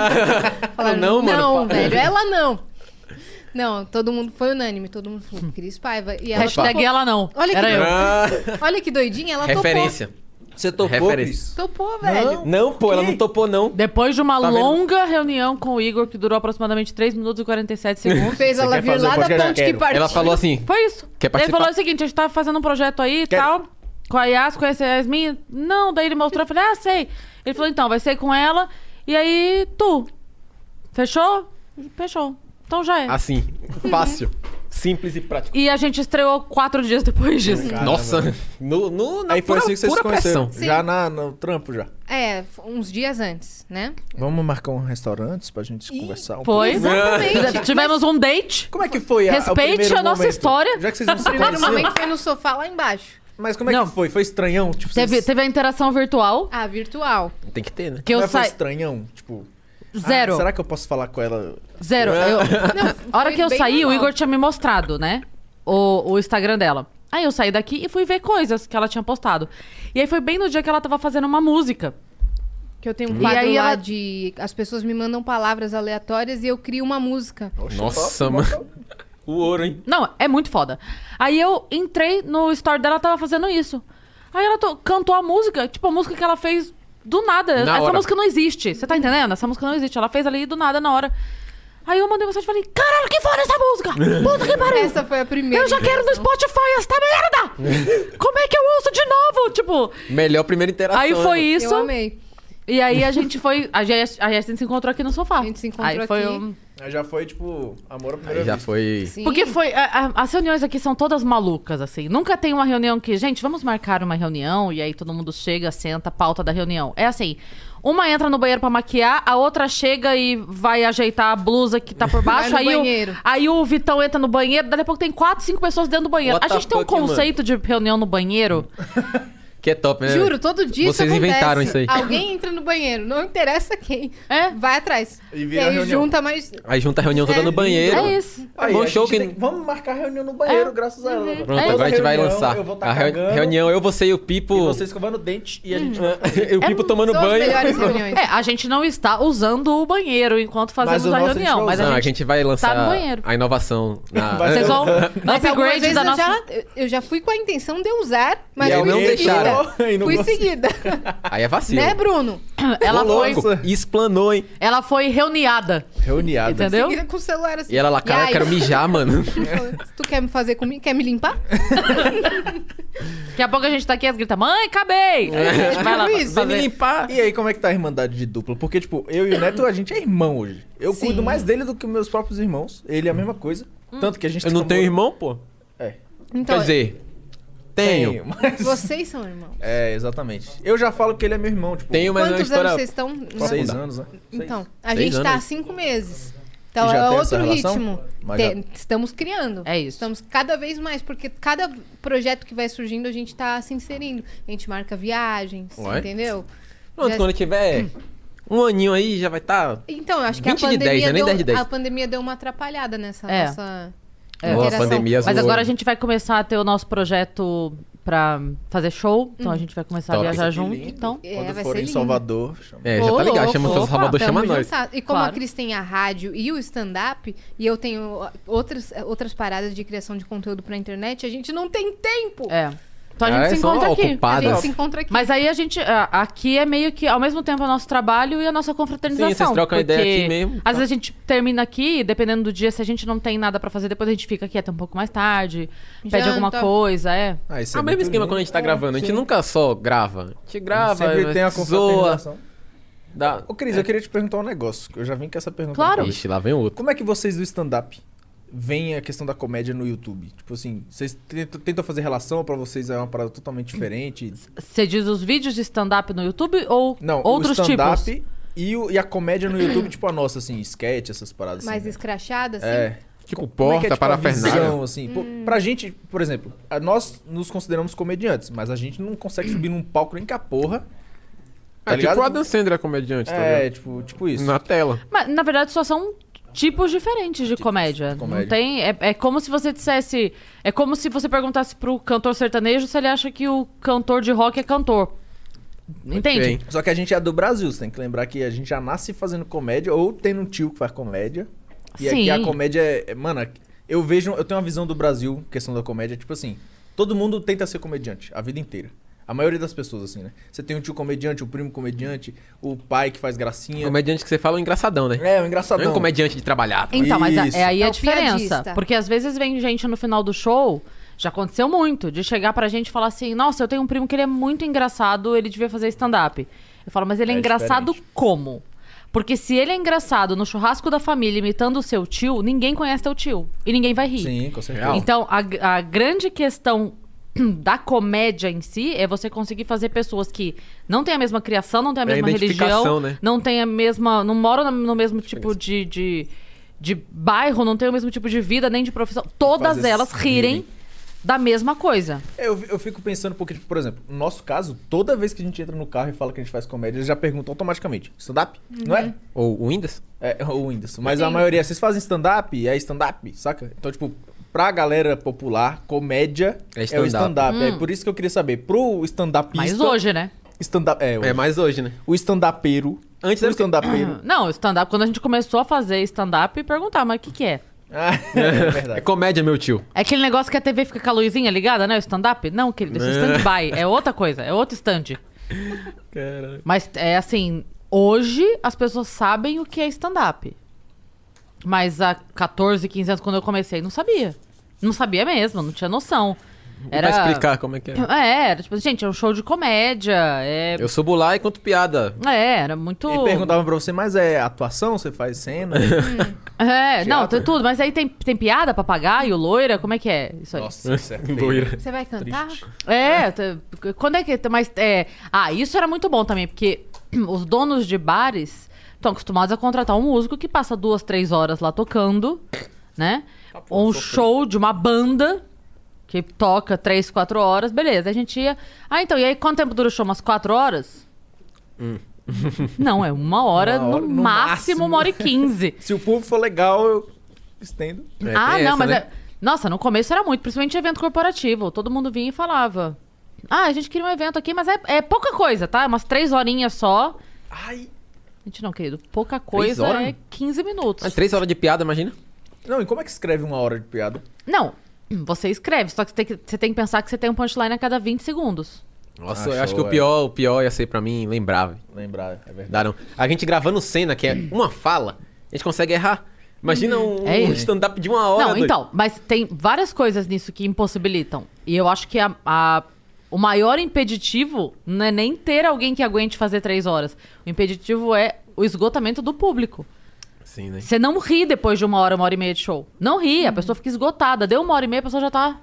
Falaram, não, mano, Não, pa- velho, ela não. Não, todo mundo foi unânime, todo mundo falou Cris Paiva. E ela Hashtag topou. ela não. Olha que Era eu. Ah, Olha que doidinha, ela referência. Você topou, Referência. Cris? topou. Topou, velho. Não, pô, ela não topou não. Depois de uma Tá vendo? longa reunião com o Igor, que durou aproximadamente 3 minutos e 47 segundos. Fez Você ela quer vir fazer o lá da podcast? ponte que Quero. partiu. Ela falou assim, Foi isso. Quer ele participar? falou o seguinte: a gente tava fazendo um projeto aí e tal, com a Yas, conhece a Yasmin? Não, daí ele mostrou, eu falei, ah, sei. Ele falou, então, vai ser com ela, e aí tu. Fechou? Fechou. Então já é. assim, fácil, simples e prático. E a gente estreou quatro dias depois disso. Nossa, no, no, na Aí foi pura, assim que vocês se pura conheceram. pressão. Já na, no trampo, já. É, f- uns dias antes, né? Vamos marcar um restaurante pra gente conversar um Foi. Exatamente. Tivemos um date. Como é que foi a, o Respeite primeiro a nossa momento? história. Já que vocês não se Primeiro conheciam, momento foi no sofá lá embaixo. mas como é Não. que foi? Foi estranhão? Tipo, Teve, vocês- teve a interação virtual, Ah, virtual. Tem que ter, né? que eu mas é, foi saí. estranhão? Tipo, ah, Zero. será que eu posso falar com ela? Zero. Eu, Ah. a hora foi que eu bem saí, o normal. Igor tinha me mostrado, né? O, o Instagram dela. Aí eu saí daqui e fui ver coisas que ela tinha postado. E aí foi bem no dia que ela tava fazendo uma música. Que eu tenho um E quadro aí lá ela- de. As pessoas me mandam palavras aleatórias e eu crio uma música. Nossa, mano. O ouro, hein? Não, é muito foda. Aí eu entrei no story dela, ela tava fazendo isso. Aí ela to- cantou a música, tipo a música que ela fez do nada. Na Essa hora. música não existe. Você tá entendendo? Essa música não existe. Ela fez ali do nada na hora. Aí eu mandei mensagem e falei: Caralho, que foda essa música! Puta que pariu! Essa foi a primeira. Eu já quero no Spotify esta merda! Como é que eu ouço de novo? Tipo, Melhor primeira interação. Aí né, foi mano? isso. Tá Eu amei. E aí a gente foi. A Jess- a Jess se encontrou aqui no sofá. A gente se encontrou Aí foi aqui. um- Aí Já foi, tipo, amor à primeira Aí já vista. foi... Sim. Porque foi. a- a- as reuniões aqui são todas malucas, assim. Nunca tem uma reunião que, gente, vamos marcar uma reunião. E aí todo mundo chega, senta, pauta da reunião. É assim. Uma entra no banheiro pra maquiar, a outra chega e vai ajeitar a blusa que tá por baixo. Vai no aí, banheiro. o, aí o Vitão entra no banheiro, daí a pouco tem quatro, cinco pessoas dentro do banheiro. What a the gente tem um fuck, mano? conceito de reunião no banheiro. Que é top, né? Juro, todo dia isso Vocês acontece. inventaram isso aí. Alguém entra no banheiro, não interessa quem. É. Vai atrás. E vira aí reunião. junta mais. Aí junta a reunião toda É. no banheiro. É isso. É bom a show gente que- tem- Vamos marcar reunião no banheiro, graças a ela. Pronto, É isso. agora a gente vai Reunião, lançar. Eu vou a tá reu- cagando, reunião, eu, você e o Pipo. E você escovando o dente e a gente... E o um Pipo tomando São as banho. melhores reuniões. É, a gente não está usando o banheiro enquanto fazemos o a nosso a reunião, gente mas vai Não, a a gente. tá gente vai lançar no banheiro. a inovação. na- Vai Vocês vão Mas algumas upgrade vezes da eu, nossa. já, eu- eu já fui com a intenção de usar, mas E aí eu não segui deixaram. seguida. Aí não Fui gostei. seguida. Aí é vacilo. né, Bruno? Ela foi, Louco, Explanou, hein? ela foi reuniada, Reuniada. entendeu? Seguida com o celular assim. E ela lá, cara, aí? eu quero mijar, mano. Tu quer me fazer comigo? Quer me limpar? Daqui a pouco a gente tá aqui e grita, mãe, acabei! Aí É. a gente vai lá Tipo Isso, Vai me fazer. limpar. E aí, como é que tá a irmandade de dupla? Porque, tipo, eu e o Neto, a gente é irmão hoje. Eu Sim. cuido mais dele do que meus próprios irmãos. Ele é a mesma coisa. Tanto que a gente... Eu não fica tenho moro- irmão, pô? É. Então, Quer dizer, tenho. Tenho, mas... vocês são irmãos. É, exatamente. Eu já falo que ele é meu irmão, tipo... Tenho, mas é uma Quantos anos história... vocês estão? com na- Seis anos, né? Então, a Seis gente tá anos. há cinco meses. Então E já é tem essa outro relação? ritmo. Mas Te- Estamos criando. É isso. Estamos cada vez mais, porque cada projeto que vai surgindo, a gente tá se inserindo. A gente marca viagens, Ué. entendeu? Pronto, Já- Hum. quando tiver um aninho aí, já vai estar... Tá... Então, eu acho que a 20 de pandemia, 10, né? Nem deu, 10 de 10. a pandemia deu uma atrapalhada nessa É. nossa É. Nossa, interação. pandemia Mas zoou. agora a gente vai começar a ter o nosso projeto pra fazer show, então a gente vai começar Top. a viajar Que junto, lindo. então... É, Quando vai for ser em lindo. Salvador... chama. É, já Ô, tá ligado, louco, chama o opa, Salvador, chama Tamo nós. juntas. E como Claro. a Cris tem a rádio e o stand-up, e eu tenho outras, outras paradas de criação de conteúdo pra internet, a gente não tem tempo. É. Então a gente Ah, se são encontra aqui. A ocupadas. gente se encontra aqui. Mas aí a gente. a- Aqui é meio que ao mesmo tempo é o nosso trabalho e a nossa confraternização. Sim, vocês trocam porque ideia aqui mesmo, Às tá. vezes a gente termina aqui, dependendo do dia, se a gente não tem nada pra fazer, depois a gente fica aqui até um pouco mais tarde, pede Janta. alguma coisa, é. Ah, isso É o mesmo muito esquema lindo. quando a gente tá gravando. A gente nunca só grava. A gente grava, Sempre tem a zoa. É. confraternização. Dá... Ô, Cris, eu queria te perguntar um negócio. que Eu já vim com essa pergunta. na Claro. cabeça. Ixi, lá vem outro. Como é que vocês do stand-up veem a questão da comédia no YouTube? Tipo assim, vocês tentam, tentam fazer relação, pra vocês é uma parada totalmente Hum. diferente? Você diz os vídeos de stand-up no YouTube ou Não, outros o tipos? stand-up e, o- e a comédia no YouTube, tipo a nossa, assim, sketch, essas paradas mais assim. né? escrachada, assim. É. Tipo, Como é porta, que é, tipo, a parafernália. visão, assim? Pô, Pra gente, por exemplo, a- nós nos consideramos comediantes, mas a gente não consegue subir num palco nem com a porra. Tá é tipo ligado? o Adam Sandler é comediante, tá É, ligado? tipo, tipo isso. Na tela. Mas, na verdade, só são tipos diferentes de comédia. comédia. Não tem. É, é como se você dissesse. É como se você perguntasse pro cantor sertanejo se ele acha que o cantor de rock é cantor. Entende? Bem, Só que a gente é do Brasil, você tem que lembrar que a gente já nasce fazendo comédia ou tem um tio que faz comédia. E aqui Sim. a comédia é, é- Mano, eu vejo. Eu tenho uma visão do Brasil, questão da comédia, tipo assim: todo mundo tenta ser comediante a vida inteira. A maioria das pessoas, assim, né? Você tem um tio comediante, o primo comediante, o pai que faz gracinha. comediante que você fala é um engraçadão, né? É, o Não é engraçadão. um comediante de trabalhar. Então, mas a- Isso. é aí É a o diferença. piadista. Porque às vezes vem gente no final do show, já aconteceu muito, de chegar pra gente e falar assim: nossa, eu tenho um primo que ele é muito engraçado, ele devia fazer stand-up. Eu falo, mas ele é, É engraçado diferente. como? Porque se ele é engraçado no churrasco da família imitando o seu tio, ninguém conhece teu tio. E ninguém vai rir. Sim, com certeza. Real. Então, a, a grande questão da comédia em si é você conseguir fazer pessoas que não têm a mesma criação, não têm a É mesma identificação, religião, né? assim. não têm a mesma. não moram na- no mesmo tipo de, de, de bairro, não têm o mesmo tipo de vida, nem de profissão. Todas Fazer elas rirem rirem. da mesma coisa. Eu, eu fico pensando, porque, tipo, por exemplo, no nosso caso, toda vez que a gente entra no carro e fala que a gente faz comédia, eles já perguntam automaticamente: stand-up? Não Uhum. é? Ou o Windows? É, o Whindersson. Mas a maioria, vocês fazem stand-up, é stand-up, saca? Então, tipo, pra galera popular, comédia É é, o stand-up. stand-up. É por isso que eu queria saber, pro stand-upista... Hum. Mas hoje, né? Stand-up, é, hoje. É, mais hoje, né? o stand-upeiro... Antes Antes do era o quê? stand-upeiro... Não, stand-up, quando a gente começou a fazer stand-up, e perguntar, mas o que, que é? Ah, é É verdade. comédia, meu tio. É aquele negócio que a TV fica com a luzinha ligada, né? O stand-up? Não, querido, esse é stand-by. É outra coisa, é outro stand. Mas é assim, hoje as pessoas sabem o que é stand-up. Mas há 14, 15 anos, quando eu comecei, não sabia. Não sabia mesmo, não tinha noção. Era... Pra explicar como é que é. É, era tipo, gente, é um show de comédia. É, Eu subo lá e conto piada. é era muito... E perguntavam pra você, mas é atuação? Você faz cena? É, não, Teatro. tem tudo. Mas aí tem, tem piada, papagaio, loira, como é que é isso aí? Nossa, isso é feio. Doira. Você vai cantar? É, t- quando é que. Mas. É, ah, isso era muito bom também, porque os donos de bares estão acostumados a contratar um músico que passa duas, três horas lá tocando, né? um show de uma banda que toca três, quatro horas, beleza. A gente ia. Ah, então, e aí quanto tempo dura o show? Umas quatro horas? Não, é uma hora, Uma hora, no, no máximo uma hora e quinze. Se o público for legal, eu estendo. É, ah, tem não, essa, mas né? é... Nossa, no começo era muito, principalmente evento corporativo. Todo mundo vinha e falava. Ah, a gente queria um evento aqui, mas é, é pouca coisa, tá? É Umas três horinhas só. Ai... Gente, não, querido. Pouca coisa horas? é 15 minutos. Ah, três horas de piada, imagina. Não, e como é que escreve uma hora de piada? Não, você escreve, só que você tem que, você tem que pensar que você tem um punchline a cada 20 segundos. Nossa, Ah, eu acho que show, o pior, o pior ia ser pra mim lembrar, velho. Lembrar, é verdade. Dá não. A gente gravando cena, que é uma fala, a gente consegue errar. Imagina um, É um isso. stand-up de uma hora. Não, doido. então, mas tem várias coisas nisso que impossibilitam. E eu acho que a- a- o maior impeditivo não é nem ter alguém que aguente fazer três horas. O impeditivo é o esgotamento do público. Sim, né? Você não ri depois de uma hora, uma hora e meia de show. Não ri, a pessoa fica esgotada. Deu uma hora e meia, a pessoa já tá.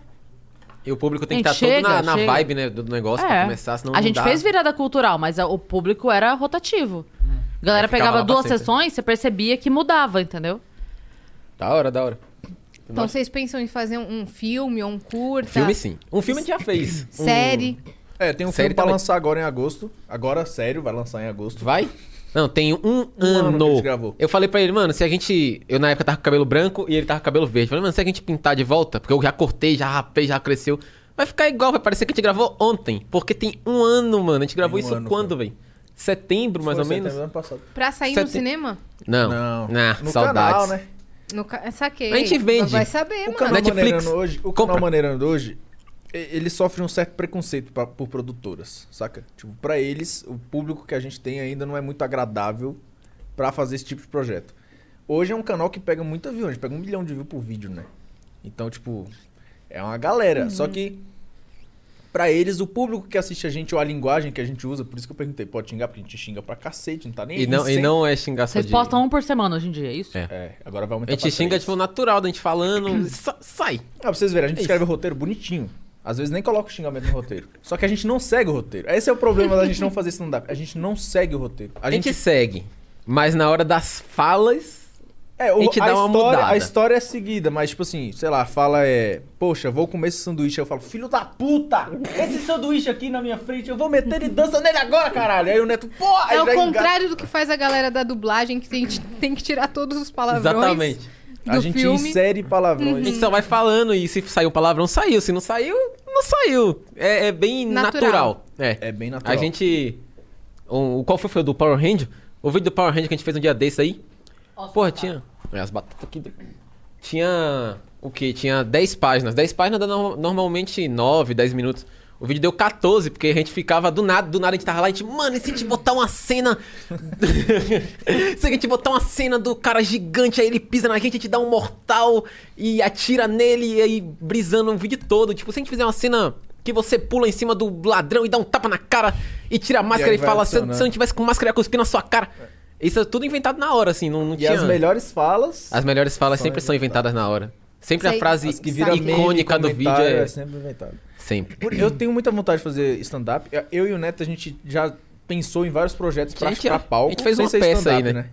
E o público tem que Gente, estar todo na, chega, na chega. É. vibe né, do do negócio pra começar, senão a não gente dá. fez virada cultural, mas a- o público era rotativo. A galera Aí É, ficava pegava lá pra duas sempre. sessões, você percebia que mudava, entendeu? Da hora, da hora. Então vocês pensam em fazer um, um filme ou um curta? Filme Tá. sim. Um filme a gente já fez. Um- Série. É, tem um Série filme pra também. lançar agora em agosto. Agora, sério, vai lançar em agosto. Vai? Não, tem um, ano ano. que a gente gravou. Eu falei pra ele, mano, se a gente. Eu na época tava com cabelo branco e ele tava com cabelo verde. Falei, mano, se a gente pintar de volta, porque eu já cortei, já rapei, já cresceu. Vai ficar igual, vai parecer que a gente gravou ontem. Porque tem um ano, mano. A gente gravou um isso ano, quando, velho? Setembro, mais Foi ou menos? setembro do ano passado. Pra sair no Sete- cinema? Não. Não. Ah, no saudades. canal, né? No ca... é, Saquei. A gente vende. Vai saber, O mano. canal Netflix, Maneirando hoje, o canal compra. Maneirando hoje, e- ele sofre um certo preconceito pra- por produtoras, saca? Tipo, pra eles, o público que a gente tem ainda não é muito agradável pra fazer esse tipo de projeto. Hoje é um canal que pega muita view, a gente pega um milhão de views por vídeo, né? Então, tipo, é uma galera. Uhum. Só que, pra eles, o público que assiste a gente, ou a linguagem que a gente usa, por isso que eu perguntei, pode xingar, porque a gente xinga pra cacete, não tá nem E aí, não, e sem- não é xingar só Vocês de... postam um por semana hoje em dia, é isso? É. É, agora vai A aumentar gente pra xinga, três. tipo, natural da gente falando. sa- sai. Ah, pra vocês verem, a gente É escreve o roteiro bonitinho. Às vezes nem coloca o xingamento no roteiro. Só que a gente não segue o roteiro. Esse é o problema da gente não fazer stand-up. A gente não segue o roteiro. A gente segue. Mas na hora das falas. é, o, a gente dá uma história, mudada. A história é seguida, mas tipo assim, sei lá, fala é... Poxa, vou comer esse sanduíche. Aí Eu falo, filho da puta! Esse sanduíche aqui na minha frente, eu vou meter ele dança nele agora, caralho! Aí o Neto, porra! aí É o já enga- contrário do que faz a galera da dublagem, que tem, tem que tirar todos os palavrões. Exatamente. Do A gente filme. Uhum. insere A palavrões. gente só vai falando e se saiu palavrão, saiu. Se não saiu, não saiu. É, é bem Natural. natural. É. É bem natural. A gente. O, o- qual foi, foi o do Power Ranger? O vídeo do Power Ranger que a gente fez um dia desse aí? Porra, tinha. É, as batatas aqui. do- Tinha. O que? Tinha 10 páginas. 10 páginas dá norma- normalmente 9, 10 minutos. O vídeo deu 14, porque a gente ficava do nada, do nada a gente tava lá e a gente, mano, e se a gente botar uma cena. se a gente botar uma cena do cara gigante, aí ele pisa na gente, a gente dá um mortal e atira nele, e aí brisando o vídeo todo. Tipo, se a gente fizer uma cena que você pula em cima do ladrão e dá um tapa na cara e tira a máscara e, vai fala, se, se eu adicionando. não tivesse com máscara, ia cuspir na sua cara. Isso é tudo inventado na hora, assim, não, não E tinha. as melhores falas... As melhores falas São sempre são inventadas na hora. Sempre Sei. a frase As que vira meme, icônica do vídeo comentário, é. é sempre inventado. Sempre. Por- Eu tenho muita vontade de fazer stand-up. Eu e o Neto, a gente já pensou em vários projetos pra, A gente- pra palco. a gente fez sem uma ser peça stand-up, aí, né?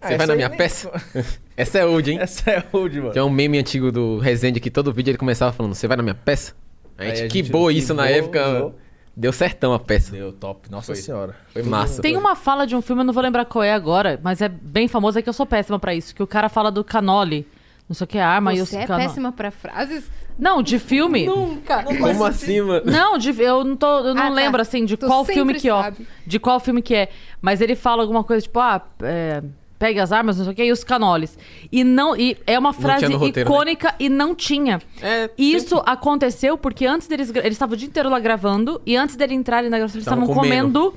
Você vai essa na Ah, aí minha nem- peça? Essa é old, hein? Essa é old, mano. Tem um meme antigo do Rezende que todo vídeo ele começava falando: Você vai na minha peça? A Aí gente, a que gente boa isso na quivou, época. usou. Deu certão a peça. Deu top. Nossa senhora. Foi massa. Tem uma fala de um filme, eu não vou lembrar qual é agora, mas é bem famoso, é que eu sou péssima pra isso, que o cara fala do canole, não sei o que, arma e os Você é cano- péssima pra frases? Não, de filme. Não, Como assim, mano? de, eu não, tô, eu não Ah, tá. lembro, assim, de Tu qual sempre filme que ó, sabe. de qual filme que é, mas ele fala alguma coisa, tipo, ah, é, pegue as armas, não sei o que, e os canoles. E não, e é uma frase tinha no roteiro, né? icônica e não tinha. É, E Isso aconteceu porque antes deles. gra- Eles estavam o dia inteiro lá gravando. E antes dele entrarem na gravação, eles Estavam estavam comendo.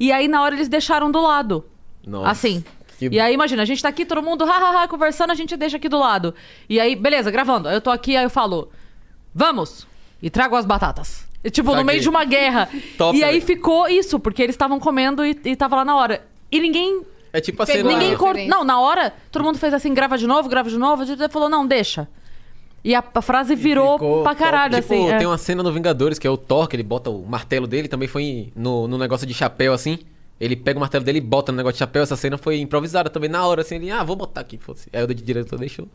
E aí, na hora, eles deixaram do lado. Nossa, assim. que- E aí, imagina, a gente tá aqui, todo mundo, hahaha, conversando, a gente deixa aqui do lado. E aí, beleza, gravando. Aí eu tô aqui, aí eu falo, vamos! E trago as batatas. E, tipo, no Saquei. meio de uma guerra. Top, e aí velho. ficou isso, porque eles estavam comendo e, e tava lá na hora. E ninguém É tipo a Pegou cena. Ninguém Ah, cortou. diferente. Não, na hora, todo mundo fez assim, grava de novo, grava de novo. A gente falou, não, deixa. E a, a frase virou ficou pra caralho, Tipo, assim. é. tem uma cena no Vingadores que é o Thor, que ele bota o martelo dele, também foi no, no negócio de chapéu, assim. Ele pega o martelo dele e bota no negócio de chapéu. Essa cena foi improvisada também na hora, assim. Ele, ah, vou botar aqui, foda-se. Aí o diretor deixou.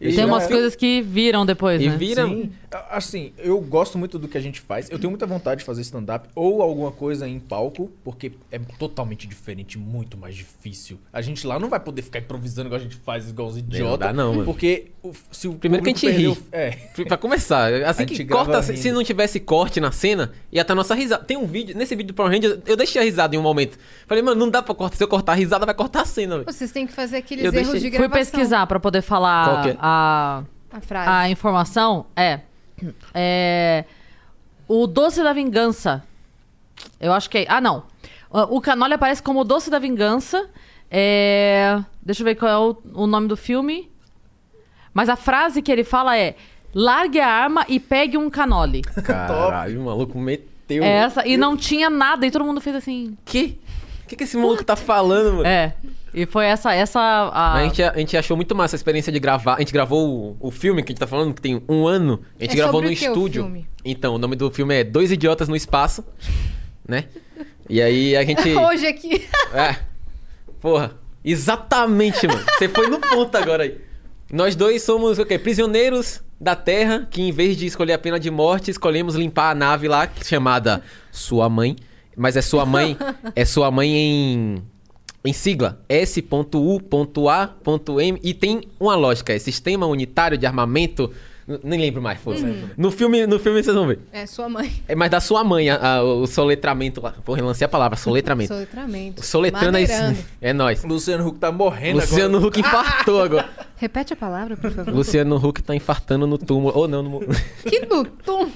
E Tem já umas é- coisas que viram depois, E né? vira. Sim. A- Assim, eu gosto muito do que a gente faz. Eu tenho muita vontade de fazer stand-up ou alguma coisa em palco, porque é totalmente diferente, muito mais difícil. A gente lá não vai poder ficar improvisando igual a gente faz, igual os idiotas. dá não, mano. Porque o- se o Primeiro que a público gente perdeu- É. Pra começar, assim A que gente corta, grava se, rindo. se não tivesse corte na cena, ia estar nossa risada. Tem um vídeo, nesse vídeo do Power Ranger, eu deixei a risada em um momento. Falei, mano, não dá pra cortar. Se eu cortar a risada, vai cortar a cena, velho. Vocês têm que fazer aqueles Eu erros deixei- de Fui gravação. pesquisar pra poder Qual falar que é? a, A frase. a informação. É. É. O Doce da Vingança. Eu acho que é. Ah, não. O o Canoli aparece como o Doce da Vingança. É, Deixa eu ver qual é o, o nome do filme. Mas a frase que ele fala é: largue a arma e pegue um Canoli. Caralho, o maluco meteu. É essa. E não tinha nada. E todo mundo fez assim. Que? O que, que esse maluco tá falando, mano? É. E foi essa. essa a... A gente, a gente achou muito massa a experiência de gravar. A gente gravou o, o filme que a gente tá falando, que tem um ano. A gente É gravou sobre no o que o estúdio. filme? Então, o nome do filme é Dois Idiotas no Espaço, né? E aí a gente. Hoje aqui. É. Porra. Exatamente, mano. Você foi no ponto agora aí. Nós dois somos o quê? Prisioneiros da Terra, que em vez de escolher a pena de morte, escolhemos limpar a nave lá, que- é chamada Sua Mãe. Mas é sua mãe. É sua mãe em. Em sigla, S.U.A.M. E tem uma lógica, é Sistema Unitário de Armamento. n- Nem lembro mais, foda-se. No, filme, no filme vocês vão ver. É sua mãe. É mais da sua mãe, a- a- o soletramento lá. Porra, eu lancei a palavra, soletramento. Soletramento. Soletrando é isso. Maneirando. É nóis. Luciano Huck tá morrendo Luciano agora. Huck infartou agora. Repete a palavra, por favor. Luciano Huck tá infartando no túmulo. Ou não, no. mu- Que butum.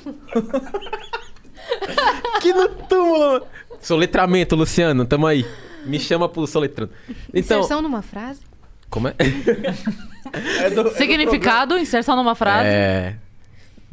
que no túmulo! Soletramento, Luciano, tamo aí. Me chama pro soletrando. Então. Inserção numa frase. Como é? É do- é do Significado, inserção numa frase. É.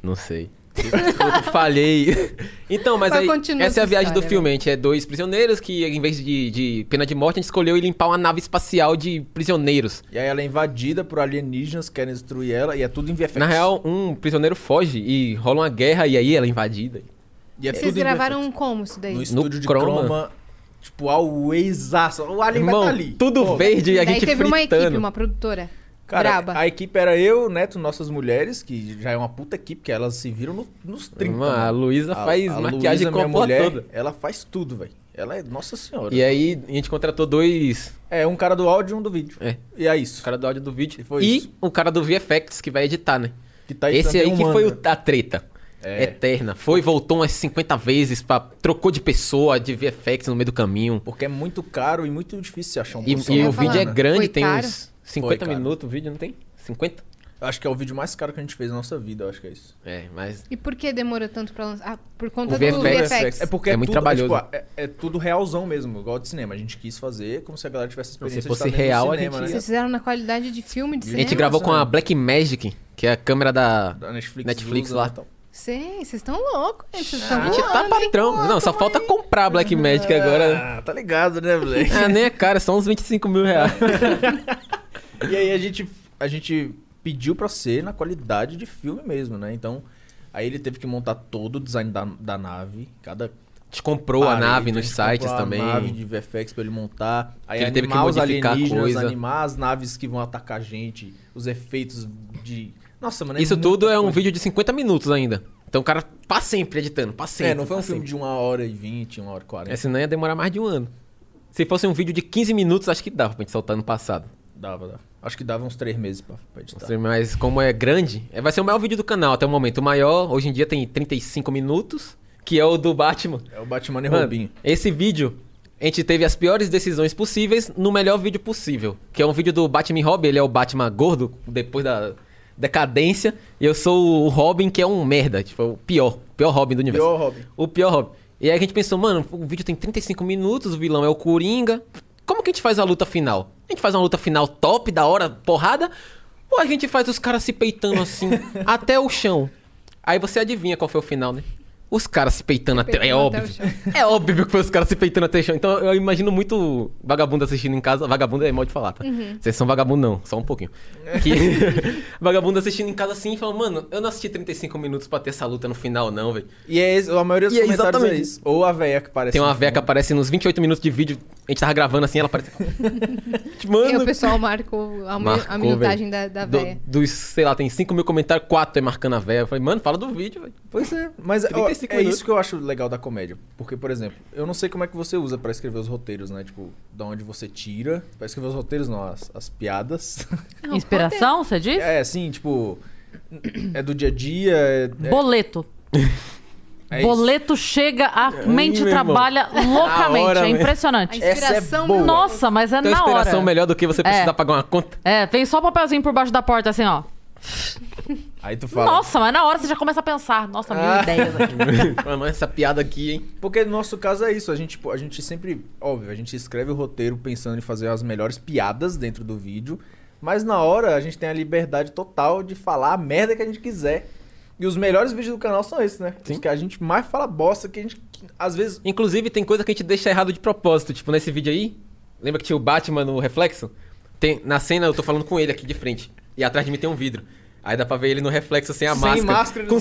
Não sei. Eu falhei. Então, mas, Mas aí, continua essa é a essa viagem do história, né? filme. A gente é dois prisioneiros que, em vez de, de pena de morte, a gente escolheu ir limpar uma nave espacial de prisioneiros. E aí ela é invadida por alienígenas que querem destruir ela e é tudo em VFX. Na real, um prisioneiro foge e rola uma guerra e aí ela é invadida. E é Vocês tudo em gravaram um VFX. como isso daí? no estúdio de croma. croma. tipo, ao exaço. O alien Irmão, vai tá ali. tudo Pô, verde e a daí gente teve fritando. uma equipe, uma produtora. Cara, braba. a equipe era eu, Neto, nossas mulheres, que já é uma puta equipe, que elas se viram no- nos 30. Mano, a mano. Luísa faz maquiagem Luísa, é com a minha porra mulher, toda. Ela faz tudo, velho. Ela é, nossa senhora. E aí a gente contratou dois. É, um cara do áudio e um do vídeo. É. E é O isso. cara do áudio do vídeo. E foi e isso. o cara do VFX que vai editar, né? Que tá Esse também aí que um foi ano. o- a treta. É. Eterna. Foi, voltou umas 50 vezes, pra, trocou de pessoa, de VFX no meio do caminho. Porque é muito caro e muito difícil achar um E, profissional, e Eu ia o vídeo falar, é né? grande, foi tem caro? uns 50 caro. minutos o vídeo, não tem? 50? Acho que é o vídeo mais caro que a gente fez na nossa vida, eu acho que é isso. É, mas. E por que demorou tanto pra lançar? Ah, por conta O do VFX. VFX. É porque É é, muito tudo, trabalhoso. É, tipo, é- é tudo realzão mesmo, igual de cinema. A gente quis fazer como se a galera tivesse experiência fosse de estar dentro do real, a cinema, gente né? Vocês fizeram na qualidade de filme, de A cinema? gente gravou com a sabe? Black Magic, que é a câmera da. Da Netflix, Netflix usa, lá. né, e tal. Sim, vocês estão loucos. gente. Vocês A estão gente tá voando, hein? patrão. Não, só falta comprar a Black Magic agora. Ah, tá ligado, né, moleque? Ah, nem é cara, é só uns 25 mil reais. E aí a gente, a gente pediu pra ser na qualidade de filme mesmo, né? Então, aí ele teve que montar todo o design da, da nave, cada A gente comprou a parede, nave a nos gente sites comprou a também. nave de VFX pra ele montar. Aí Que ele teve que animar os modificar alienígenas, coisa. animar as naves que vão atacar a gente, os efeitos de... Nossa, mano, é Isso muita tudo é um coisa. vídeo de 50 minutos ainda. Então o cara passa sempre editando, passa sempre. É, não foi um passa filme sempre. de uma hora e vinte, uma hora e É, quarenta. senão ia demorar mais de um ano. Se fosse um vídeo de 15 minutos, acho que dava pra gente soltar no passado. Dava, dava. Acho que dava uns três meses pra, pra editar. Assim, Mas como é grande, é- vai ser o maior vídeo do canal até o momento. O maior, hoje em dia, tem 35 minutos, que é o do Batman. É o Batman e Mano, Robin. esse vídeo, a gente teve as piores decisões possíveis no melhor vídeo possível. Que é um vídeo do Batman e Robin, ele é o Batman gordo, depois da decadência. E eu sou o Robin, que é um merda, tipo, o pior. o Pior Robin do universo. Pior Robin. O pior Robin. E aí a gente pensou, mano, o vídeo tem 35 minutos, o vilão é o Coringa. Como que a gente faz a luta final? A gente faz uma luta final top, da hora, porrada? Ou a gente faz os caras se peitando assim, até o chão? Aí você adivinha qual foi o final, né? Os caras se peitando até. É peitando até o óbvio. chão. É óbvio que foi os caras se peitando até o chão. Então eu imagino muito vagabundo assistindo em casa. Vagabundo é mal de falar, tá? Uhum. Vocês são vagabundo, não, só um pouquinho. É. Que... vagabundo assistindo em casa assim e falando, mano, eu não assisti 35 minutos pra ter essa luta no final, não, velho. E é esse- a maioria dos E é comentários exatamente é isso. Ou a véia que parece... Tem uma um- véia que aparece nos 28 minutos de vídeo, a gente tava gravando assim, ela aparece. Tipo, E o Mano, pessoal marcou a, mi- Marcou, a minutagem da, velho. da Do- véia. dos, sei lá, tem 5 mil comentários, 4 é marcando a véia. Eu falei, mano, fala do vídeo, velho. Tá Pois é, mas ó, 35 é minutos. isso que eu acho legal da comédia. Porque, por exemplo, eu não sei como é que você usa pra escrever os roteiros, né? Tipo, da onde você tira. Pra escrever os roteiros, não, as, as piadas. Inspiração, você diz? é assim, tipo. É do dia a dia. É, Boleto. é, é isso. Boleto chega, a mente meu irmão. trabalha loucamente. hora é mesmo. A impressionante. Essa é inspiração... boa. Nossa, mas é Tem uma na inspiração hora. É. melhor do que você precisar É. pagar uma conta. É, vem só o papelzinho por baixo da porta, assim, ó. Aí tu fala. Nossa, mas na hora você já começa a pensar. Nossa, mil Ah. ideias aqui. Mano, essa piada aqui, hein? Porque no nosso caso é isso, a gente, a gente sempre, óbvio, a gente escreve o roteiro pensando em fazer as melhores piadas dentro do vídeo, mas na hora a gente tem a liberdade total de falar a merda que a gente quiser. E os melhores vídeos do canal são esses, né? Os que a gente mais fala bosta, que a gente, que, às vezes, Inclusive, tem coisa que a gente deixa errado de propósito. Tipo, nesse vídeo aí, lembra que tinha o Batman no reflexo? Tem, na cena, eu tô falando com ele aqui de frente. E atrás de mim tem um vidro. Aí dá pra ver ele no reflexo sem a Sem máscara. máscara no com o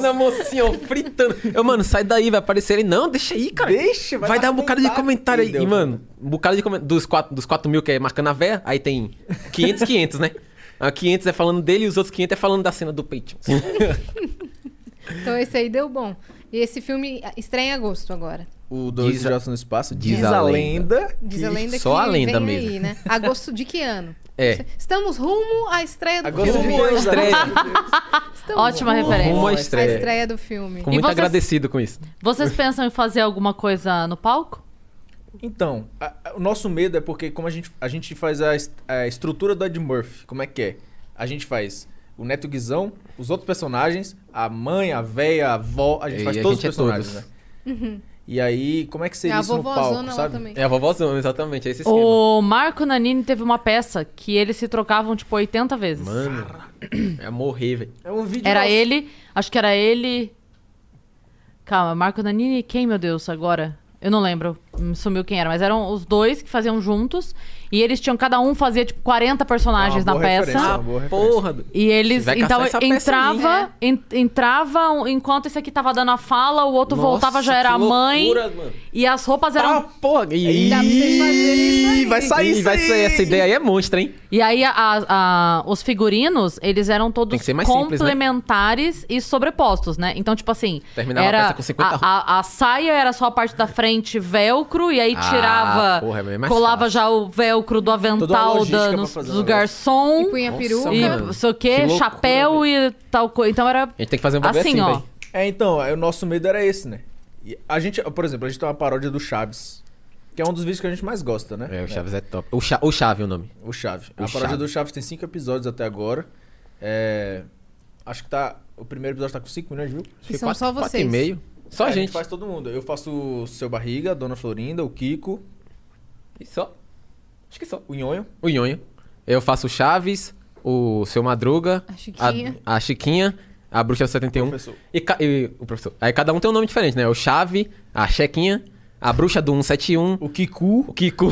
celular. na mocinha, ó, fritando. Eu, mano, sai daí, vai aparecer ele. Não, deixa aí, cara. Deixa, Vai, vai dar um dar bocado de comentário. comentário aí. Entendeu? E, mano, um bocado de comentário. Dos 4 dos quatro mil que é marcando a véia, aí tem 500, 500, né? Ah, 500 é falando dele e os outros 500 é falando da cena do Patreon. Então esse aí deu bom. E esse filme estreia em agosto agora. o Dois Diz a- Idiotas no Espaço diz, diz a a lenda. Diz que- a lenda só que a lenda vem mesmo. aí, né? Agosto de que ano? É. Estamos rumo à estreia do Agosto de filme. Deus, estreia. Estamos Ótima rumo referência. Rumo à à estreia. estreia do filme. Fico E muito vocês- agradecido com isso. Vocês pensam em fazer alguma coisa no palco? Então, a- a- o nosso medo é porque como a gente, a gente faz a, est- a estrutura do Ed Murphy, como é que é? A gente faz o Neto Guizão, os outros personagens, a mãe, a véia, a avó, a gente E faz a todos gente é os personagens, todos. né? Uhum. E aí, como é que seria a isso no vovózona palco, lá sabe? também. É a vovózona, exatamente. É esse esquema. O Marco Nanini teve uma peça que eles se trocavam, tipo, 80 vezes. Mano, é morrer, velho. É um vídeo Era nosso. ele, acho que era ele. Calma, Marco Nanini e quem, meu Deus, agora? Eu não lembro, hum, sumiu quem era, mas eram os dois que faziam juntos e eles tinham, cada um fazia tipo 40 personagens É na uma boa Tá peça. referência. Ah, boa referência. Porra. do- E eles, Vai caçar então, essa peça aí, né? entrava, en- entrava um- enquanto esse aqui tava dando a fala, o outro Nossa, voltava, já era que a mãe. loucura, mano. E as roupas eram. Ah, um- porra. E... Dá pra vocês fazerem isso aí. vai sair Ih, isso vai aí. ser essa ideia aí é monstra, hein? E aí a- a- os figurinos, eles eram Tem todos que ser mais simples, né? complementares e sobrepostos, né? Então, tipo assim, Terminava a era peça com 50 a, a- a saia era só a parte da frente velcro, e aí Ah, tirava, porra, é bem mais colava fácil. já o velcro do avental logística da, pra no- fazer o do negócio. garçom. E punha Nossa, Tipo, peruca. E mano. não sei o Que quê, loucura, chapéu e tal coisa. Então era A gente tem que fazer um bagulho assim, assim, ó. velho. É, então, é, o nosso medo era esse, né? E a gente, por exemplo, a gente tem uma paródia do Chaves, que é um dos vídeos que a gente mais gosta, né? É, o Chaves é top. O, Cha... o Chave é o nome. O Chave. O a paródia Chave. do Chaves tem cinco episódios até agora. É, Acho que tá. O primeiro episódio tá com 5 milhões de views. Que são só vocês. Quatro e meio. Só É, a gente. faz todo mundo. Eu faço o Seu Barriga, a Dona Florinda, o Kiko, E só. Acho que só. o Nhonho. O Nhonho. Eu faço o Chaves, o Seu Madruga, A Chiquinha. a, a Chiquinha, a Bruxa 71. Professor. E, ca- e o professor. Aí cada um tem um nome diferente, né? O Chave, a Chequinha, a Bruxa do 171, O Kiku, o Kiko.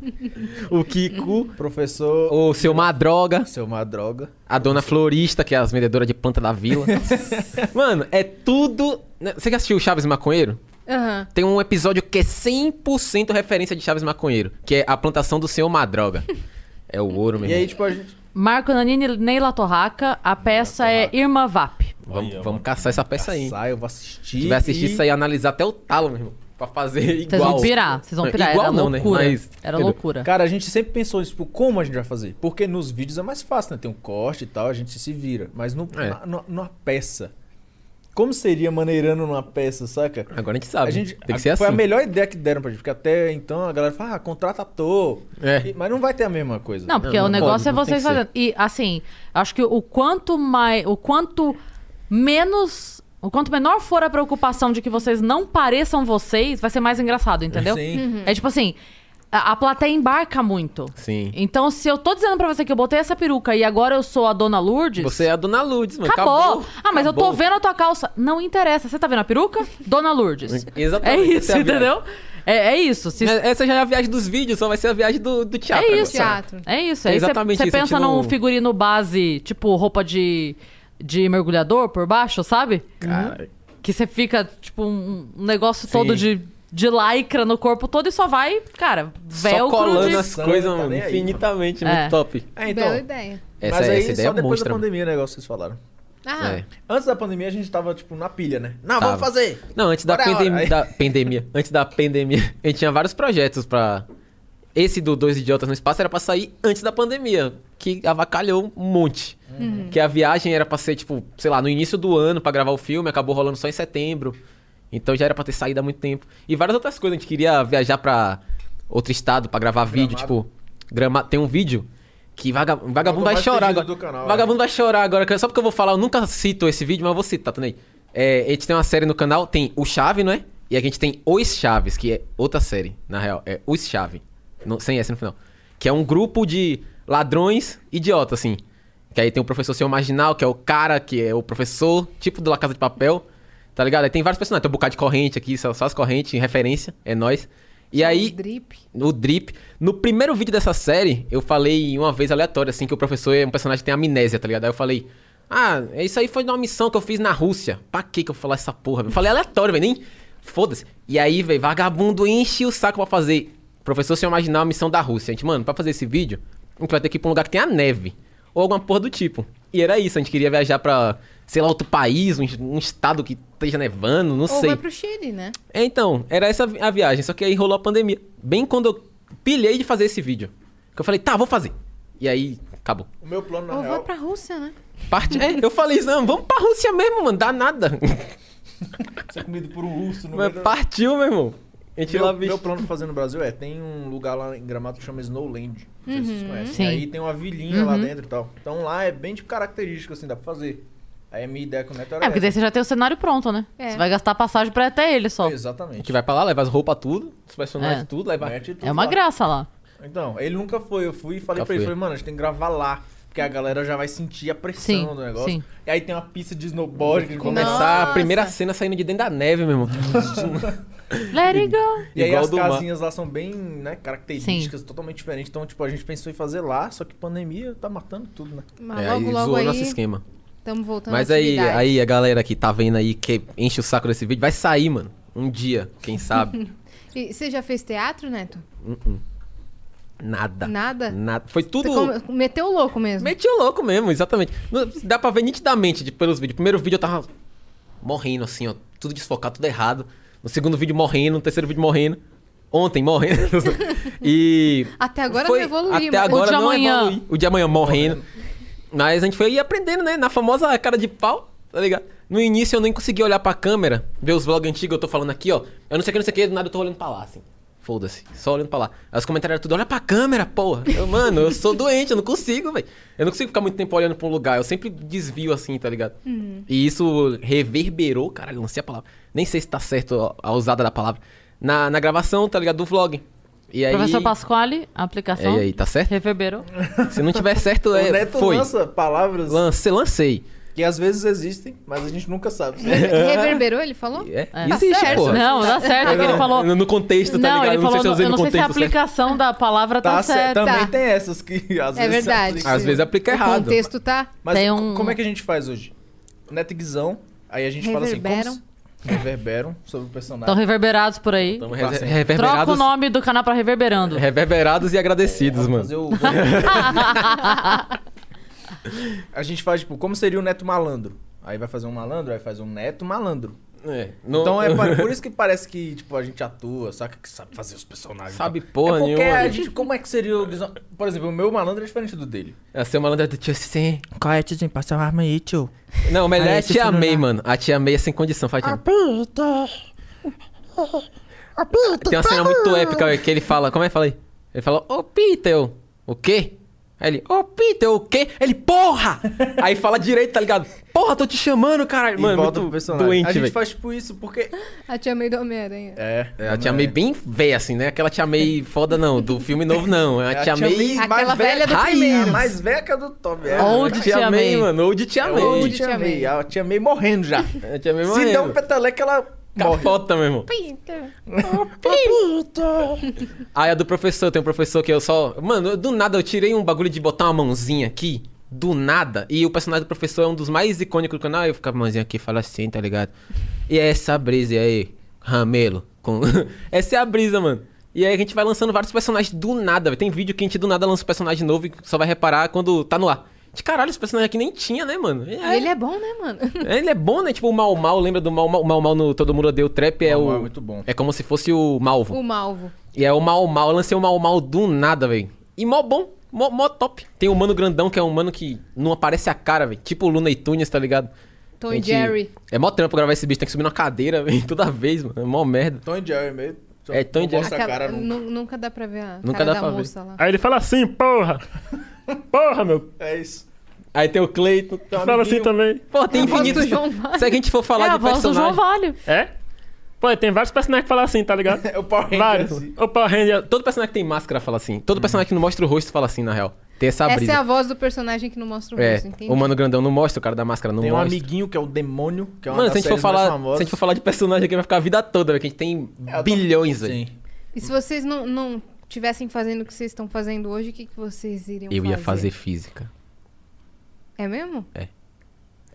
o Kiko. o professor. O Seu Madroga, Seu Madroga. a Dona Florista, que é as vendedoras de planta da vila. Mano, é tudo. né? Você já assistiu o Chaves Maconheiro? Aham. Tem um episódio que é 100% referência de Chaves Maconheiro, que é a plantação do Seu Madroga. É o ouro mesmo. E aí, tipo, a gente. Marco Nanini Neila Torraca, a peça é Irma Vap. Vamos, vamos caçar essa peça É aí. hein? Sai, eu vou assistir. Se vai assistir e- isso aí, analisar até o talo, meu irmão. Pra fazer igual. Vocês vão pirar, vocês vão Não, pirar. Igual era não, loucura. né? Mas, era entendeu? loucura. Cara, a gente sempre pensou isso, tipo, como a gente vai fazer? Porque nos vídeos é mais fácil, né? Tem um corte e tal, a gente se vira. Mas no, É. na- na- numa peça. Como seria maneirando numa peça, saca? Agora a gente sabe. A gente, a- Tem que ser assim. Foi a melhor ideia que deram pra gente, porque até então a galera fala, ah, contrata ator. É. E- mas não vai ter a mesma coisa. Não, porque Não, o não negócio pode, é não tem vocês que ser. fazendo. E assim, acho que o quanto mais. O quanto menos. O quanto menor for a preocupação de que vocês não pareçam vocês, vai ser mais engraçado, entendeu? Sim. É tipo assim. A a plateia embarca muito. Sim. Então, se eu tô dizendo pra você que eu botei essa peruca e agora eu sou a dona Lourdes. Você é a Dona Lourdes, mano. Acabou. Acabou. Ah, mas eu Acabou. tô vendo a tua calça. Não interessa. Você tá vendo a peruca? Dona Lourdes. Exatamente. É Essa isso, é a viagem. entendeu? É, é isso. Se- Mas Essa já é a viagem dos vídeos, só vai ser a viagem do, do teatro. É agora. isso. Teatro. É isso. É Aí exatamente Você isso, um a pensa gente não- num figurino base, tipo roupa de, de mergulhador por baixo, sabe? Cara, Que você fica, tipo, um um negócio todo Sim. de, de lycra no corpo todo e só vai, cara, Só velcro colando de... as coisas, Não tá mano, nem aí. infinitamente. É. Muito top. É, então. Bela ideia. Essa, mas é- aí essa ideia só é depois monstra. da pandemia o negócio que vocês falaram. Ah, É. Antes da pandemia a gente tava, tipo, na pilha, né? Não, Tava. vamos fazer! Não, antes da, Bora, bora. pandem- da pandemia. Antes da pandemia, a gente tinha vários projetos pra. Esse do Dois Idiotas no Espaço era pra sair antes da pandemia, que avacalhou um monte. Que a viagem era pra ser, tipo, sei lá, no início do ano pra gravar o filme, acabou rolando só em setembro. Então já era pra ter saído há muito tempo. E várias outras coisas. A gente queria viajar pra outro estado pra gravar vídeo, tipo. Grama... Tem um vídeo Que vaga- vagabundo Algo vai mais chorar pedido agora. do canal, vagabundo vai chorar agora. que- Só porque eu vou falar, eu nunca cito esse vídeo, mas eu vou citar também. É, a gente tem uma série no canal, tem o Chave, não é? E a gente tem Os Chaves, que é outra série, na real. É Os Chave. não- sem S no final. Que é um grupo de ladrões idiota, assim. Que aí tem o professor seu marginal, que é o cara, que é o professor, tipo do La Casa de Papel. Tá ligado? Aí tem vários personagens. Tem um bocado de corrente aqui, só, só as correntes, em referência. É nós. E aí. tipo, um Drip. No Drip. No primeiro vídeo dessa série, eu falei uma vez aleatória, assim, que o professor é um personagem que tem amnésia, tá ligado? Aí eu falei. Ah, isso aí foi de uma missão que eu fiz na Rússia. Pra que que eu vou falar essa porra? velho? Eu falei aleatório, velho. Nem. Foda-se. E aí, velho, vagabundo enche o saco pra fazer. Professor, se imaginar a missão da Rússia. A gente, mano, pra fazer esse vídeo, a gente vai ter que ir pra um lugar que tenha neve. Ou alguma porra do tipo. E era isso, a gente queria viajar pra, sei lá, outro país, um, um estado que esteja nevando, não Ou sei. vai pro Chile, né? É, então, era essa vi- a viagem, só que aí rolou a pandemia. Bem quando eu pilhei de fazer esse vídeo. Que eu falei, tá, vou fazer. E aí, acabou. O meu plano, na Ou vai real... pra Rússia, né? Parte... É, eu falei, não, vamos pra Rússia mesmo, mano, dá nada. Ser comido por um urso no Mas meio da- partiu, meu irmão. A gente lá Meu, bicho. meu plano pra fazer no Brasil é, tem um lugar lá em Gramado que chama Snowland. Não sei se vocês conhecem. Uhum, Sim. Uhum. E aí tem uma vilinha lá dentro e tal. Então lá é bem tipo característico, assim, dá pra fazer. Aí a minha ideia com o Neto era É, porque daí essa. você já tem o cenário pronto, né? É. Você vai gastar passagem pra ir até ele só. A gente Exatamente. vai pra lá, leva as roupas tudo, os personagens É. tudo, leva. Mete tudo É uma lá. graça lá. Então, ele nunca foi. Eu fui e falei Nunca pra ele, fui. falei, mano, a gente tem que gravar lá. Porque a galera já vai sentir a pressão Sim, do negócio. sim. E aí tem uma pista de snowboard que a gente vai Começar lançar. a primeira cena saindo de dentro da neve, meu irmão. Let it go. E aí Igual as do mar. casinhas lá são bem, né, características, totalmente diferentes. Então, tipo, a gente pensou em fazer lá, só que pandemia tá matando tudo, né? Mas é, Ah, logo, aí logo zoou aí, nosso esquema. estamos voltando Mas à aí, atividade. aí, a galera que tá vendo aí, que enche o saco desse vídeo, vai sair, mano. Um dia, quem sabe. E você já fez teatro, Neto? Nada. Nada? Nada. Foi Você tudo. come- meteu o louco mesmo. Meti o louco mesmo, exatamente. No- Dá pra ver nitidamente de- pelos vídeos. Primeiro vídeo eu tava morrendo, assim, ó. Tudo desfocado, tudo errado. No segundo vídeo morrendo, no terceiro vídeo morrendo. Ontem morrendo. e. Até agora foi- não evoluí, Até mas- agora O de não amanhã. evolui. O de amanhã morrendo. Mas a gente foi aprendendo, né? Na famosa cara de pau, tá ligado? No início eu nem consegui olhar pra câmera, ver os vlogs antigos, eu tô falando aqui, ó. Eu não sei o que, não sei o que, do nada eu tô olhando pra lá, assim. Foda-se, só olhando pra lá. Aí os comentários eram tudo, olha pra câmera, porra. Eu, mano, eu sou doente, eu não consigo, velho. Eu não consigo ficar muito tempo olhando pra um lugar, eu sempre desvio assim, tá ligado? Uhum. E isso reverberou, caralho, não sei a palavra. Nem sei se tá certo a a usada da palavra. Na, na gravação, tá ligado? Do vlog. E aí... Professor Pasquale, a aplicação. E aí, tá certo? Reverberou. Se não tiver certo, o é, Neto foi. lança palavras Lancei, lancei. que às vezes existem, mas a gente nunca sabe. Re- Reverberou, ele falou? É, É. existe, Tá certo, porra. Não, dá certo. é que ele falou. No contexto, tá não, ligado? ele não falou. sei se eu no- usei eu não no sei se contexto a certo. acerto. aplicação da palavra tá, Tá certo. certa. tá. Também tem essas que às É vezes se verdade. aplicam. Às vezes aplica O errado. contexto tá... Mas Tem co- um- como é que a gente faz hoje? Neto e Guizão, aí a gente fala Reverberam. assim, como... se- Reverberam sobre o personagem. Estão reverberados por aí. Tamo Tá Troca certo. re- o reverberados, nome do canal pra reverberando. É, reverberados e agradecidos, Vamos mano. fazer o- a gente faz, tipo, como seria o Neto Malandro? Aí vai fazer um malandro, aí faz um Neto Malandro. É, não- Então é pa- por isso que parece que, tipo, a gente atua, saca? Que sabe fazer os personagens. Sabe e tal. porra é porque nenhuma. a gente, como é que seria o Guizão? Por exemplo, o meu malandro é diferente do dele. A seu malandro é do tio Sim. Qual é, tiozinho? Passa a arma aí, tio. Não, melhor é Aí, a esse tia May, celular. mano. A tia May é sem condição, faz tia. Apita. Apita. Tem uma cena muito épica que ele fala. Como é que fala aí? Ele fala, ô Peter, eu, o quê? Aí ele, ô Peter, o quê? Ele, porra! aí fala direito, tá ligado? Porra, tô te chamando, caralho. E Mano, é volta muito pro personagem. a doente, gente velho. faz, tipo, isso porque... A tia meio do Homem-Aranha. É, É, a tia May bem véia, assim, né? Aquela tia May foda, não. Do filme novo, não. É a tia May... mais Aquela velha do raiz. É a primeiro. mais velha que a do Tom. É, Ou né? de Old tia May. mano. Old tia É May. ou Old de tia tia May. May. A tia May morrendo já. É, tia May Se morrendo. der um peteleco, ela morre. Capota, meu irmão. Aí a do professor, tem um professor que eu só... Mano, eu- do nada eu tirei um bagulho de botar uma mãozinha aqui. Do nada. E o personagem do professor é um dos mais icônicos do canal. Eu ficava a mãozinha aqui e falo assim, tá ligado? E é essa brisa aí, Ramelo. Com... essa é a brisa, mano. E aí a gente vai lançando vários personagens do nada, velho. Tem vídeo que a gente do nada lança um personagem novo e só vai reparar quando tá no ar. De caralho, esse personagem aqui nem tinha, né, mano? E E aí- Ele é bom, né, mano? ele é bom, né? Tipo, o Mal Mal, lembra do Mal Mal? O Mal Mal no Todo Mundo Odeia o Trap é Mau o... Mau é muito bom. É como se fosse o Malvo. O Malvo. E é o Mal Mal, eu lancei o Mal Mal do nada, velho. E mó bom, mó, mó top. Tem o Mano Grandão, que é um mano que não aparece a cara, velho. Tipo o Luna e Tunes, tá ligado? Tom A e gente- Jerry. É mó trampo gravar esse bicho, tem que subir na cadeira, velho, toda vez, mano. É mó merda. Tom e Jerry meio. só É, Tom e não Jerry. mostra a Aquela- cara nu- nunca. nunca. dá pra ver a Nunca cara dá da pra ver. moça lá. Aí ele fala assim, porra. Porra, meu. É isso. um Aí tem o Cleiton. tem É o Fala assim amiguinho. também. Pô, tem Eu gosto infinito. É do João Vale. Se a gente for falar é a de voz do João personagem. Valho. É? Pô, tem vários personagens que falam assim, tá ligado? É o Power Ranger. Vários. assim. O Power Ranger. Todo personagem que tem máscara fala assim. Todo personagem que não mostra o rosto fala assim, na real. Tem essa, Essa brisa. é a voz do personagem que não mostra o É, rosto, entende? o Mano Grandão não mostra, o cara da máscara não Tem um mostra. amiguinho que é o demônio, que é uma Mano, das se a, gente for séries mais falar, famosas. É, se a gente for falar de personagem aqui, vai ficar a vida toda, velho, que a gente tem tô- bilhões aí. Sim. E se vocês não, não tivessem fazendo o que vocês estão fazendo hoje, o que, que vocês iriam Eu fazer? ia fazer física. É mesmo? É.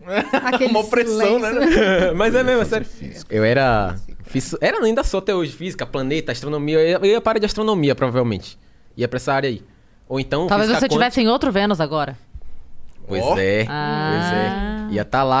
Aquele Uma opressão, né? silêncio. Mas é mesmo, é sério. Eu era. fiz- era ainda só até hoje, física, planeta, astronomia. Eu ia, eu ia para de astronomia, provavelmente. Ia pra essa área aí. Ou então. Talvez física você quântica. tivesse em outro Vênus agora. Pois Ó. é, Ah. pois é. Ia estar lá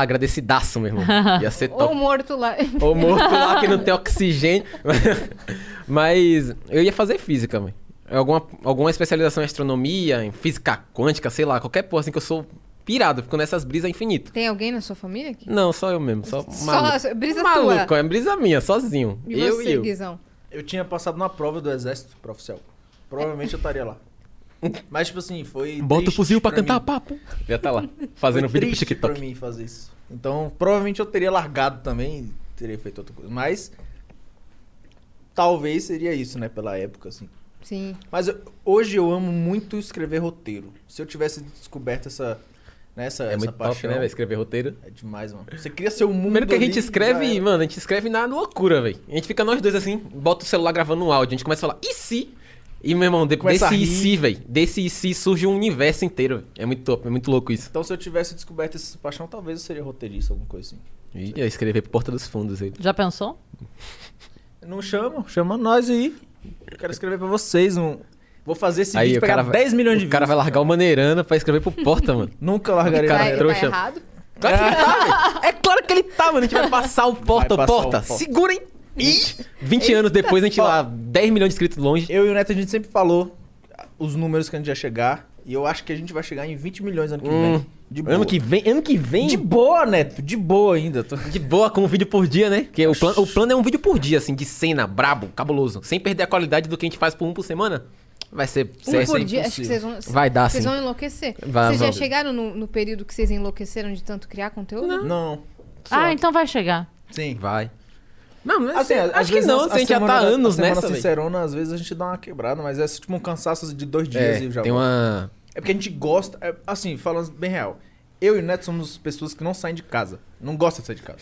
agradecidaço, meu irmão. Ia ser Ou top. morto lá. Tá. Ou morto lá que não tem oxigênio. Mas eu ia fazer física, mãe. Alguma, alguma especialização em astronomia, em física quântica, sei lá, qualquer porra assim que eu sou pirado, fico nessas brisas infinito. Tem alguém na sua família aqui? Não, só eu mesmo, só Só maluco. a brisa maluco, tua. é brisa minha, sozinho. E eu você, e eu. Guizão? Eu tinha passado na prova do exército pra oficial. Provavelmente eu estaria lá. Mas, tipo assim, foi. Bota o triste fuzil pra cantar mim. papo. Já tá lá, Foi fazendo vídeo pro triste pra TikTok. mim fazer isso. Então, provavelmente eu teria largado também e teria feito outra coisa. Mas. Talvez seria isso, né? Pela época, assim. Sim. Mas eu- hoje eu amo muito escrever roteiro. Se eu tivesse descoberto essa. Nessa, É essa muito top, paixão. né, velho? Escrever roteiro. É demais, mano. Você cria seu mundo. Primeiro que a ali gente e já escreve, era. mano, a gente escreve na loucura, velho. A gente fica nós dois assim, bota o celular gravando um áudio, a gente começa a falar, e se? E, meu irmão, de, Começa desse a e rir. se, velho, desse e se surge um universo inteiro, véi. É muito top, é muito louco isso. Então, se eu tivesse descoberto essa paixão, talvez eu seria roteirista, alguma coisa assim. E eu escrever por Porta dos Fundos, ele. Já pensou? Não chama, chama nós aí. Eu quero escrever pra vocês. Um... Vou fazer esse Aí vídeo o cara pegar vai- 10 milhões de O views. cara vai largar o Maneirana pra escrever por Porta, mano. Nunca largarei a Cara, é Vai, galera. tá trouxa. errado? Claro que ele tá, velho. É claro que ele tá, mano. A gente vai passar o Porta, Vai passar o Porta. Porta. Segurem! E 20 anos depois a gente lá, 10 milhões de inscritos longe. Eu e o Neto, a gente sempre falou os números que a gente ia chegar. E eu acho que a gente vai chegar em 20 milhões ano que Hum. vem. De boa. Ano que vem, ano que vem. De boa, Neto. De boa ainda. Tô- De boa, com um vídeo por dia, né? Porque o, plan- o plano é um vídeo por dia, assim, de cena, brabo, cabuloso. Sem perder a qualidade do que a gente faz por um por semana. Vai ser assim. Um sucesso, por hein? dia, acho que vocês vão. é Vai dar, Vocês sim. vão enlouquecer. Vai, vocês já vamos. chegaram no, no período que vocês enlouqueceram de tanto criar conteúdo? Não. Ah, então vai chegar. Sim. Vai. Não, mas Assim, às acho que vezes não, a- a gente já semana tá da- anos a semana nessa, velho. sincerona, às vezes a gente dá uma quebrada, mas é tipo um cansaço de dois dias e já É, tem volta. uma... É porque a gente gosta. é, assim, falando bem real. Eu e o Neto somos pessoas que não saem de casa. Não gostam de sair de casa.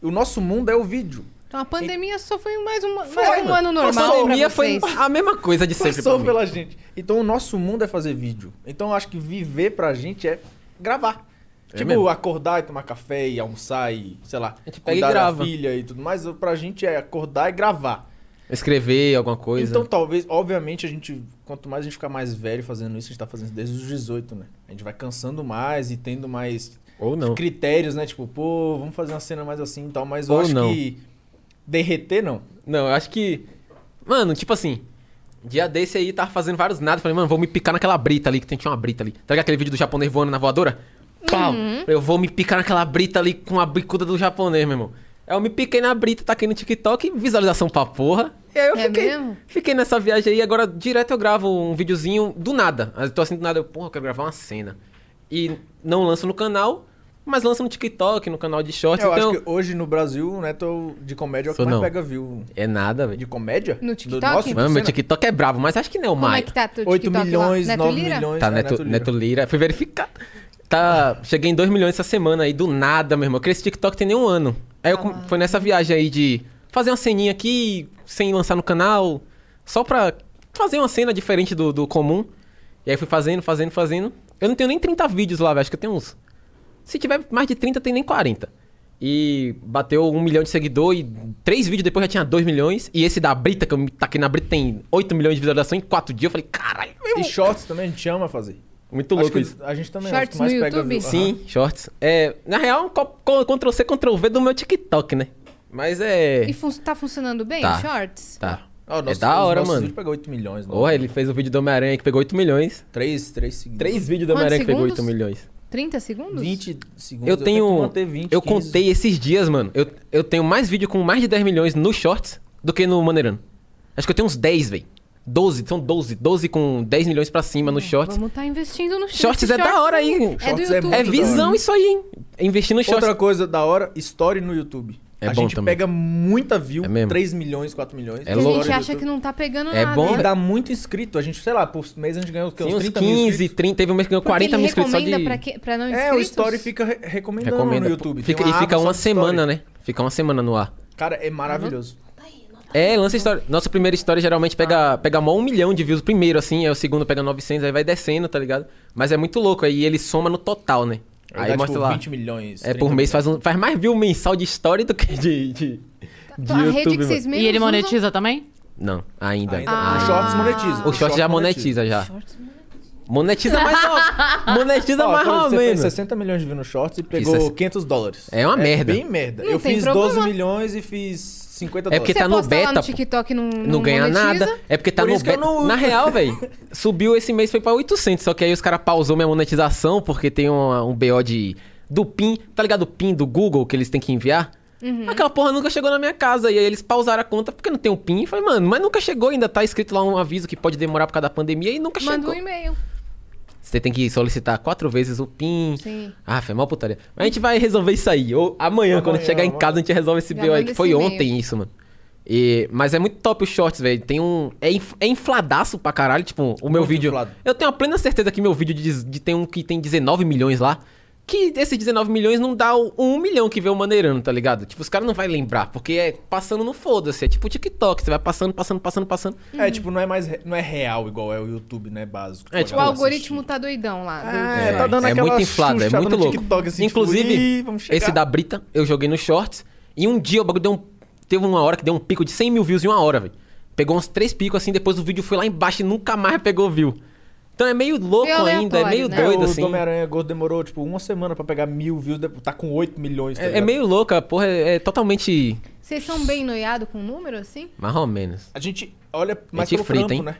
O nosso mundo é o vídeo. Então a pandemia só foi mais, uma, Foi, mais um mano. ano normal. a pandemia pra foi vocês. a mesma coisa de sempre pra Passou mim. pela gente. Então o nosso mundo é fazer vídeo. Então eu acho que viver pra gente é gravar. É tipo, mesmo. acordar e tomar café e almoçar e, sei lá, gente pega e cuidar da grava. filha e tudo mais. Pra gente é acordar e gravar. Escrever alguma coisa. Então talvez, obviamente, a gente, quanto mais a gente ficar mais velho fazendo isso, a gente tá fazendo desde os 18, né? A gente vai cansando mais e tendo mais Ou não. critérios, né? Tipo, pô, vamos fazer uma cena mais assim e tal, mas eu Ou acho não. que derreter não. Não, eu acho que... Mano, tipo assim... Dia desse aí, tava fazendo vários nada. Falei, mano, vou me picar naquela brita ali, que tem, tinha uma brita ali. Tá ligado aquele vídeo do japonês voando na voadora? Pau! Uhum. Eu vou me picar naquela brita ali com a bicuda do japonês, meu irmão. Aí Eu me piquei na brita, taquei no TikTok, visualização pra porra. E aí eu É fiquei, mesmo? fiquei nessa viagem aí. Agora, direto eu gravo um videozinho do nada. Aí Eu tô assim do nada, eu, porra, eu quero gravar uma cena. E não lanço no canal, mas lanço no TikTok, no canal de shorts. eu então, acho que hoje no Brasil, o Neto é o- de comédia é o que Sou mais não. pega view. é nada, velho. De comédia? No Do TikTok? nosso, Mano, meu do Senna? TikTok é brabo, mas acho que não é o Como é mais. que tá teu 8 TikTok lá? milhões, Neto 9 Lira? milhões. Tá, é, Neto, Neto Lira. Fui verificar. Tá, cheguei em 2 milhões essa semana aí, do nada, meu irmão. Eu criei esse TikTok tem nem um ano. Aí eu, com- foi nessa viagem aí de fazer uma ceninha aqui, sem lançar no canal, só pra fazer uma cena diferente do, do comum. E aí fui fazendo, fazendo, fazendo. Eu não tenho nem 30 vídeos lá, velho. Acho que eu tenho uns. Se tiver mais de 30, tem nem 40. E bateu 1 milhão de seguidor e três vídeos depois já tinha 2 milhões. E esse da Brita, que eu me taquei na Brita, tem 8 milhões de visualização em 4 dias. Eu falei, caralho, meu E irmão. shorts também a gente ama fazer. Muito Acho louco que isso. A gente também Shorts acho que mais no pega YouTube? view. Sim, Aham. shorts. É, na real, co- co- Ctrl C, Ctrl V do meu TikTok, né? Mas é. E fun tá funcionando bem, Tá. shorts? Tá. Ah, o nosso- é da os hora, nossos mano. vídeos pegou 8 milhões. né? Porra, ele fez o vídeo do Homem-Aranha que pegou 8 milhões. Três, três segundos. Três vídeos do Quantos Homem-Aranha que pegou 8 segundos? milhões. 30 segundos? 20 segundos. Eu tento tenho. manter 20, eu 15. contei esses dias, mano. Eu, eu tenho mais vídeo com mais de 10 milhões no shorts do que no Maneirano. Acho que eu tenho uns 10, velho. 12, são 12. 12 com 10 milhões pra cima nos shorts. Vamos estar investindo no Shorts é da hora, hein? É do Shorts é YouTube. É Muito da visão hora. isso aí, hein? Investir no shorts. Outra coisa da hora, story no YouTube. É a bom gente também. pega muita view, É mesmo? 3 milhões, 4 milhões. É E a louco. gente acha que não tá pegando É nada. bom, né? velho. E dá muito inscrito. A gente, sei lá, por mês a gente ganhou o quê? Tem uns uns 30 mil 15, inscritos. 30, teve um mês que ganhou Porque 40 ele mil inscritos só de... recomenda pra, que, pra não inscritos. É, o story fica re- recomendando Recomenda. no YouTube. Fica- e fica uma semana, né? Fica uma semana no ar. Cara, é maravilhoso. É, lança história. Nossa primeira história geralmente Ah. pega, pega mó um milhão de views primeiro, assim. Aí o segundo pega 900, aí vai descendo, tá ligado? Mas é muito louco. Aí ele soma no total, né? Aí aí dá, mostra tipo, lá. 20 milhões. É, por 30 mês faz, um- faz mais view mensal de história do que de... de, de a rede que YouTube, vocês mano. menos E ele usam- monetiza também? Não, ainda. Ainda, ainda. O shorts monetiza. O short já monetiza, já. Monetiza mais ó, Monetiza Ó, mais por exemplo, ou você fez menos. 60 milhões de views no shorts e Isso é pegou c- 500 dólares. É uma merda. bem merda. Não Eu tem fiz problema. 12 milhões e fiz 50 É dólares. porque Você tá no posta lá beta, no pô. TikTok e não, Não ganha monetiza? nada. É porque tá Por no isso que eu beta. não uso. Na real, velho, subiu esse mês, foi pra 800. Só que aí os caras pausou minha monetização porque tem uma- um BO de, do PIN. Tá ligado? O PIN do Google que eles têm que enviar. Uhum. Aquela porra nunca chegou na minha casa. E aí eles pausaram a conta porque não tem um PIN. Eu falei, mano, mas nunca chegou. Ainda tá escrito lá um aviso que pode demorar por causa da pandemia e nunca Manda chegou. um e-mail. Você tem que solicitar quatro vezes o PIN. Sim. Ah, foi mal putaria. Mas a gente vai resolver isso aí. Ou amanhã, quando a gente Amanhã, chegar em amanhã. casa, a gente resolve esse Já BO aí. manda Que foi esse e-mail. ontem isso, mano. E- mas é muito top os shorts, velho. Tem um. É, inf- é infladaço pra caralho. Tipo, o meu vídeo. inflado. Eu tenho a plena certeza que meu vídeo de, de- tem um que tem 19 milhões lá. Que esses 19 milhões não dá o, um milhão que vê o maneirando, tá ligado? Tipo, os caras não vão lembrar, porque é passando no foda-se. É tipo TikTok, você vai passando, passando, passando, passando. É, tipo, não é mais re- não é real igual é o YouTube, né? Básico. tá- É, Pô, tipo, O vou algoritmo assistir. tá doidão lá. É, É, tá dando é aquela muito inflado, é chuchada muito no louco. TikTok, assim, tipo, Inclusive, "Ih, vamos chegar". esse da Brita, eu joguei no shorts. E um dia o bagulho deu um. Teve uma hora que deu um pico de 100 mil views em uma hora, velho. Pegou uns três picos assim, depois o vídeo foi lá embaixo e nunca mais pegou view. Então é meio louco Meio ainda, é aleatório, meio né? É, doido o assim. do Homem-Aranha Gordo demorou, tipo, uma semana pra pegar mil views, de- tá com 8 milhões. tá É, é ligado? meio louco, a porra, é, é totalmente. Vocês são bem noiados com número, assim? Mais ou menos. A gente olha mais Gente pro É frita, trampo, hein? né?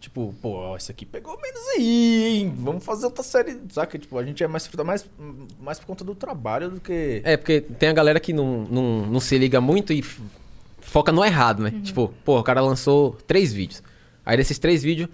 Tipo, pô, ó, esse aqui pegou menos aí, hein? Vamos fazer outra série, saca? Tipo, a gente é mais fruta mais, mais por conta do trabalho do que... É, porque tem a galera que não, não, não se liga muito e f- foca no errado, né? Tipo, pô, o cara lançou três vídeos. Aí desses três vídeos,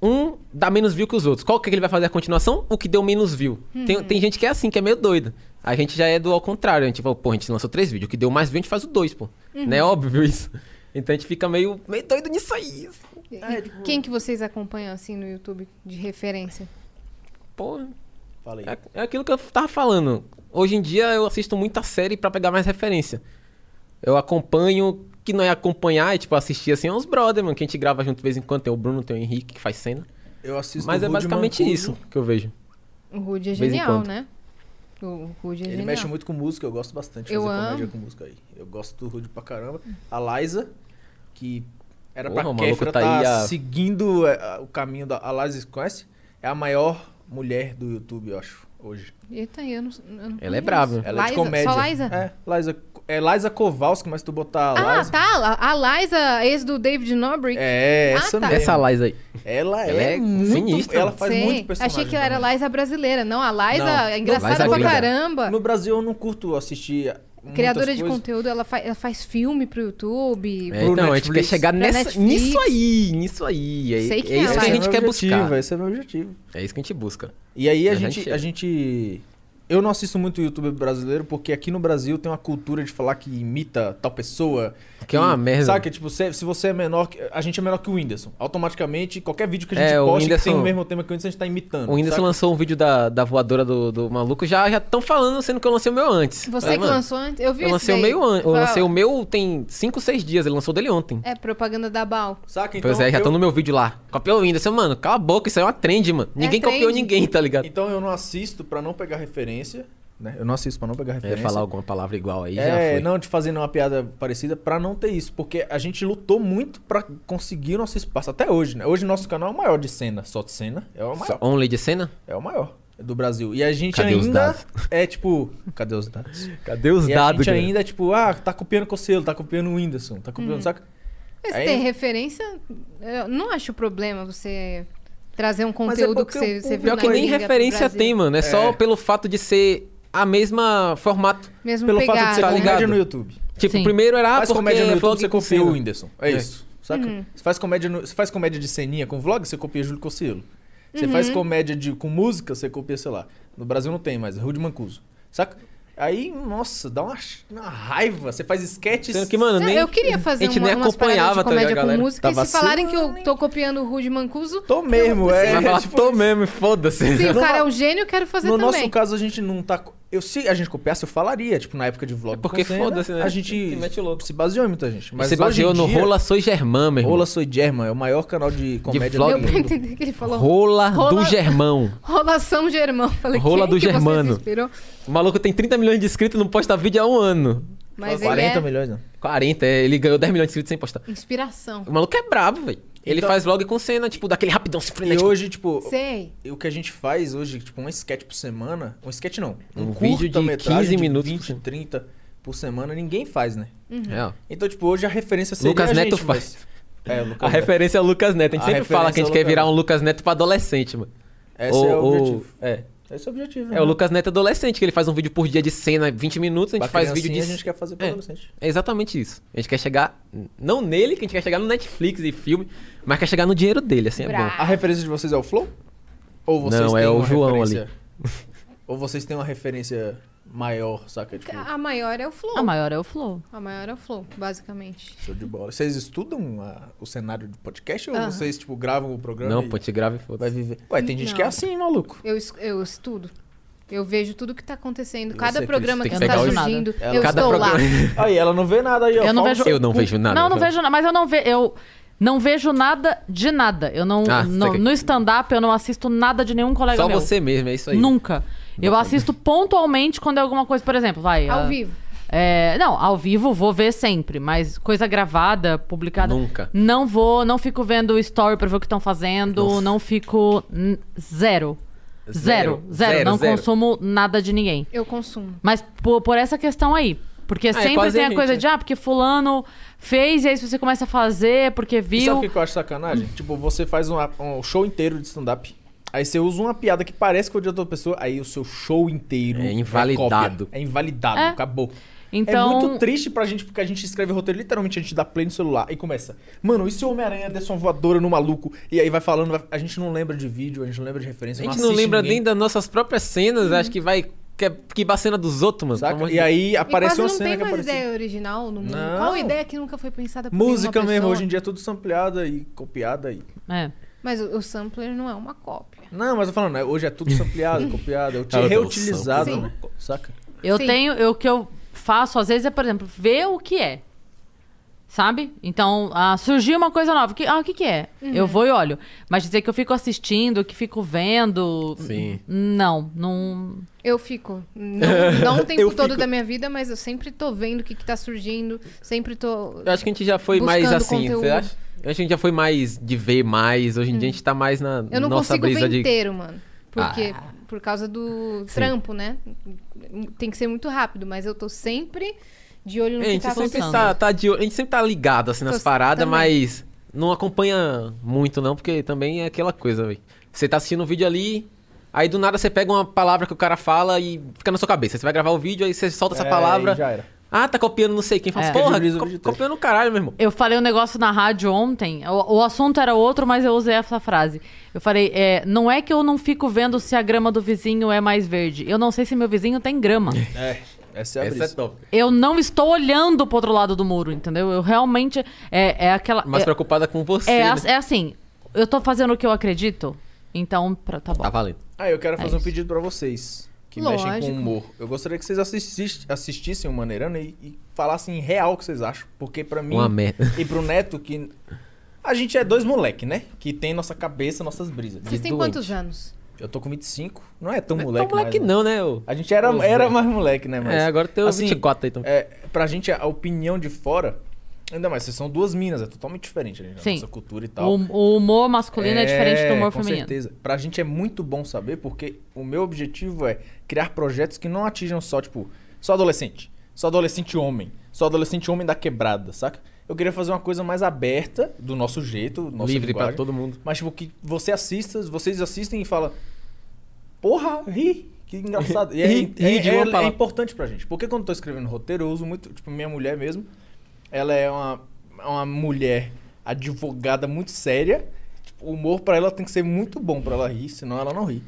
um dá menos view que os outros. Qual que ele vai fazer a continuação? O que deu menos view. Tem, tem gente que é assim, que é meio doida. A gente já é do ao contrário. A gente fala, pô, a gente lançou três vídeos. O que deu mais view, a gente faz o dois, pô. Não é óbvio isso. Então a gente fica meio, meio doido nisso aí. assim. É, tipo, Quem que vocês acompanham, assim, no YouTube, de referência? Pô, Falei. É, é aquilo que eu tava falando. Hoje em dia eu assisto muita série pra pegar mais referência. Eu acompanho, que não é acompanhar, é tipo assistir assim, é uns brother, mano, que a gente grava junto de vez em quando. Tem o Bruno, tem o Henrique que faz cena. Eu assisto Mas o é Rude basicamente Mancuso, isso que eu vejo. O Rude é De vez em genial, quando. né? O Rude é Ele genial. mexe muito com música, eu gosto bastante de Eu fazer amo. comédia com música aí. Eu gosto do Rude pra caramba. A Liza, que era Porra, o pra maluco Kéfera, tá tá, aí a- seguindo é, o caminho da... A Liza, conhece? É a maior mulher do YouTube, eu acho, hoje. Eita, eu não, eu não Ela é conheço. brava. Ela é de Liza? comédia. Só Liza? É, Liza... É Liza Kowalski, mas se tu botar a Ah, Liza... tá. A a Liza, ex do David Nobrick. É, Ah, essa tá. mesmo. Essa Liza aí. Ela, Ela é, é muito... sinistra. Ela faz Sei. muito personagem. Achei que ela era também. Liza brasileira. Não, a Liza Não. é engraçada Liza pra gringa. caramba. No Brasil eu não curto assistir muitas Criadora de coisas. conteúdo, ela, fa- ela faz filme pro YouTube. É, então, a gente quer Netflix. chegar Pra nessa, Netflix. nisso aí, nisso aí. É, Sei quem é é isso que ela. a Esse gente é quer meu objetivo, buscar. Esse é meu objetivo. É isso que a gente busca. E aí a, Mas é a gente gente, chega. a gente... Eu não assisto muito YouTube brasileiro porque aqui no Brasil tem uma cultura de falar que imita tal pessoa. Que é uma merda. Sabe que, tipo, se, se você é menor... que- A gente é menor que o Whindersson. Automaticamente, qualquer vídeo que a É, gente o posta que tem Whindersson- o mesmo tema que o Whindersson, a gente tá imitando. O Whindersson saca? lançou um vídeo da, da voadora do, do maluco, já estão falando, sendo que eu lancei o meu antes. Você Falei, que É, mano, lançou antes. Eu vi Eu esse lancei o daí. meu an- Eu Foi a- lancei o meu tem 5, 6 dias. Ele lançou dele ontem. É, propaganda da Bal. Saca? Então, Pois é, já eu... estão no meu vídeo lá. Copiou o Whindersson, mano. Cala a boca, isso aí é uma trend, mano. Ninguém trend. copiou ninguém, tá ligado? então eu não assisto pra não pegar referência. Né? Eu não assisto pra não pegar É, referência. falar alguma palavra igual aí já É, foi. não te fazendo uma piada parecida pra não ter isso, porque a gente lutou muito pra conseguir nosso espaço até hoje, né? Hoje nosso canal é o maior de cena, só de cena, é o maior, Only de cena? é o maior do Brasil. E a gente Cadê os ainda dados? é tipo, cadê os dados? Cadê os e a gente ainda é tipo, ah, tá copiando o Cocelo, tá copiando o Whindersson, tá copiando, saca? Mas Aí- tem referência, eu não acho problema você trazer um Mas é conteúdo que porque você, o você viu Pior na que nem gringa pro referência Brasil. tem, mano. É, só pelo fato de ser a mesma formato. Mesmo né? Pelo pegada. fato de ser tá comédia ligado? no YouTube. Tipo, Sim. primeiro era ah, Faz porque comédia no fulano YouTube, tem você copia o cena. Whindersson. É, É. isso. saca? Uhum. Você, faz comédia no- você faz comédia de ceninha com vlog, você copia Júlio Cocilo. Você faz Uhum. comédia de, com música, você copia, sei lá. No Brasil não tem mais, é Rude Mancuso, saca? Aí, nossa, dá uma, ch- uma raiva. Você faz sketches. Sendo que, mano, Não, nem. eu queria fazer a gente uma, nem umas paradas de acompanhava, tá ligado, comédia com galera? música. Tava e se falarem que eu tô copiando o Rude Mancuso, Tô mesmo, assim. é. Vai falar, tipo tô isso. mesmo, foda-se. se o No cara é no- um gênio, eu quero fazer No também. nosso caso, a gente não tá. co- Eu, se a gente copiasse, eu falaria. Tipo, na época de vlog. É porque com cena, foda-se, né? A gente Que mete o louco. se baseou em muita gente. Mas Você baseou hoje em no dia, Rola Soy Germã, meu irmão. Rola Soy German, é o maior canal de comédia vlog. do Deu pra mundo. entender que ele falou Rola, Rola- do Germão. Rolação Germão. Falei, Rola quem do que você se Germano. inspirou? O maluco tem 30 milhões de inscritos e não posta vídeo há um ano. Mas ele 40 é milhões, né? não. 40, é, ele ganhou 10 milhões de inscritos sem postar. inspiração. O maluco é brabo, velho. Ele Então- faz vlog com cena, tipo, daquele rapidão, sem E frenético. hoje, tipo, Sei. o que a gente faz hoje, tipo, um sketch por semana. Um sketch não. Um, Um vídeo de curta-metragem 15 minutos por 20, semana. 30 por semana, ninguém faz, né? É, ó. Então, tipo, hoje a referência seria. Lucas a gente, Neto mas- É, o Lucas A Neto. referência é o Lucas Neto. A gente A sempre fala que a referência é gente o quer Lucas virar um Neto. Lucas Neto pra adolescente, mano. Esse Ou- é o ou- objetivo. É. Esse é o objetivo. É o Lucas Neto adolescente, que ele faz um vídeo por dia de cena, 20 minutos, a gente faz vídeo de. A gente quer fazer pra É. adolescente. É exatamente isso. A gente quer chegar, não nele, que a gente quer chegar no Netflix e filme, mas quer chegar no dinheiro dele, assim, é Bravo. bom. A referência de vocês é o Flow? Ou vocês Não, têm é o uma João referência... Ou vocês têm uma referência maior, saca? Tipo, A maior é o Flow. A maior é o Flow. A maior é o Flow, basicamente. show de bola. Vocês estudam a- o cenário de podcast ou Aham. vocês, tipo, gravam o programa Não, e pô, te grave, vai foda-se. viver? Ué, tem gente Não. que é assim, maluco. Eu, es- eu estudo. Eu vejo tudo que tá acontecendo. E Cada você, Cris, programa tem que que tá pegar isso. surgindo, Ela- eu Cada estou programa. lá. Aí, ela não vê nada aí, ó. Eu não Fala vejo- pro seu Eu não cu. vejo nada. Não, não vejo nada. Mas eu não vejo. Eu não vejo nada de nada. Eu não. Ah, não- saquei. no stand-up eu não assisto nada de nenhum colega Só meu. você mesmo, é isso aí. Nunca. Eu assisto pontualmente quando é alguma coisa, por exemplo, vai. Ao ah, vivo. é, não, ao vivo vou ver sempre, mas coisa gravada, publicada. Nunca. Não vou, não fico vendo story pra ver o que estão fazendo, não fico. n- Zero. Zero. Zero. Zero, zero, Não zero. consumo nada de ninguém. Eu consumo. Mas por, por essa questão aí. Porque é sempre quase tem a a gente, coisa é. de, ah, porque fulano fez, e aí você começa a fazer, porque E sabe o viu. que é que eu acho sacanagem? Tipo, você faz uma- um show inteiro de stand-up. Aí você usa uma piada que parece com a de outra pessoa, aí o seu show inteiro É invalidado. cópia. É invalidado, É. acabou. Então. É muito triste pra gente, porque a gente escreve roteiro, literalmente a gente dá play no celular e começa. Mano, e se o Homem-Aranha desse uma voadora no maluco? E aí vai falando, vai- a gente não lembra de vídeo, a gente não lembra de referência, A gente não lembra nem ninguém, das nossas próprias cenas, acho que vai. Que, que a cena dos outros, mano. pelo amor saca? de E Deus. aí aparece e quase uma não cena tem que mais aparece. ideia original no mundo. Não. Qual ideia que nunca foi pensada por Música nenhuma mesmo, pessoa? hoje em dia é tudo sampleada e copiada e. É. Mas o, o sampler não é uma cópia. Não, mas eu tô falando, né, hoje é tudo sampleado, copiado, eu Ah, eu tô reutilizado, sample. né? saca? Eu Sim. tenho. eu- O que eu faço, às vezes, é, por exemplo, ver o que é. Sabe? Então, ah, surgiu uma coisa nova. Que, ah, o que, que é? Eu vou e olho. Mas dizer que eu fico assistindo, que fico vendo. Sim. Não, não. Eu fico. Não, não o tempo Eu todo fico. da minha vida, mas eu sempre tô vendo o que, que tá surgindo. Sempre tô. Eu acho que a gente já foi Buscando mais assim, conteúdo. Hum. você acha? Eu acho que a gente já foi mais de ver mais. Hoje em dia a gente tá mais na Eu não nossa consigo brisa ver de. Ah. inteiro, mano. Porque, por causa do trampo, né? Tem que ser muito rápido, mas eu tô sempre de olho no É, a que gente tá sempre acontecendo. tá, tá de olho- A gente sempre tá ligado assim nas Tô- paradas, também. mas não acompanha muito, não, porque também é aquela coisa, velho. Você tá assistindo um vídeo ali, aí do nada você pega uma palavra que o cara fala e fica na sua cabeça. Você vai gravar o vídeo, aí você solta essa É, palavra. aí já era. Ah, tá copiando não sei quem. Fala, É. porra, Credibiliza o co- vídeo inteiro. copiando o caralho, meu irmão. Eu falei um negócio na rádio ontem. O, o assunto era outro, mas eu usei essa frase. Eu falei: é, não é que eu não fico vendo se a grama do vizinho é mais verde. Eu não sei se meu vizinho tem grama. É, essa é a Essa é brisa. top. Eu não estou olhando pro outro lado do muro, entendeu? Eu realmente. É, é aquela. Mas é- preocupada com você. É, né? as- é assim, eu tô fazendo o que eu acredito, então pra- tá bom. Tá valendo. Ah, eu quero fazer um isso. pedido pra vocês que mexem Lógico. com humor. Eu gostaria que vocês assistis- assistissem o Maneirando e, e falassem em real o que vocês acham, porque pra mim Uma merda. e pro Neto que a gente é dois moleque, né? Que tem nossa cabeça, nossas brisas. Vocês de têm doente. quantos anos? Eu tô com 25, não é tão Não é moleque tão moleque mais, não, né? Eu... A gente era, Os era dois. mais moleque, né? Mas, É, agora tem os assim, 24 aí, então. É, pra gente, a opinião de fora, ainda mais, vocês são duas minas, é totalmente diferente né? a Sim. nossa cultura e tal. O, o humor masculino é, diferente do humor feminino. Com certeza. Pra gente é muito bom saber, porque o meu objetivo é criar projetos que não atinjam só, tipo, só adolescente, só adolescente homem, só adolescente homem da quebrada, saca? Eu queria fazer uma coisa mais aberta, do nosso jeito, nossa Livre pra linguagem, todo mundo. Mas, tipo, que você assista, vocês assistem e fala Porra, ri! Que engraçado. E é, Ri- é- ri de é- uma é palavra. importante pra gente. Porque quando eu tô escrevendo roteiro, eu uso muito. Tipo, minha mulher mesmo, ela é uma, uma mulher advogada muito séria. Tipo, o humor pra ela tem que ser muito bom pra ela rir, senão ela não ri.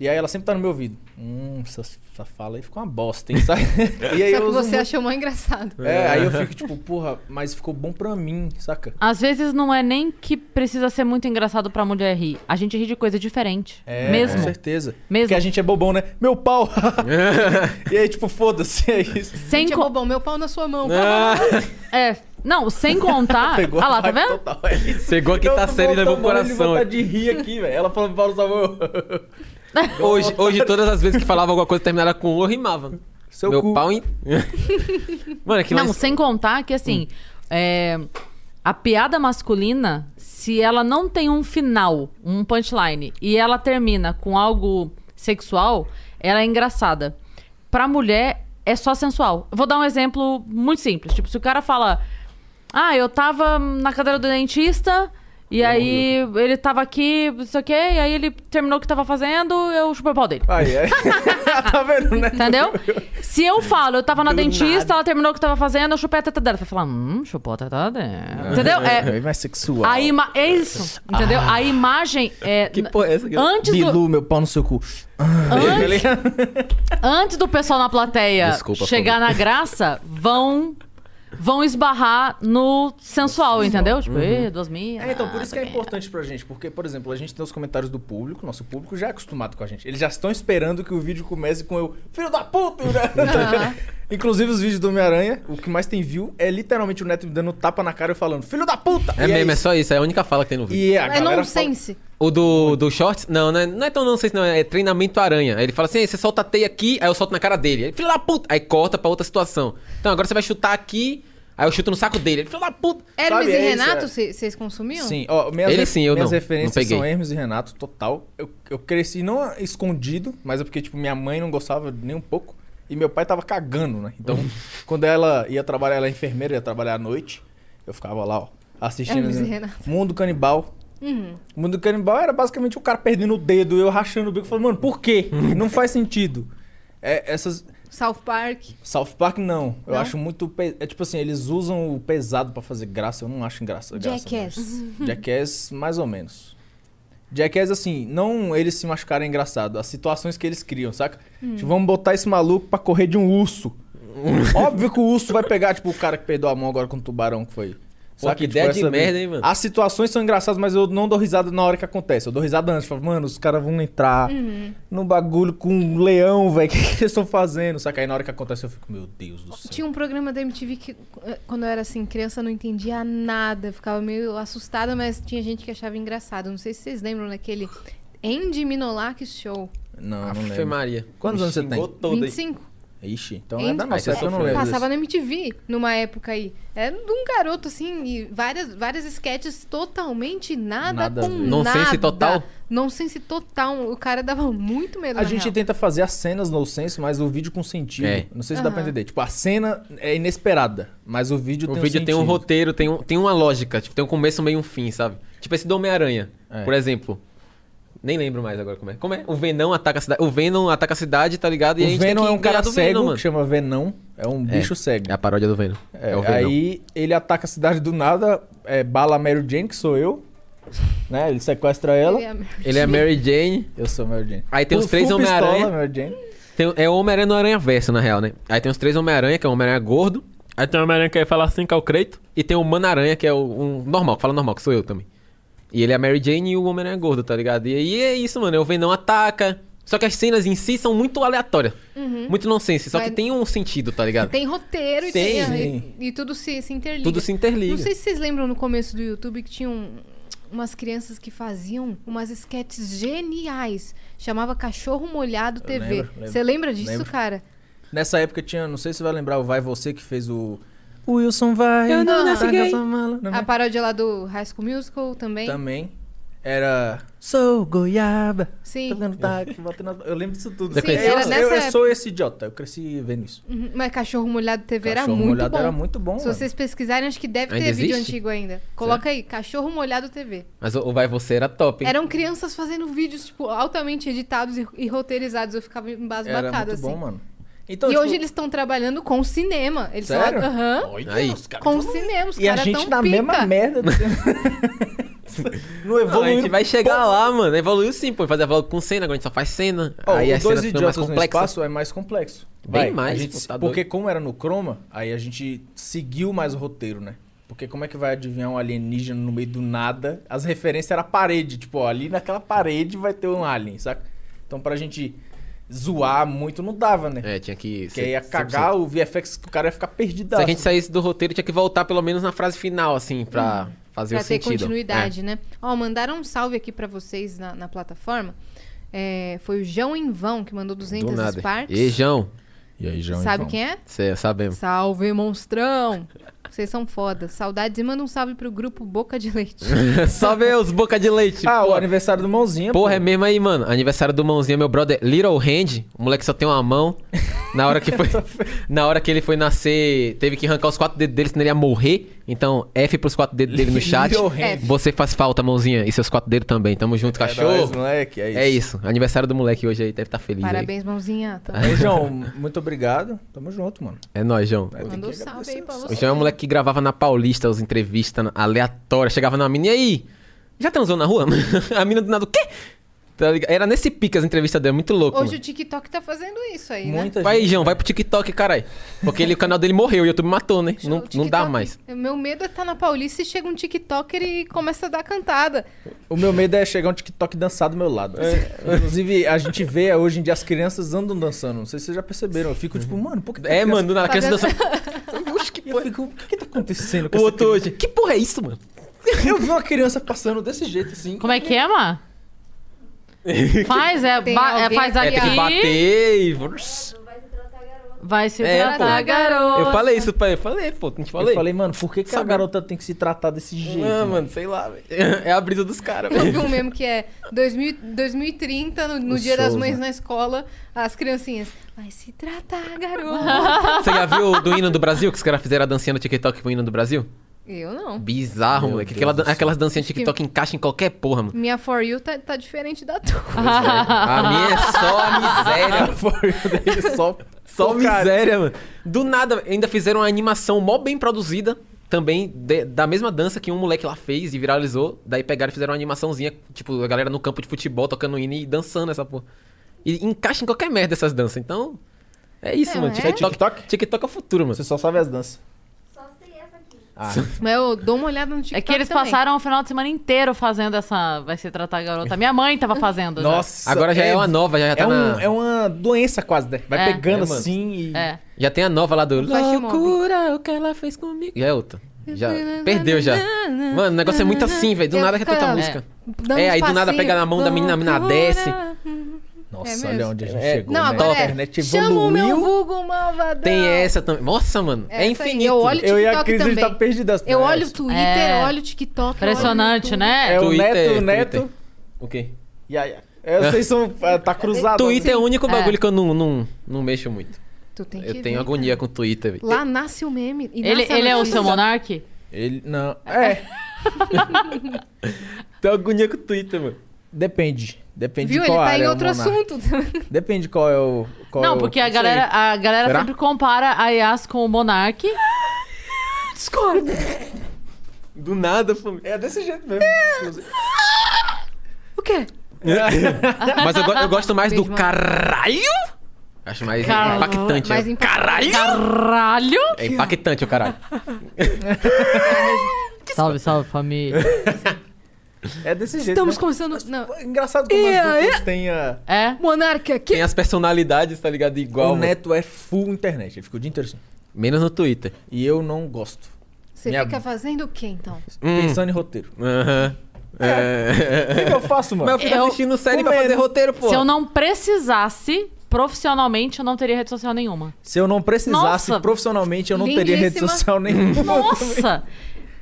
E aí ela sempre tá no meu ouvido. Hum, essa, essa fala aí ficou uma bosta, hein? Sabe? e aí Só que uso você muito- achou mó engraçado. É, aí eu fico tipo, porra, mas ficou bom pra mim, saca? Às vezes não é nem que precisa ser muito engraçado pra mulher rir. A gente ri de coisa diferente. É, mesmo. com certeza. Mesmo. Porque a gente é bobão, né? Meu pau! É. e aí, tipo, foda-se, é isso. Sem Gente, é co- bobão, meu pau na sua mão. é, não, sem contar. Pegou ah lá, a tá vibe vendo? Total, é isso. Pegou aqui, Eu tá tô sério e levou pro voltando, coração. Eu de rir aqui, velho. Ela falou pro Paulo Samuel. Hoje, hoje, todas as vezes que falava alguma coisa, terminava com o, eu rimava. Seu Meu cu. pau em... Mano, é que não, mais... sem contar que assim. é, a piada masculina, se ela não tem um final, um punchline, e ela termina com algo sexual, ela é engraçada. Pra mulher, é só sensual. Eu Vou dar um exemplo muito simples. Tipo, se o cara fala. Ah, eu tava na cadeira do dentista. E aí, ele tava aqui, não sei o quê, e aí ele terminou o que tava fazendo, eu chupei o pau dele. Aí, aí. tá vendo, né? Entendeu? Se eu falo, eu tava na dentista, ela terminou o que tava fazendo, eu chupei a teta dela. Vai falar, hum, chupou a teta dela. Entendeu? É. mais sexual. A ima- é isso, entendeu? A imagem é. Que porra é essa? aqui? Antes do, Bilu, meu pau no seu cu. antes, antes do pessoal na plateia Desculpa, chegar na graça, vão vão esbarrar no sensual, entendeu? Uhum. Tipo, "Ê, duas minas. É, então, por isso que é também". importante pra gente, porque, por exemplo, a gente tem os comentários do público, nosso público já é acostumado com a gente. Eles já estão esperando que o vídeo comece com eu, filho da puta! né? Inclusive, os vídeos do Homem-Aranha, o que mais tem view é literalmente o Neto me dando tapa na cara e eu falando, filho da puta! É E mesmo, é isso. só isso. É a única fala que tem no vídeo. E a É galera nonsense. O do, do shorts? Não, não é, não é tão não sei se não. É treinamento aranha. Aí ele fala assim, "Ei, você solta a teia aqui, aí eu solto na cara dele. Aí, filho da puta! Aí corta pra outra situação. Então, agora você vai chutar aqui, aí eu chuto no saco dele. Ele, filho da puta! Hermes Sabe, e é isso, Renato, é. vocês consumiam? Sim, ó, minhas, Ele re- sim, eu minhas não. referências Não peguei. são Hermes e Renato, total. Eu, eu cresci não escondido, mas é porque, tipo, minha mãe não gostava nem um pouco. E meu pai tava cagando, né? Então, quando ela ia trabalhar, ela é enfermeira, ia trabalhar à noite. Eu ficava lá, ó, assistindo. Hermes e né? Renato. Uhum. Mundo Canibal. O Mundo Canibal era basicamente o cara perdendo o dedo, eu rachando o bico, falando, mano, por quê? não faz sentido. É, essas, South Park. South Park não. Eu Não? acho muito. pe- É tipo assim, eles usam o pesado pra fazer graça. Eu não acho engraçado. Jackass. Uhum. Jackass, mais ou menos. Jackass, assim, não eles se machucarem é engraçado. As situações que eles criam, saca? Hum. Tipo, vamos botar esse maluco pra correr de um urso. Óbvio que o urso vai pegar, tipo, o cara que perdeu a mão agora com o tubarão que foi. Tipo, Pô, que ideia de essa- merda, hein, mano? As situações são engraçadas, mas eu não dou risada na hora que acontece. Eu dou risada antes. Falo, mano, os caras vão entrar Uhum. num bagulho com um leão, velho. O que, que eles estão fazendo? Saca? Aí na hora que acontece eu fico, meu Deus do céu. Tinha um programa da MTV que, eh, quando eu era assim, criança, eu não entendia nada. Eu Ficava meio assustada, mas tinha gente que achava engraçado. Não sei se vocês lembram daquele Andy Minolak Show. Ah, Não, não Ah, Foi lembro. Maria. Quantos anos você tem? Xingou todo aí. 25. Ixi, então é Andy- da nossa, Ah, época, eu não é. lembro. Passava desse. na MTV numa época aí. Era de um garoto, assim, e várias, várias sketches totalmente nada, Nada a com ver. Nonsense nada. total? Nonsense total. O cara dava muito medo. A na gente real. tenta fazer as cenas no senso, mas o vídeo com sentido. É. Não sei se dá pra Aham. entender. Tipo, a cena é inesperada, mas o vídeo O tem vídeo um tem um sentido. roteiro, tem, um, tem uma lógica. Tipo, tem um começo, meio e um fim, sabe? Tipo esse do Homem-Aranha, É. por exemplo. Nem lembro mais agora como é. Como é? O Venom ataca a cidade. O Venom ataca a cidade, tá ligado? E a O gente tem Venom que é um ganhar cara do cego Venom, mano. que chama Venom. É um bicho cego. É a paródia do Venom. É, É, o Venom. Aí ele ataca a cidade do nada, é, bala a Mary Jane, que sou eu. Né? Ele sequestra ela. Ele é- Ele é Mary Jane. Eu sou a Mary Jane. Aí tem os Full- três full Homem-Aranha. pistola, Mary Jane. Tem- é o Homem-Aranha no Aranha Verso, na real, né? Aí tem os três Homem-Aranha, que é o Homem-Aranha gordo. Aí tem uma Homem-Aranha que vai falar assim, que é o Creito. E tem o Mano-Aranha, que é o um normal, que fala normal, que sou eu também. E ele é a Mary Jane e o Homem-Aranha é gordo, tá ligado? E aí é isso, mano. é O Venom ataca. Só que as cenas em si são muito aleatórias. Muito nonsense. Só Uhum. Mas- que tem um sentido, tá ligado? Tem roteiro e, Tem, tem- sim. e, e tudo se, se interliga. Tudo se interliga. Não sei se vocês lembram no começo do YouTube que tinha um- umas crianças que faziam umas sketches geniais. Chamava Cachorro Molhado TV. lembro, lembro. Você lembra disso, Lembro. cara? Nessa época tinha, não sei se você vai lembrar, o Vai Você que fez o. O Wilson vai. Eu não nasci gay. Mala, A paródia lá do High School Musical também. Também. Era. Sou goiaba. Sim. Tá vendo? Tá, batendo na- Eu lembro disso tudo. Você Eu- conheceu? eu, Era nessa eu época. sou esse idiota. Eu cresci vendo isso. Uhum, Mas Cachorro Molhado TV era Cachorro muito molhado bom. era muito bom. Se mano. vocês pesquisarem, acho que deve Ainda ter vídeo existe? antigo ainda. Coloca aí, Cachorro Molhado TV. Mas o o Vai Você era top. hein? Eram crianças fazendo vídeos, tipo, altamente editados e, e roteirizados. Eu ficava Era embasbacada, muito assim. bom, mano. Então, e tipo, hoje eles estão trabalhando com cinema. Eles Sério? São, Aham, Olha, Aí. os caras com tão- cinema. Os E a caras gente tão na pica. mesma merda. do- Não um Não, a evoluiu. gente vai chegar lá, mano. Evoluiu sim, pô. Fazer vlog com cena, agora a gente só faz cena. Ó, aí o as dois cenas ficam mais idiotas no complexas. espaço é mais complexo. Bem Vai, mais, a gente- pô, tá porque doido. como era no Chroma, aí a gente seguiu mais o roteiro, né? Porque como é que vai adivinhar um alienígena no meio do nada? As referências era a parede, tipo, ó, ali naquela parede vai ter um alien, saca? Então pra gente zoar muito não dava, né? É, tinha que. assim. Porque aí ia cagar o VFX, o cara ia ficar perdido. Se a gente saísse do roteiro, tinha que voltar pelo menos na frase final, assim, pra fazer Hum. Pra o ter sentido. continuidade, né? Ó, mandaram um salve aqui pra vocês na, na plataforma. É, foi o João em Vão que mandou É, do 200 nada. Sparks. E João, E aí, João, então? Sabe quem é? cê, sabemos. Salve, monstrão! Vocês são foda. Saudades e manda um salve pro grupo Boca de Leite. Só ver os boca de leite. Ah, pô. o aniversário do Mãozinha. Porra, é pô. mesmo aí, mano. Aniversário do mãozinho, meu brother Little Hand. O moleque só tem uma mão. Na hora que foi. na hora que ele foi nascer, teve que arrancar os quatro dedos dele, senão ele ia morrer. Então, F pros quatro dedos dele no chat. Little Hand. F. Você faz falta, mãozinha, e seus quatro dedos também. Tamo junto, É, nóis, cachorro. moleque, é isso. É isso. Aniversário do moleque hoje aí, deve estar feliz. aí. Parabéns, mãozinha. Tá Ô, João, muito obrigado. Tamo junto, mano. É nóis, João. É, tem Mandou que salve agradecer. aí pra O você. João é um moleque que gravava na Paulista as entrevistas aleatórias. Chegava na mina, e aí? Já transou na rua? a mina do nada, o quê? Tá ligado? Era nesse pique as entrevistas dele, muito louco. Hoje o mano. TikTok tá fazendo isso aí, né? Muita Vai aí, gente. João, vai pro TikTok, caralho. Porque ele, o canal dele morreu, o YouTube matou, né? O Não, não TikTok- dá mais. Meu medo é estar na Paulista e chega um TikToker e começa a dar cantada. O meu medo é chegar um TikTok dançar do meu lado. É. Inclusive, a gente vê hoje em dia as crianças andam dançando. Não sei se vocês já perceberam. Eu fico tipo, mano, por que É, criança- mano, na criança dançando. E Eu fico, o que, que tá acontecendo com O essa outro hoje. Que porra é isso, mano? criança? Eu vi uma criança passando desse jeito assim. Como é que é, Má? Faz, é, Tem ba- é, alguém faz que- É, aqui. tem que bater e. Vai se É, tratar, pô. garoto. Eu falei isso, pai. Eu falei, pô. Não te falei? Eu falei, mano, por que, que a Sabe- garota tem que se tratar desse jeito? Ah, mano, sei lá, velho. É a brisa dos caras, Eu vi velho. um mesmo que é 2000, 2030, no, no Os Dia das shows, Mães né? na escola, as criancinhas. Vai se tratar, garoto. Você já viu o do hino do Brasil? Que os caras fizeram a dancinha no TikTok com o hino do Brasil? Eu não. Bizarro, Meu moleque. Deus Aquela, do céu. aquelas dancinhas de TikTok encaixam em qualquer porra, mano. Minha For You tá, tá diferente da Ah. tua. a minha é só a miséria. Ele só, Só cara. miséria, mano. Do nada, ainda fizeram uma animação mó bem produzida. Também de- da mesma dança que um moleque lá fez e viralizou. Daí pegaram e fizeram uma animaçãozinha, tipo, a galera no campo de futebol tocando hino e dançando essa porra. E encaixa em qualquer merda essas danças. Então, é isso, É, mano. mas é? TikTok, TikTok? é o futuro, mano. Você só sabe as danças. Mas eu dou uma olhada no TikTok É que eles também. passaram o final de semana inteiro fazendo essa. Vai se tratar, garota. Minha mãe tava fazendo. já. Nossa. Agora já é, uma nova, já, já tá é, um- na- é uma doença quase, né? Vai É. pegando É, mano. assim e. É. Já tem a nova lá do Flash mob. Loucura, o que ela fez comigo. Já é outra. Já perdeu já. Mano, o negócio é muito assim, velho. Do Eu né? nada que é tanta ficava- música. Dando É, aí uns do nada passinhos. pega na mão da menina, a menina Loucura. desce. Nossa, É mesmo? olha onde a gente É, chegou. Não, né? agora a é, internet Chama o meu evoluiu. vulgo malvadão. Tem essa também. Nossa, mano. Essa é aí, infinito. eu olho- Eu e a TikTok Cris, a gente tá também. perdidas. Eu né? olho o Twitter, É. olho o TikTok. Impressionante, né? É o Twitter, neto, o Twitter. neto. O quê? Ya, ya. É, vocês são. é, Tá cruzado. Twitter é o único É. bagulho que eu não, não, não mexo muito. olho- Tu tem que Eu tenho ver, agonia com o Twitter, velho. cara. Lá nasce o meme. e Ele, nasce a ele é o notícia. seu monarque? Ele. Não. É. Tenho agonia com o Twitter, mano. Depende. Depende Viu? de Ele qual tá área em é o outro monarca. assunto. Depende de qual é o. qual é Não, o- porque a sei. galera, a galera Será? sempre compara a Yas com o monarque. Do nada, família. É desse jeito mesmo. o quê? Mas eu, go- eu gosto mais do Beijo, mano. caralho. Acho mais Caralho. impactante. Mais é. impactante. Caralho! Caralho! É impactante o caralho. Salve, salve, família. É desse jeito. Estamos né? começando. Não. Engraçado como Ia, as duplas têm a. É? Monarca Tem aqui. as personalidades, tá ligado? Igual. O mano. Neto é full internet. Ele fica o dia inteiro assim. Menos no Twitter. E eu não gosto. Você Minha- fica fazendo o quê, então? Pensando em roteiro. Aham. O que, que eu faço, mano? Mas eu fico Eu- assistindo série pra Comendo. fazer roteiro, pô. Se eu não precisasse, profissionalmente, eu não teria rede social nenhuma. Se eu não precisasse Nossa. profissionalmente, eu não teria rede Lindíssima. social nenhuma. Nossa!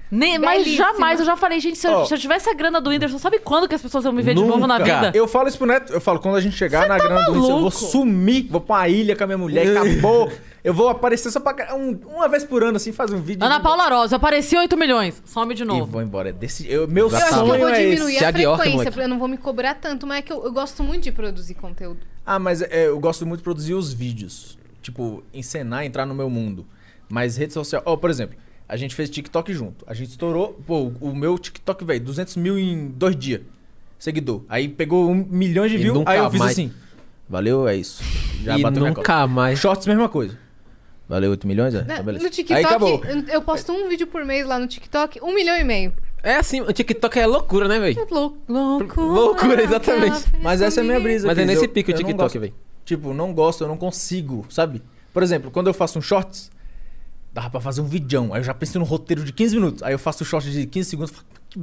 Nem, mas Belíssima. jamais, eu já falei, gente, se eu, Ó. se eu tivesse a grana do Whindersson, sabe quando que as pessoas iam me ver de novo na Nunca. vida? Eu falo isso pro Neto. Eu falo, quando a gente chegar na tá grana do Rio, eu vou maluco? sumir, vou pra uma ilha com a minha mulher, e acabou. Eu vou aparecer só pra gra- um- uma vez por ano, assim, fazer um vídeo. Ana Paula Rosa, apareci 8 milhões. Some de E novo. vou embora. É Desse, eu, meu Eu acho que Eu acho sonho que eu vou é esse. diminuir a Thiago York, frequência, moleque. porque eu não vou me cobrar tanto, mas é que eu, eu gosto muito de produzir conteúdo. Ah, mas é, eu gosto muito de produzir os vídeos. tipo, encenar, entrar no meu mundo. Mas rede social. Ó, por exemplo, a gente fez TikTok junto. A gente estourou. Pô, o meu TikTok, velho, 200 mil em dois dias. Seguidor. Aí pegou um milhão de E views. nunca Aí eu fiz mais. assim. Valeu, é isso. Já e bateu minha conta. nunca mais. Shorts, mesma coisa. Valeu 8 milhões? É, tá beleza. Né, No Aí acabou. TikTok, eu- eu posto um vídeo por mês lá no TikTok, um milhão e meio. É assim, o TikTok é loucura, né, velho? Lou- Louco. Loucura, exatamente. Mas essa é a minha brisa. Mas é Cris. nesse Eu- pico eu o não TikTok, gosto. velho. Tipo, não gosto, eu não consigo, sabe? Por exemplo, quando eu faço um shorts, dava pra fazer um vidão. Aí eu já pensei num roteiro de 15 minutos. Aí eu faço um short de 15 segundos. Falo, que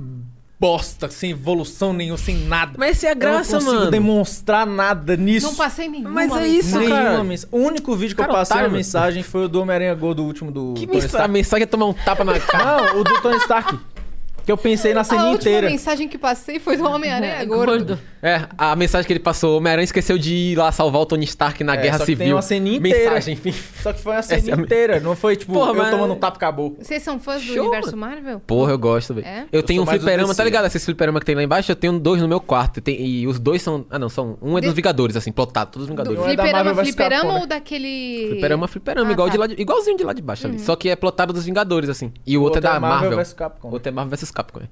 bosta, sem evolução nenhuma, sem nada. Mas essa é a graça, eu não consigo mano. demonstrar nada nisso. Não passei nenhuma. Mas é mensagem. isso, Nenhuma cara. mens- O único vídeo que Cara eu passei otário, uma mano. mensagem foi o do Homem-Aranha Gol do último do Que Tony mensagem, a Stark. mensagem é tomar um tapa na cara. Não, o do Tony Stark. Que eu pensei na A cena última inteira. mensagem que passei foi do Homem-Aranha gordo. Gordo. É, a mensagem que ele passou, o Homem-Aranha esqueceu de ir lá salvar o Tony Stark na É, Guerra só que Civil. tem uma ceninha inteira. Mensagem, enfim. Só que foi a Essa é a cena me- inteira, não foi tipo Porra, eu mas- tomando um tapa e acabou. Vocês são fãs do Show, universo Marvel? Porra, eu gosto, velho. É? Eu, Eu tenho sou um mais do fliperama, tá DC. ligado? Esse fliperama que tem lá embaixo, eu tenho dois no meu quarto. E, tem- e os dois são. Ah, não, são. Um é dos De- Vingadores, assim, plotado, todos os Do Vingadores. Não é da fliperama, Marvel vs. fliperama Capcom, ou daquele... Fliperama, fliperama, Ah, igual tá. Uhum. de lá de- igualzinho de lá de baixo ali. Só que é plotado dos Vingadores, assim. E o outro, é da Marvel. vs Capcom. O outro é Marvel vs Capcom. é.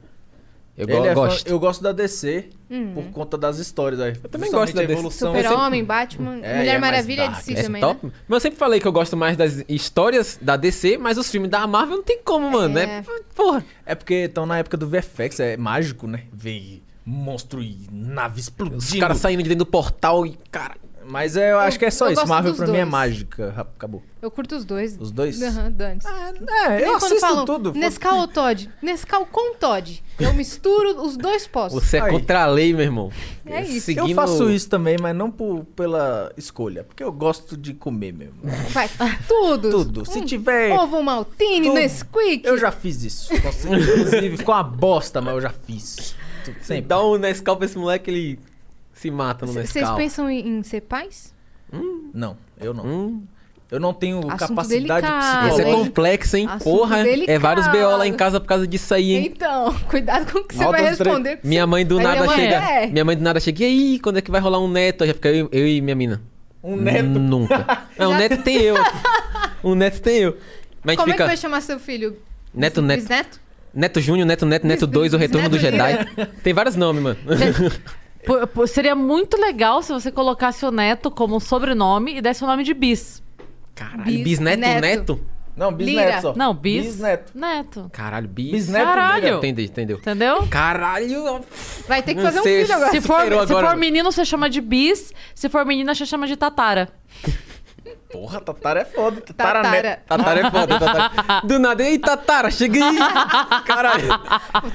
Eu go- Ele é fã- gosto. eu gosto da DC Uhum. por conta das histórias. Aí. Eu também gosto da a DC. evolução. Super-Homem, Batman, É, Mulher é mais Maravilha de dark, si É também, né? top. Mas eu sempre falei que eu gosto mais das histórias da DC, mas os filmes da Marvel não tem como, mano. É. É. porra. É porque estão na época do VFX, é mágico, né? Ver monstro e nave explodindo. Os caras saindo de dentro do portal e, cara. Mas é, eu acho que é só eu isso. gosto Marvel dos pra mim é dois. mágica. Ra- Acabou. Eu curto os dois. Os dois? Aham, dane-se. É, eu Nem quando assisto falam tudo. Nescau ou Todd? Nescau com Todd. Eu misturo os dois postos. Você é Aí. contra a lei, meu irmão. É isso. Seguindo- Eu faço isso também, mas não por- pela escolha. Porque eu gosto de comer mesmo. Vai, tudo. Um Tudo. Se tiver- Ovo Maltine, Tudo. Nesquik. Eu já fiz isso. Nossa, Inclusive, ficou uma bosta, mas eu já fiz. Tu- Você Sempre. dá um Nescau pra esse moleque, ele se mata no C- Nescau. Vocês pensam em, em ser pais? Não, eu não. Hum, Eu não tenho Assunto capacidade delicado, esse é hein? psicológica. complexo, hein? Assunto Porra. É delicado. vários BO lá em casa por causa disso aí, hein? Então, cuidado com o que você Mal vai das três. responder. que Minha você- mãe do Mas nada minha mãe chega. é. Minha mãe do nada chega. E aí, quando é que vai rolar um neto? Aí já fica eu, eu e minha mina. Um neto. Nunca. Não, um neto tem eu. Um neto tem eu. Mas a Como é gente que fica. vai chamar seu filho? Neto, neto. Bisneto? Neto Júnior, Neto Neto, Neto 2, O Retorno do Neto Jedi. Tem vários nomes, mano. Pô, pô, seria muito legal se você colocasse o neto como sobrenome e desse o nome de bis. Caralho, bisneto, Neto. neto. Não, bisneto Lira. só. Não, bis. Bisneto. Neto. Caralho, bis. Bisneto. Caralho. nega. Entendeu, entendeu. Entendeu? Caralho. Vai ter que Não fazer um sei, filho agora. Se for, Superou se agora, for mano. menino, você chama de bis. Se for menina, você chama de tatara. Porra, Tatara é foda. Tatara, Tatara. Tatara é foda, Tatara. Do nada, ei, Tatara, chega aí. Caralho.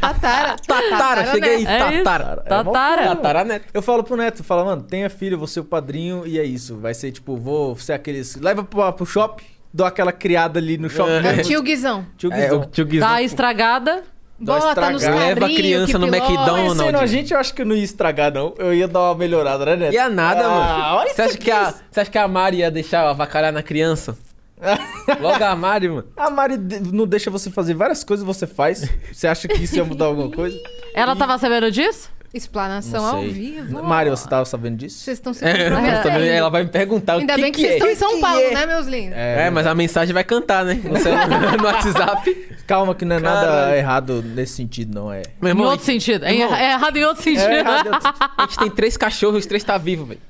Tatara. Tatara, chega aí, É isso. Tatara. Tatara. Tatara neto. Eu falo pro Neto, fala, mano, tenha filho, vou ser o padrinho e é isso. Vai ser tipo, vou ser aqueles. Leva pro, pro shopping, dou aquela criada ali no shopping. É né? o tio Guizão. Tio É, Guizão. o tio Guizão. Tá estragada. Dá uma Bota nos estragada. cabrinhos. Leva a criança que no pilota. McDonald's. Conhecendo a Ronaldinho. gente, eu acho que eu não ia estragar, não. Eu ia dar uma melhorada, né, Neto? Ia nada, Ah, mano. olha Você acha, isso que a, você acha que a Mari ia deixar eu avacalhar na criança? Logo a Mari, mano. A Mari de- não deixa você fazer várias coisas você faz. Você acha que isso ia mudar alguma coisa? Ela tava sabendo disso? Explanação Não ao sei. vivo. Mário, você tava sabendo disso? Vocês estão se É, comportando eu tô bem. vendo, ela vai me perguntar o Ainda que bem que, que vocês estão é. em São Paulo, é? né, meus lindos? É, mas a mensagem vai cantar, né? No, celular, no WhatsApp. Calma, que não é Caralho. nada errado nesse sentido, não é. em Meu irmão, outro sentido. É, irmão. é errado em outro sentido. É errado, eu- a gente tem três cachorros, os três tá vivo, velho.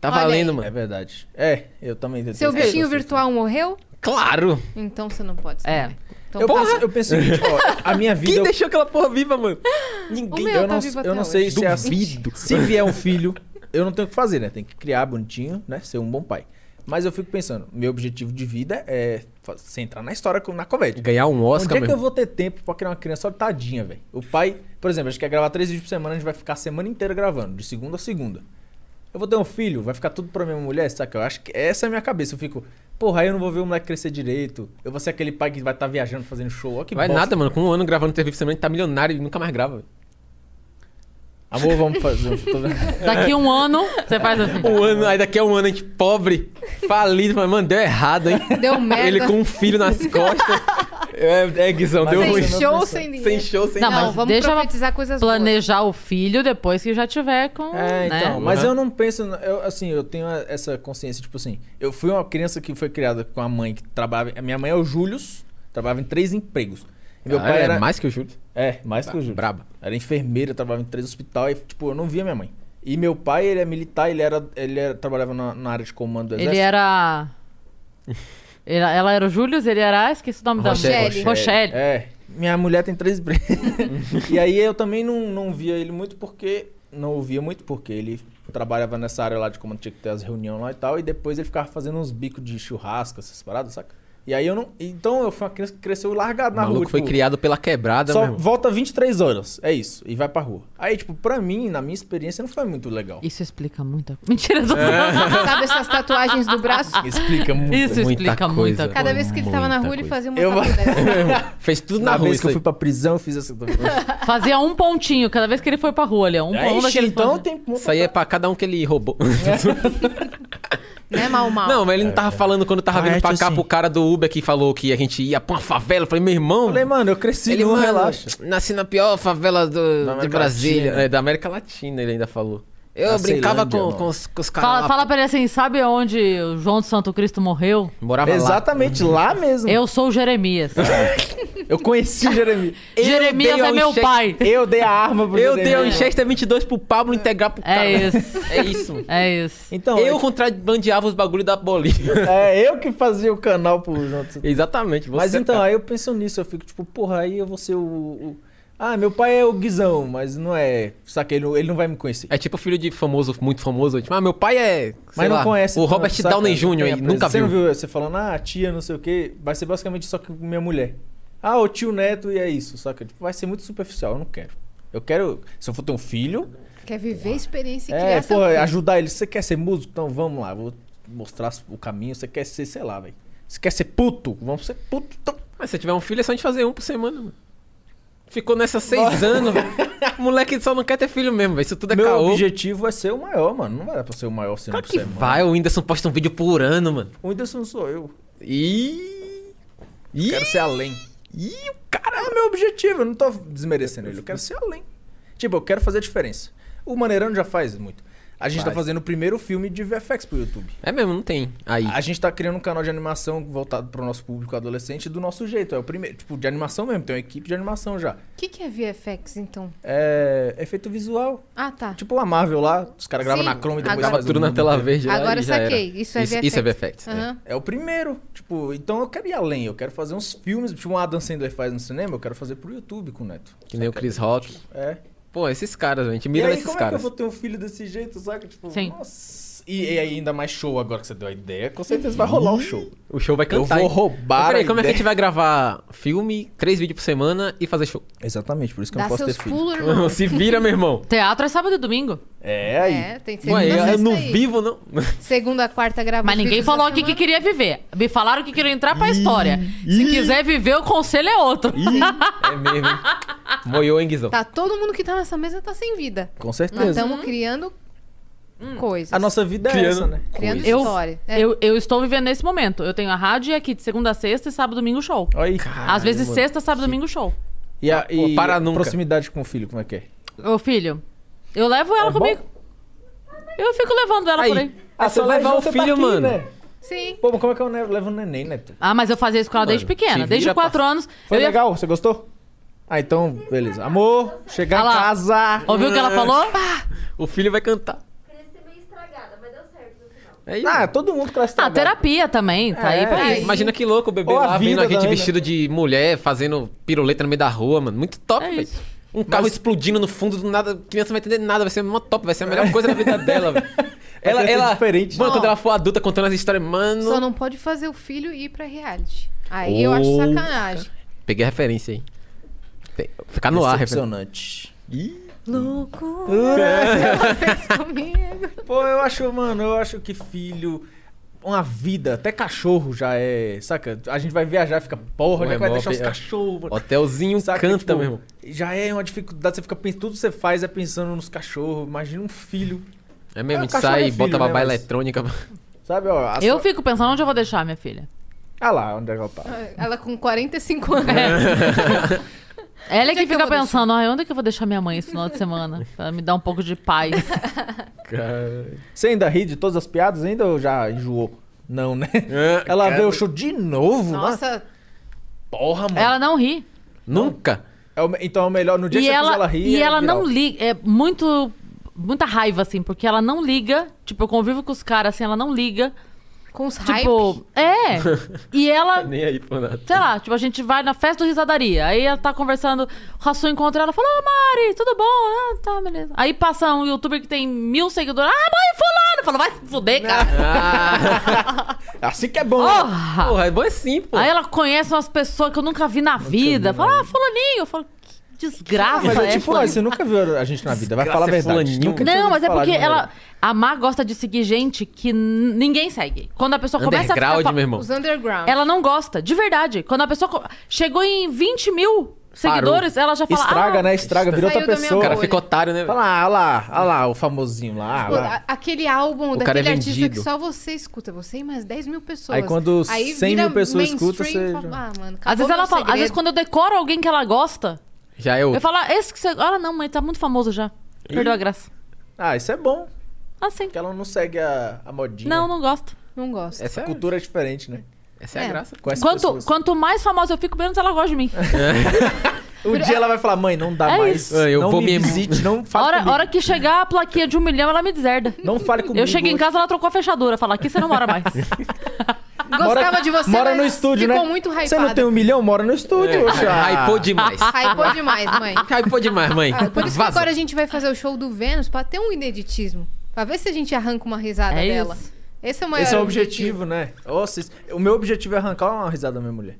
Tá Olha valendo, aí. É mano. verdade. É, eu também. Seu detesto bichinho essas virtual morreu? Claro! Então você não pode ser. É. mãe. Então, coisas. Eu passa- penso, eu penso o seguinte, ó, a minha vida. é Quem eu- deixou aquela porra viva, mano? O Ninguém. meu eu tá não, vivo eu até não sei hoje. se é assim. Se vier um filho, eu não tenho o que fazer, né? Tem que criar bonitinho, né? Ser um bom pai. Mas eu fico pensando, meu objetivo de vida é fa- se entrar na história, com- na comédia. Ganhar um Onde Oscar, é que eu mano. vou ter tempo pra criar uma criança? Olha, tadinha, velho. O pai, por exemplo, a gente quer gravar três vídeos por semana, a gente vai ficar a semana inteira gravando, de segunda a segunda. Eu vou ter um filho, vai ficar tudo pra minha mulher, saca? Eu acho que essa é a minha cabeça. Eu fico, porra, aí eu não vou ver o moleque crescer direito. Eu vou ser aquele pai que vai estar viajando, fazendo show. Olha que Vai bosta. nada, mano. Com um ano gravando TV por semana, a gente tá milionário e nunca mais grava. velho. Amor, vamos fazer. um- tô- Daqui um ano, você faz assim. Um ano, aí daqui a um ano a gente pobre, falido, mas, mano, deu errado, hein? Deu merda. Ele com um filho nas costas. É, é Guizão, deu Mas ruim. aí- Sem Não, show, não, sem dinheiro. Sem show, sem Não, nada. Não, mas vamos deixa ela profetizar coisas boas. Planejar o filho depois que já tiver com. É, né? então. Mas Uhum. eu não penso. Eu, assim, eu tenho a- essa consciência. Tipo assim, eu fui uma criança que foi criada com a mãe que trabalhava. A minha mãe é o Július, trabalhava em três empregos. E meu Ah, pai é era. mais que o Júlio. É, Tá mais que o Júlio. braba. Era enfermeira, trabalhava em três hospitais. E, tipo, eu não via minha mãe. E meu pai, ele é militar, ele era. Ele era- trabalhava na, na área de comando do exército. Ele era. Ela, ela era o Júlio, ele era. ah, Esqueci o nome da Rochelle. Rochelle. É. Minha mulher tem três empregos. e aí eu também não, não via ele muito porque. Não ouvia muito porque ele trabalhava nessa área lá de como tinha que ter as reuniões lá e tal. E depois ele ficava fazendo uns bicos de churrasco, essas paradas, saca? E aí eu não. Então eu fui uma criança que cresceu largado O na maluco rua. foi tipo, criado pela quebrada, Só meu irmão. volta 23 horas, é isso, e vai pra rua. Aí, tipo, pra mim, na minha experiência, não foi muito legal. Isso explica muita coisa. Mentira, tô Sabe essas tatuagens do braço? Explica muito. Isso Muita explica muita coisa. coisa. Cada vez que ele tava na Muita rua, ele coisa. fazia uma Eu- tatu dessa. Fez tudo na, Na rua. vez que eu isso fui pra prisão, eu fiz essa. Fazia um pontinho cada vez que ele foi pra rua ali. ó, Um ponto Ixi, daquele então ponto. tem aí. Isso aí é pra cada um que ele roubou. Né, mal, mal? Não, mas ele não tava falando quando tava Ah, vindo é, pra tio, cá sim. pro cara do Uber que falou que a gente ia pra uma favela. Eu falei, meu irmão. Falei, né, mano, eu cresci, ele não mano, relaxa. Nasci na pior favela do, Da de América Brasília. Tá Latina. É, da América Latina, ele ainda falou. Eu Da brincava Ceilândia, com, mano. com os, com os caras. Fala, lá, fala pra ele assim: sabe onde o João do Santo Cristo morreu? Morava Exatamente, lá mesmo. Eu sou o Jeremias. Eu conheci o Jeremias. Jeremias dei um é ao meu chefe- pai. Eu dei a arma pro lá. Eu dei Jeremias. o Chester 22 pro Pablo integrar pro cara. É isso. É isso. É isso. Então, eu contrabandeava os bagulho da Bolívia. é eu que fazia o canal pro João. Exatamente. você, tá. Mas então, cara. aí eu penso nisso, eu fico tipo, porra, aí eu vou ser o. o- Ah, meu pai é o Guizão, mas não é. Saca, ele, não- ele não vai me conhecer. É tipo filho de famoso, muito famoso. Tipo, ah, meu pai é. sei Mas não lá, conhece. O tanto, Robert saca? Downey Não tem Jr. a e presença. nunca Você viu. não viu você falando, ah, tia, não sei o quê, vai ser basicamente só que com minha mulher. Ah, o tio neto e é isso, saca? Tipo, vai ser muito superficial, eu não quero. Eu quero, se eu for ter um filho, Quer viver a experiência e é, criar seu pô, filho. ajudar ele. Você quer ser músico? Então vamos lá, vou mostrar o caminho. Você quer ser, sei lá, velho. Você quer ser puto? Vamos ser puto. Então, Mas se tiver um filho, é só a gente fazer um por semana, mano. Ficou nessa seis anos, velho. Moleque só não quer ter filho mesmo, velho. Isso tudo é meu caô. objetivo é ser o maior, mano. Não era pra ser o é maior se não Claro que puder, mano. vai, o Whindersson posta um vídeo por ano, mano. O Whindersson sou eu. Ih. Ih. Quero ser além. Ih, o Cara, é meu objetivo. Eu não tô desmerecendo ele. Eu quero ser além. Tipo, eu quero fazer a diferença. O Maneirano já faz muito. A gente tá Faz. fazendo o primeiro filme de VFX pro YouTube. É mesmo, não tem. Aí. A gente tá criando um canal de animação voltado pro nosso público adolescente do nosso jeito. É o primeiro, tipo, de animação mesmo. Tem uma equipe de animação já. O que, que é VFX, então? É efeito visual. Ah, tá. Tipo a Marvel lá, os caras gravam Sim, na Chrome e depois agora- Grava faz tudo um- na tela verde. lá Agora e já saquei. era. Isso é VFX. Isso é VFX. é. Aham. É o primeiro. Tipo, então eu quero ir além. Eu quero fazer uns filmes. Tipo, um Adam Sandler faz no cinema. Eu quero fazer pro YouTube com o Neto. Que nem o Chris Rock. É. Pô, esses caras, velho. A gente mira e aí, nesses como é caras. que eu vou ter um filho desse jeito, saca? Tipo, Sim. nossa. E, e ainda mais show agora que você deu a ideia, com certeza vai rolar um show. O show vai cantar. vou hein? roubar Mas Peraí, a como é que a ideia. gente vai gravar filme, três vídeos por semana e fazer show? Exatamente, por isso que eu Dá não posso ter seus filho. assim? pulos, irmão. Se vira, meu irmão. Teatro é sábado e domingo. É, aí. É, tem que ser Ué, eu, segunda, eu não sexta aí. vivo, não. Segunda, quarta gravando. Mas ninguém falou aqui que queria viver. Me falaram que queria entrar pra história. Se quiser viver, o conselho é outro. É mesmo. hein? Moiou, hein, Guizão? Tá, todo mundo que tá nessa mesa tá sem vida. Com Nós certeza. estamos criando coisas. um A nossa vida é Criando- essa, né? Criando Eu, história. É. Hum. eu, eu estou vivendo nesse momento. Eu tenho a rádio e aqui de segunda a sexta e sábado e domingo show. Olha aí. Às vezes sexta, sábado e domingo show. E a e Pô, para a nunca. proximidade com o filho, como é que é? Ô filho, eu levo ela É bom? comigo. Eu fico levando ela Aí. por aí. Ah, só levar o você tá filho, aqui, mano. né? Sim. Pô, mas como é que eu ne- levo o neném, Neto? Ah, mas eu fazia isso com ela desde Mano, pequena. te Desde vira, quatro anos. Foi eu ia- legal? Você gostou? Ah, então, beleza. Amor, chegar Ah lá. em casa. Ouviu o que ela falou? Ah, O filho vai cantar. Cresci meio estragada, mas deu certo no final. É isso. Ah, todo mundo cresce Ah, estragado. terapia também. Tá aí pra É, isso. Imagina que louco o bebê Ou a lá vendo vida a gente também, né? vestido de mulher, fazendo piruleta no meio da rua, mano. Muito top, É velho. isso. Um carro explodindo no fundo do nada, a criança não vai entender nada, vai ser uma top, vai ser a melhor coisa da vida dela, velho. Ela, criança é ela, diferente, mano, né? quando ela for adulta contando as histórias, Só mano. não pode fazer o filho ir pra reality. Aí eu acho Ô. sacanagem. Peguei a referência aí. Tem- Ficar Tá no ar, referência. Decepcionante. Ela fez comigo. Pô, eu acho, mano, eu acho que filho. Uma vida, até cachorro já é. Saca? A gente vai viajar e fica, porra, Pô, já é vai mó deixar os pe- cachorros. mano. Hotelzinho Saca? canta, Tipo, meu irmão. Já é uma dificuldade, você fica pensando, tudo que você faz é pensando nos cachorros. Imagina um filho. É É, mesmo, a gente cachorro sai é e bota filho, né, babá mas- eletrônica. Sabe, ó. a Eu sua- fico pensando onde eu vou deixar minha filha. Ah lá, onde é que ela tá? Ela com 45 anos. Ela é Onde que é que eu fica vou deixar? pensando, ai, onde é que eu vou deixar minha mãe esse final de semana? Pra me dar um pouco de paz. É. Você ainda ri de todas as piadas ainda ou já enjoou? Não, né? É, Ela cara. vê o show de novo? né? Nossa, Nossa, porra, mano. ela não ri. Nunca. É o me- então é o melhor. No dia E é que você ela, fez ela rir. e é ela não viral. liga. É muito. Muita raiva, assim, porque ela não liga. Tipo, eu convivo com os caras, assim, ela não liga. com os hype. Tipo, é. E ela Nem aí, pô, nada. sei lá, tipo, a gente vai na festa do Risadaria. Aí ela tá conversando, o Rassu encontra ela e fala: Ô Mari, tudo bom? Ah, tá, beleza. Aí passa um youtuber que tem mil seguidores. Ah, mãe, fulano! Fala, vai se fuder, cara. Assim que é bom. né? Porra! Porra, é bom assim, pô. Tá. Aí ela conhece umas pessoas que eu nunca vi na vida. Fala, ah, fulaninho. Eu falo, que Ah, desgraça né? mas é é tipo, ah, fulaninho?" você nunca viu a gente na vida, vai Desgraça, falar a é verdade. fulaninho. Nunca tinha Não, ouvido mas é falar porque de mulher. ela. A Mar gosta de seguir gente que n- ninguém segue. Quando a pessoa começa a ficar. Underground, fa- meu irmão. Os underground. Ela não gosta, de verdade. Quando a pessoa co- chegou em 20 mil seguidores, ela já fala. Estraga, ah, né? Estraga, vira outra Saiu da minha O pessoa. cara bolha. fica otário, né? Olha lá, olha lá, olha lá, o famosinho lá. Pô, olha lá. a- aquele álbum O cara daquele é artista vendido. que só você escuta, você e mais 10 mil pessoas. Aí quando 100 mil vira pessoas escutam, mainstream, você fala, já- Ah, mano, acabou Às vezes meu ela fala, às vezes segredo." quando eu decoro alguém que ela gosta, Já é outro. eu falo, "Ah, esse que você. Ela não, mãe, tá muito famoso já. Perdeu a graça. Ah, isso é bom, Assim. porque ela não segue a, a modinha. Não, não gosto. Não gosto. Essa, Essa é, cultura é diferente, né? essa é, a É. graça. Com essas Quanto, pessoas. quanto mais famosa eu fico, menos ela gosta de mim. Um dia ela vai falar, mãe, não dá É mais. isso. Ah, eu não vou me me- visite, não fale hora, comigo. hora que chegar a plaquinha de um milhão, ela me deserda. Não fale comigo. Eu cheguei em casa, ela trocou a fechadura. Fala, aqui você não mora mais. Gostava de você, Mora mas no estúdio, ficou né? muito hypada. Você não tem um milhão? Mora no estúdio. já. Hypou demais. Hypou demais, mãe. Hypou demais, mãe. Ah, Por isso que Vaza. agora a gente vai fazer o show do Vênus pra ter um ineditismo. Pra ver se a gente arranca uma risada É dela. isso. Esse é o maior Esse é o objetivo, né? Nossa, isso- o meu objetivo é arrancar uma risada da minha mulher.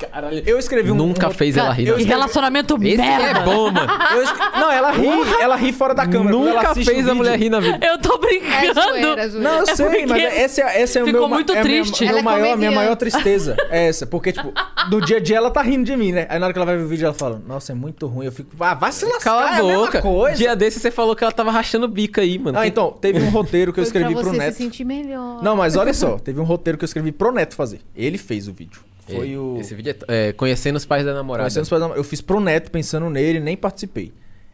Caralho. Eu escrevi um. Nunca fez ela rir. Que relacionamento Esse merda. é bom, mano. Eu es- Não, ela ri, ela ri fora da câmera. Quando ela Nunca assiste fez o a mulher vídeo- rir na vida. Eu tô É brincando. zoeira, zoeira. Não, eu É sei, porque mas essa é, essa é o ficou meu, ma- muito é a minha- triste. meu Ela é maior, a minha comediante. maior tristeza é essa. Porque, tipo, do dia a dia ela tá rindo de mim, né? Aí na hora que ela vai ver o vídeo, ela fala, nossa, é muito ruim. Eu fico, ah, vai se lascar, Cala é a a mesma boca. coisa. Dia desse você falou que ela tava rachando o bico aí, mano. Ah, então, teve um roteiro que eu Foi escrevi pra pro você Neto. se sentir melhor. Não, mas olha só, teve um roteiro que eu escrevi pro Neto fazer. Ele fez o vídeo. então Foi o. Esse vídeo é, é, Conhecendo os pais da namorada. Conhecendo os pais da- Eu fiz pro Neto pensando nele, nem participei.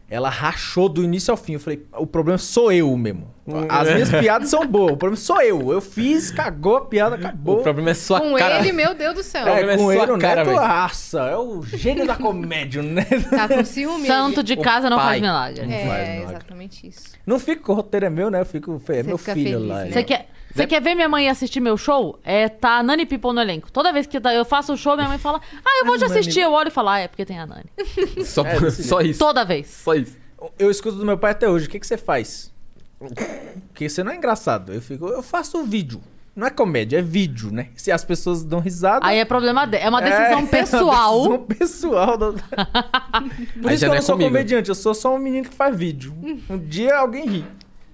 Ela rachou do início ao fim. Eu falei, o problema sou eu mesmo. Hum. As minhas piadas são boas, o problema sou eu. Eu fiz, cagou a piada, acabou. O problema é sua Com cara. ele, meu Deus do céu. É, É, problema com sua ele, o cara, Neto velho. raça. É o gênio da comédia, o Neto. Tá com ciúme. Santo de casa não faz pai. milagre. É, faz milagre. exatamente isso. Não fica que o roteiro é meu, né? Eu fico, é meu fica filho feliz, lá. né? ele- Você quer, você quer ver minha mãe assistir meu show? É, tá a Nani People no elenco. Toda vez que tá- eu faço o show, minha mãe fala, ah, eu vou te assistir. Eu olho e falo, ah, é porque tem a Nani. Só, É, só isso. Toda vez. Só isso. Eu escuto do meu pai até hoje. O que, que você faz? Porque você não é engraçado. Eu fico, eu faço o vídeo. Não é comédia, é vídeo, né? Se as pessoas dão risada. Aí é problema dela. É uma decisão É, pessoal. É uma decisão pessoal. do- Por Aí isso já que eu não não é sou comigo. comediante, eu sou só um menino que faz vídeo. Um dia alguém ri.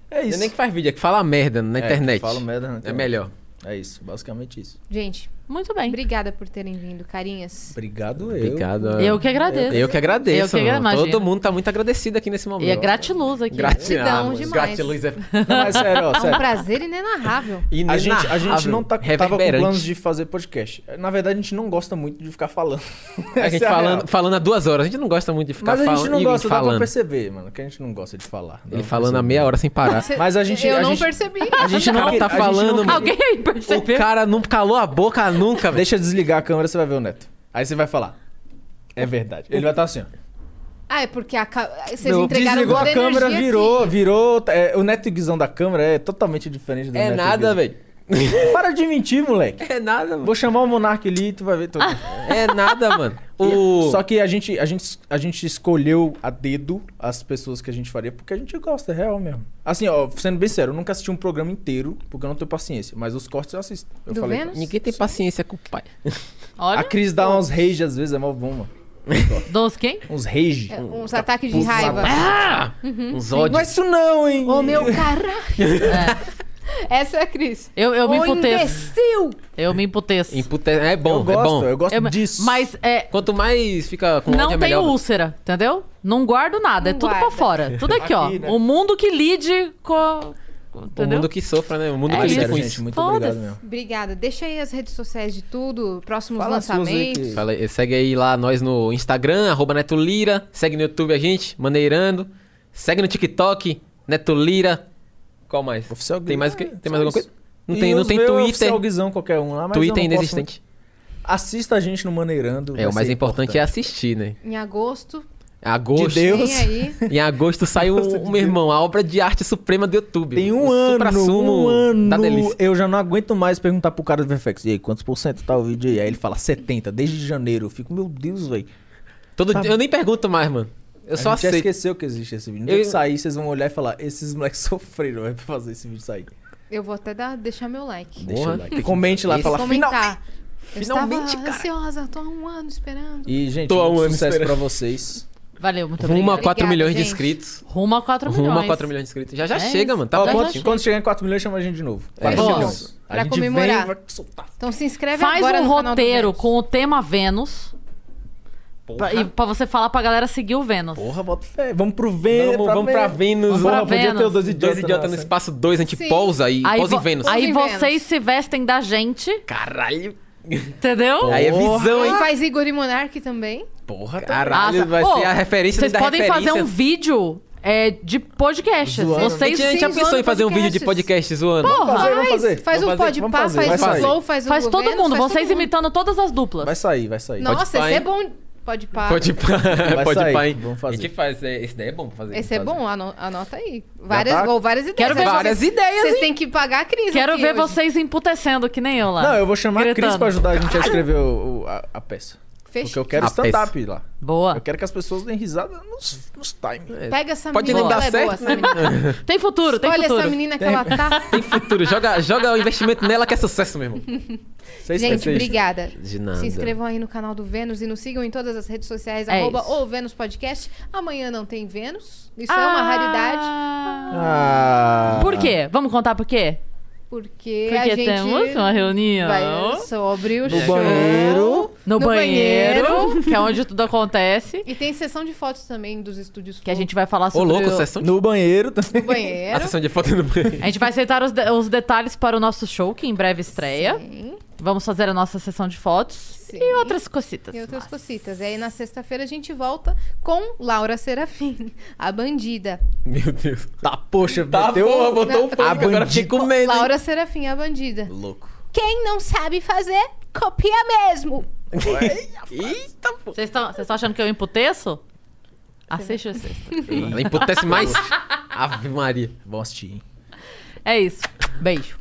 É Não é isso. nem que faz vídeo, é que fala merda na É, internet. falo merda na É internet. melhor. É isso, basicamente isso. Gente, Muito bem. obrigada por terem vindo, carinhas. Obrigado, eu. Obrigado. Eu que agradeço. É. Eu que Eu que agradeço. agra- mano. imagina. Todo mundo tá muito agradecido aqui nesse momento. E é gratiluz aqui. Gratidão, Gratidão mano. demais. Gratiluz é Não, mas sério, ó, É um sério. prazer inenarrável. A gente, a gente não tá, tava com reverberante. planos de fazer podcast. Na verdade, a gente não gosta muito de ficar falando. é A gente falando, falando há duas horas. A gente não gosta muito de ficar Mas a gente falando. não e gosta, dá pra falando. perceber, mano, que a gente não gosta de falar. Dá Ele pra falando a perceber. meia hora sem parar. Cê- Mas a gente- Eu a não gente- percebi. A gente não Cara, tá a gente não falando, quer- mano. Alguém aí O percebeu? cara não calou a boca nunca, velho. Deixa eu desligar a câmera, você vai ver o Neto. Aí você vai falar. É verdade. Ele vai estar assim, ó. Ah, é porque a ca- vocês Não, entregaram Desligou toda a câmera, energia aqui. virou, virou. é, o neto guizão da câmera é totalmente diferente do É neto nada, guizão. velho. Para de mentir, moleque. É nada, mano. Vou chamar o Monark ali e tu vai ver tudo. Ah. É nada, mano. O... Só que a gente, a, gente, a gente escolheu a dedo as pessoas que a gente faria porque a gente gosta, é real mesmo. Assim, ó, sendo bem sério, eu nunca assisti um programa inteiro porque eu não tenho paciência, mas os cortes eu assisto. Eu Do falei, Vênus? Ninguém tem paciência com o pai. A Olha, Cris dá uns rage às vezes, é mó bom, mano. dos quem? Uns rage. É, Uns ataques de raiva. Ah! Hum, Uns ódios. Não é isso não, hein? Ô, meu caralho! Essa é a Cris. Eu, eu me Ô, emputeço. imbecil! Eu me emputeço. Impute- É bom, eu é gosto, bom. eu gosto Eu me- disso. Mas é, Quanto mais fica com não ódio, é tenho melhor. úlcera, entendeu? Não guardo nada, é Não tudo pra guarda. fora. Tudo aqui, ó. Aqui, né? O mundo que lide com, O Entendeu? mundo que sofra, né? O mundo É que Mas, lida isso, com gente, isso. muito Foda-se. obrigado mesmo. Obrigada. Deixa aí as redes sociais de tudo, próximos Fala as suas aí lançamentos. que- Fala aí, segue aí lá nós no Instagram, arroba Netolira. Segue no YouTube a gente, Maneirando. Segue no TikTok, Netolira. Qual mais? Oficial Tem mais o quê? Guizão, Tem mais só alguma isso. coisa? Não E tem, não os tem meus é Twitter. Oficial Guizão qualquer um lá, mas eu Twitter é não posso inexistente. muito. Assista a gente no Maneirando. É, o mais importante, é assistir, né? Em agosto, Agosto. De Deus. vem aí. Em agosto saiu, Nossa, de meu irmão, a obra de arte suprema do YouTube. Tem um O ano, suprassumo um Da ano, delícia. eu já não aguento mais perguntar pro cara do VFX, e aí, quantos por cento tá o vídeo aí? Aí ele fala 70, desde janeiro. Eu fico, meu Deus, velho. Todo Tá- dia- eu nem pergunto mais, mano. Eu só a gente já aceito. esqueceu que existe esse vídeo. No dia Eu- que sair, vocês vão olhar e falar, esses moleques sofreram véi, pra fazer esse vídeo sair. Eu vou até dar, deixar meu like. Boa. Deixa o like. Comente lá, Esse fala final. Comentar. Eu finalmente, estava cara. ansiosa, tô há um ano esperando. E, gente, Tô há um muito ano sucesso esperando. pra vocês. Valeu, muito obrigado. Rumo a 4 Obrigada, milhões de gente. inscritos. Rumo a 4 milhões. Rumo a 4 milhões de inscritos. Já já É chega, isso. mano. Tá Ó, Tá bom. quando, certinho. quando chegar em 4 milhões, chama a gente de novo. É. Quatro Bom. milhões. A Pra gente comemorar. vem e vai soltar. Então se inscreve Faz agora um no canal do roteiro Vênus. com o tema Vênus. Pra, e pra você falar pra galera seguir o Vênus. Porra, bota fé. Vamos pro Vênus. Vamos, vamos pra Vênus. Vamos pra Porra, podia ter Vênus. os dois idiotas Dois idiota idiotas no no espaço 2, a gente Sim. pousa aí. Aí, Pousa em vo- Vênus. Ai, aí Pousa em Vênus. vocês se vestem da gente, Caralho. entendeu? Aí é visão, hein? E faz Igor e Monark também. Porra, tá. Caralho, Nossa. vai Ô, ser a referência Vocês da podem referência. fazer um vídeo é, de podcasts. Zoando. A Vocês gente, a gente já Sim, pensou em zoando fazer um vídeo de podcasts. podcast zoando. Vamos fazer, vamos fazer. Faz Vamos um fazer, pod vamos pá, fazer, faz vai o sair. Flow, faz o Faz todo Vênus, mundo, faz vocês todo mundo. imitando todas as duplas. Vai sair, vai sair. Nossa, Podpah, esse é hein? bom. Pode pá. Pode pá, Vai pode sair, pá, hein? vamos fazer. A gente faz, é, esse daí é bom pra fazer. Esse é fazer. bom, ano- anota aí. Várias, tá? ou várias ideias. né? Quero ver Vocês- Várias ideias, Vocês têm que pagar a crise. Quero aqui ver hoje. vocês emputecendo, que nem eu lá. Não, eu vou chamar a Cris Gritando. pra ajudar a gente a escrever o- o- a, a peça. Porque Fechou. eu quero A stand-up lá. Boa. Eu quero que as pessoas deem risada nos, nos times. É. Pega essa Pode menina. não ela dar é boa, certo, essa menina. Tem futuro, tem Olha futuro. essa menina que ela tá. Tem futuro, joga, joga o investimento nela que é sucesso, meu irmão. Vocês Gente, vocês- obrigada. De nada. Se inscrevam aí no canal do Vênus e nos sigam em todas as redes sociais, É arroba isso. ou Vênus Podcast. Amanhã não tem Vênus. Isso é Ah! uma raridade, Ah. Por quê? Vamos contar por quê? porque, Porque a gente temos uma reunião vai sobre o No show. banheiro. no, no banheiro, banheiro. que é onde tudo acontece. E tem sessão de fotos também dos estúdios Que a Flow. gente vai falar Ô, sobre. louco, o- sessão de... No banheiro também. no A banheiro. sessão de foto no banheiro. A gente vai aceitar os, de- os detalhes para o nosso show, que em breve estreia. Sim. Vamos fazer a nossa sessão de fotos e outras cocitas. E outras Mas- cositas. E aí na sexta-feira a gente volta com Laura Serafim, a bandida. Meu Deus. Tá, poxa, Tá, meteu porra, botou um pânico, agora bandida. fiquei com medo, hein? Laura Serafim, a bandida. Louco. Quem não sabe fazer, copia mesmo. Eita, pô. Ah, Vocês estão vocês estão achando que eu emputeço? Assiste o sexta. Ela emputece mais. Ave Maria. Vamos assistir, hein? É isso. Beijo.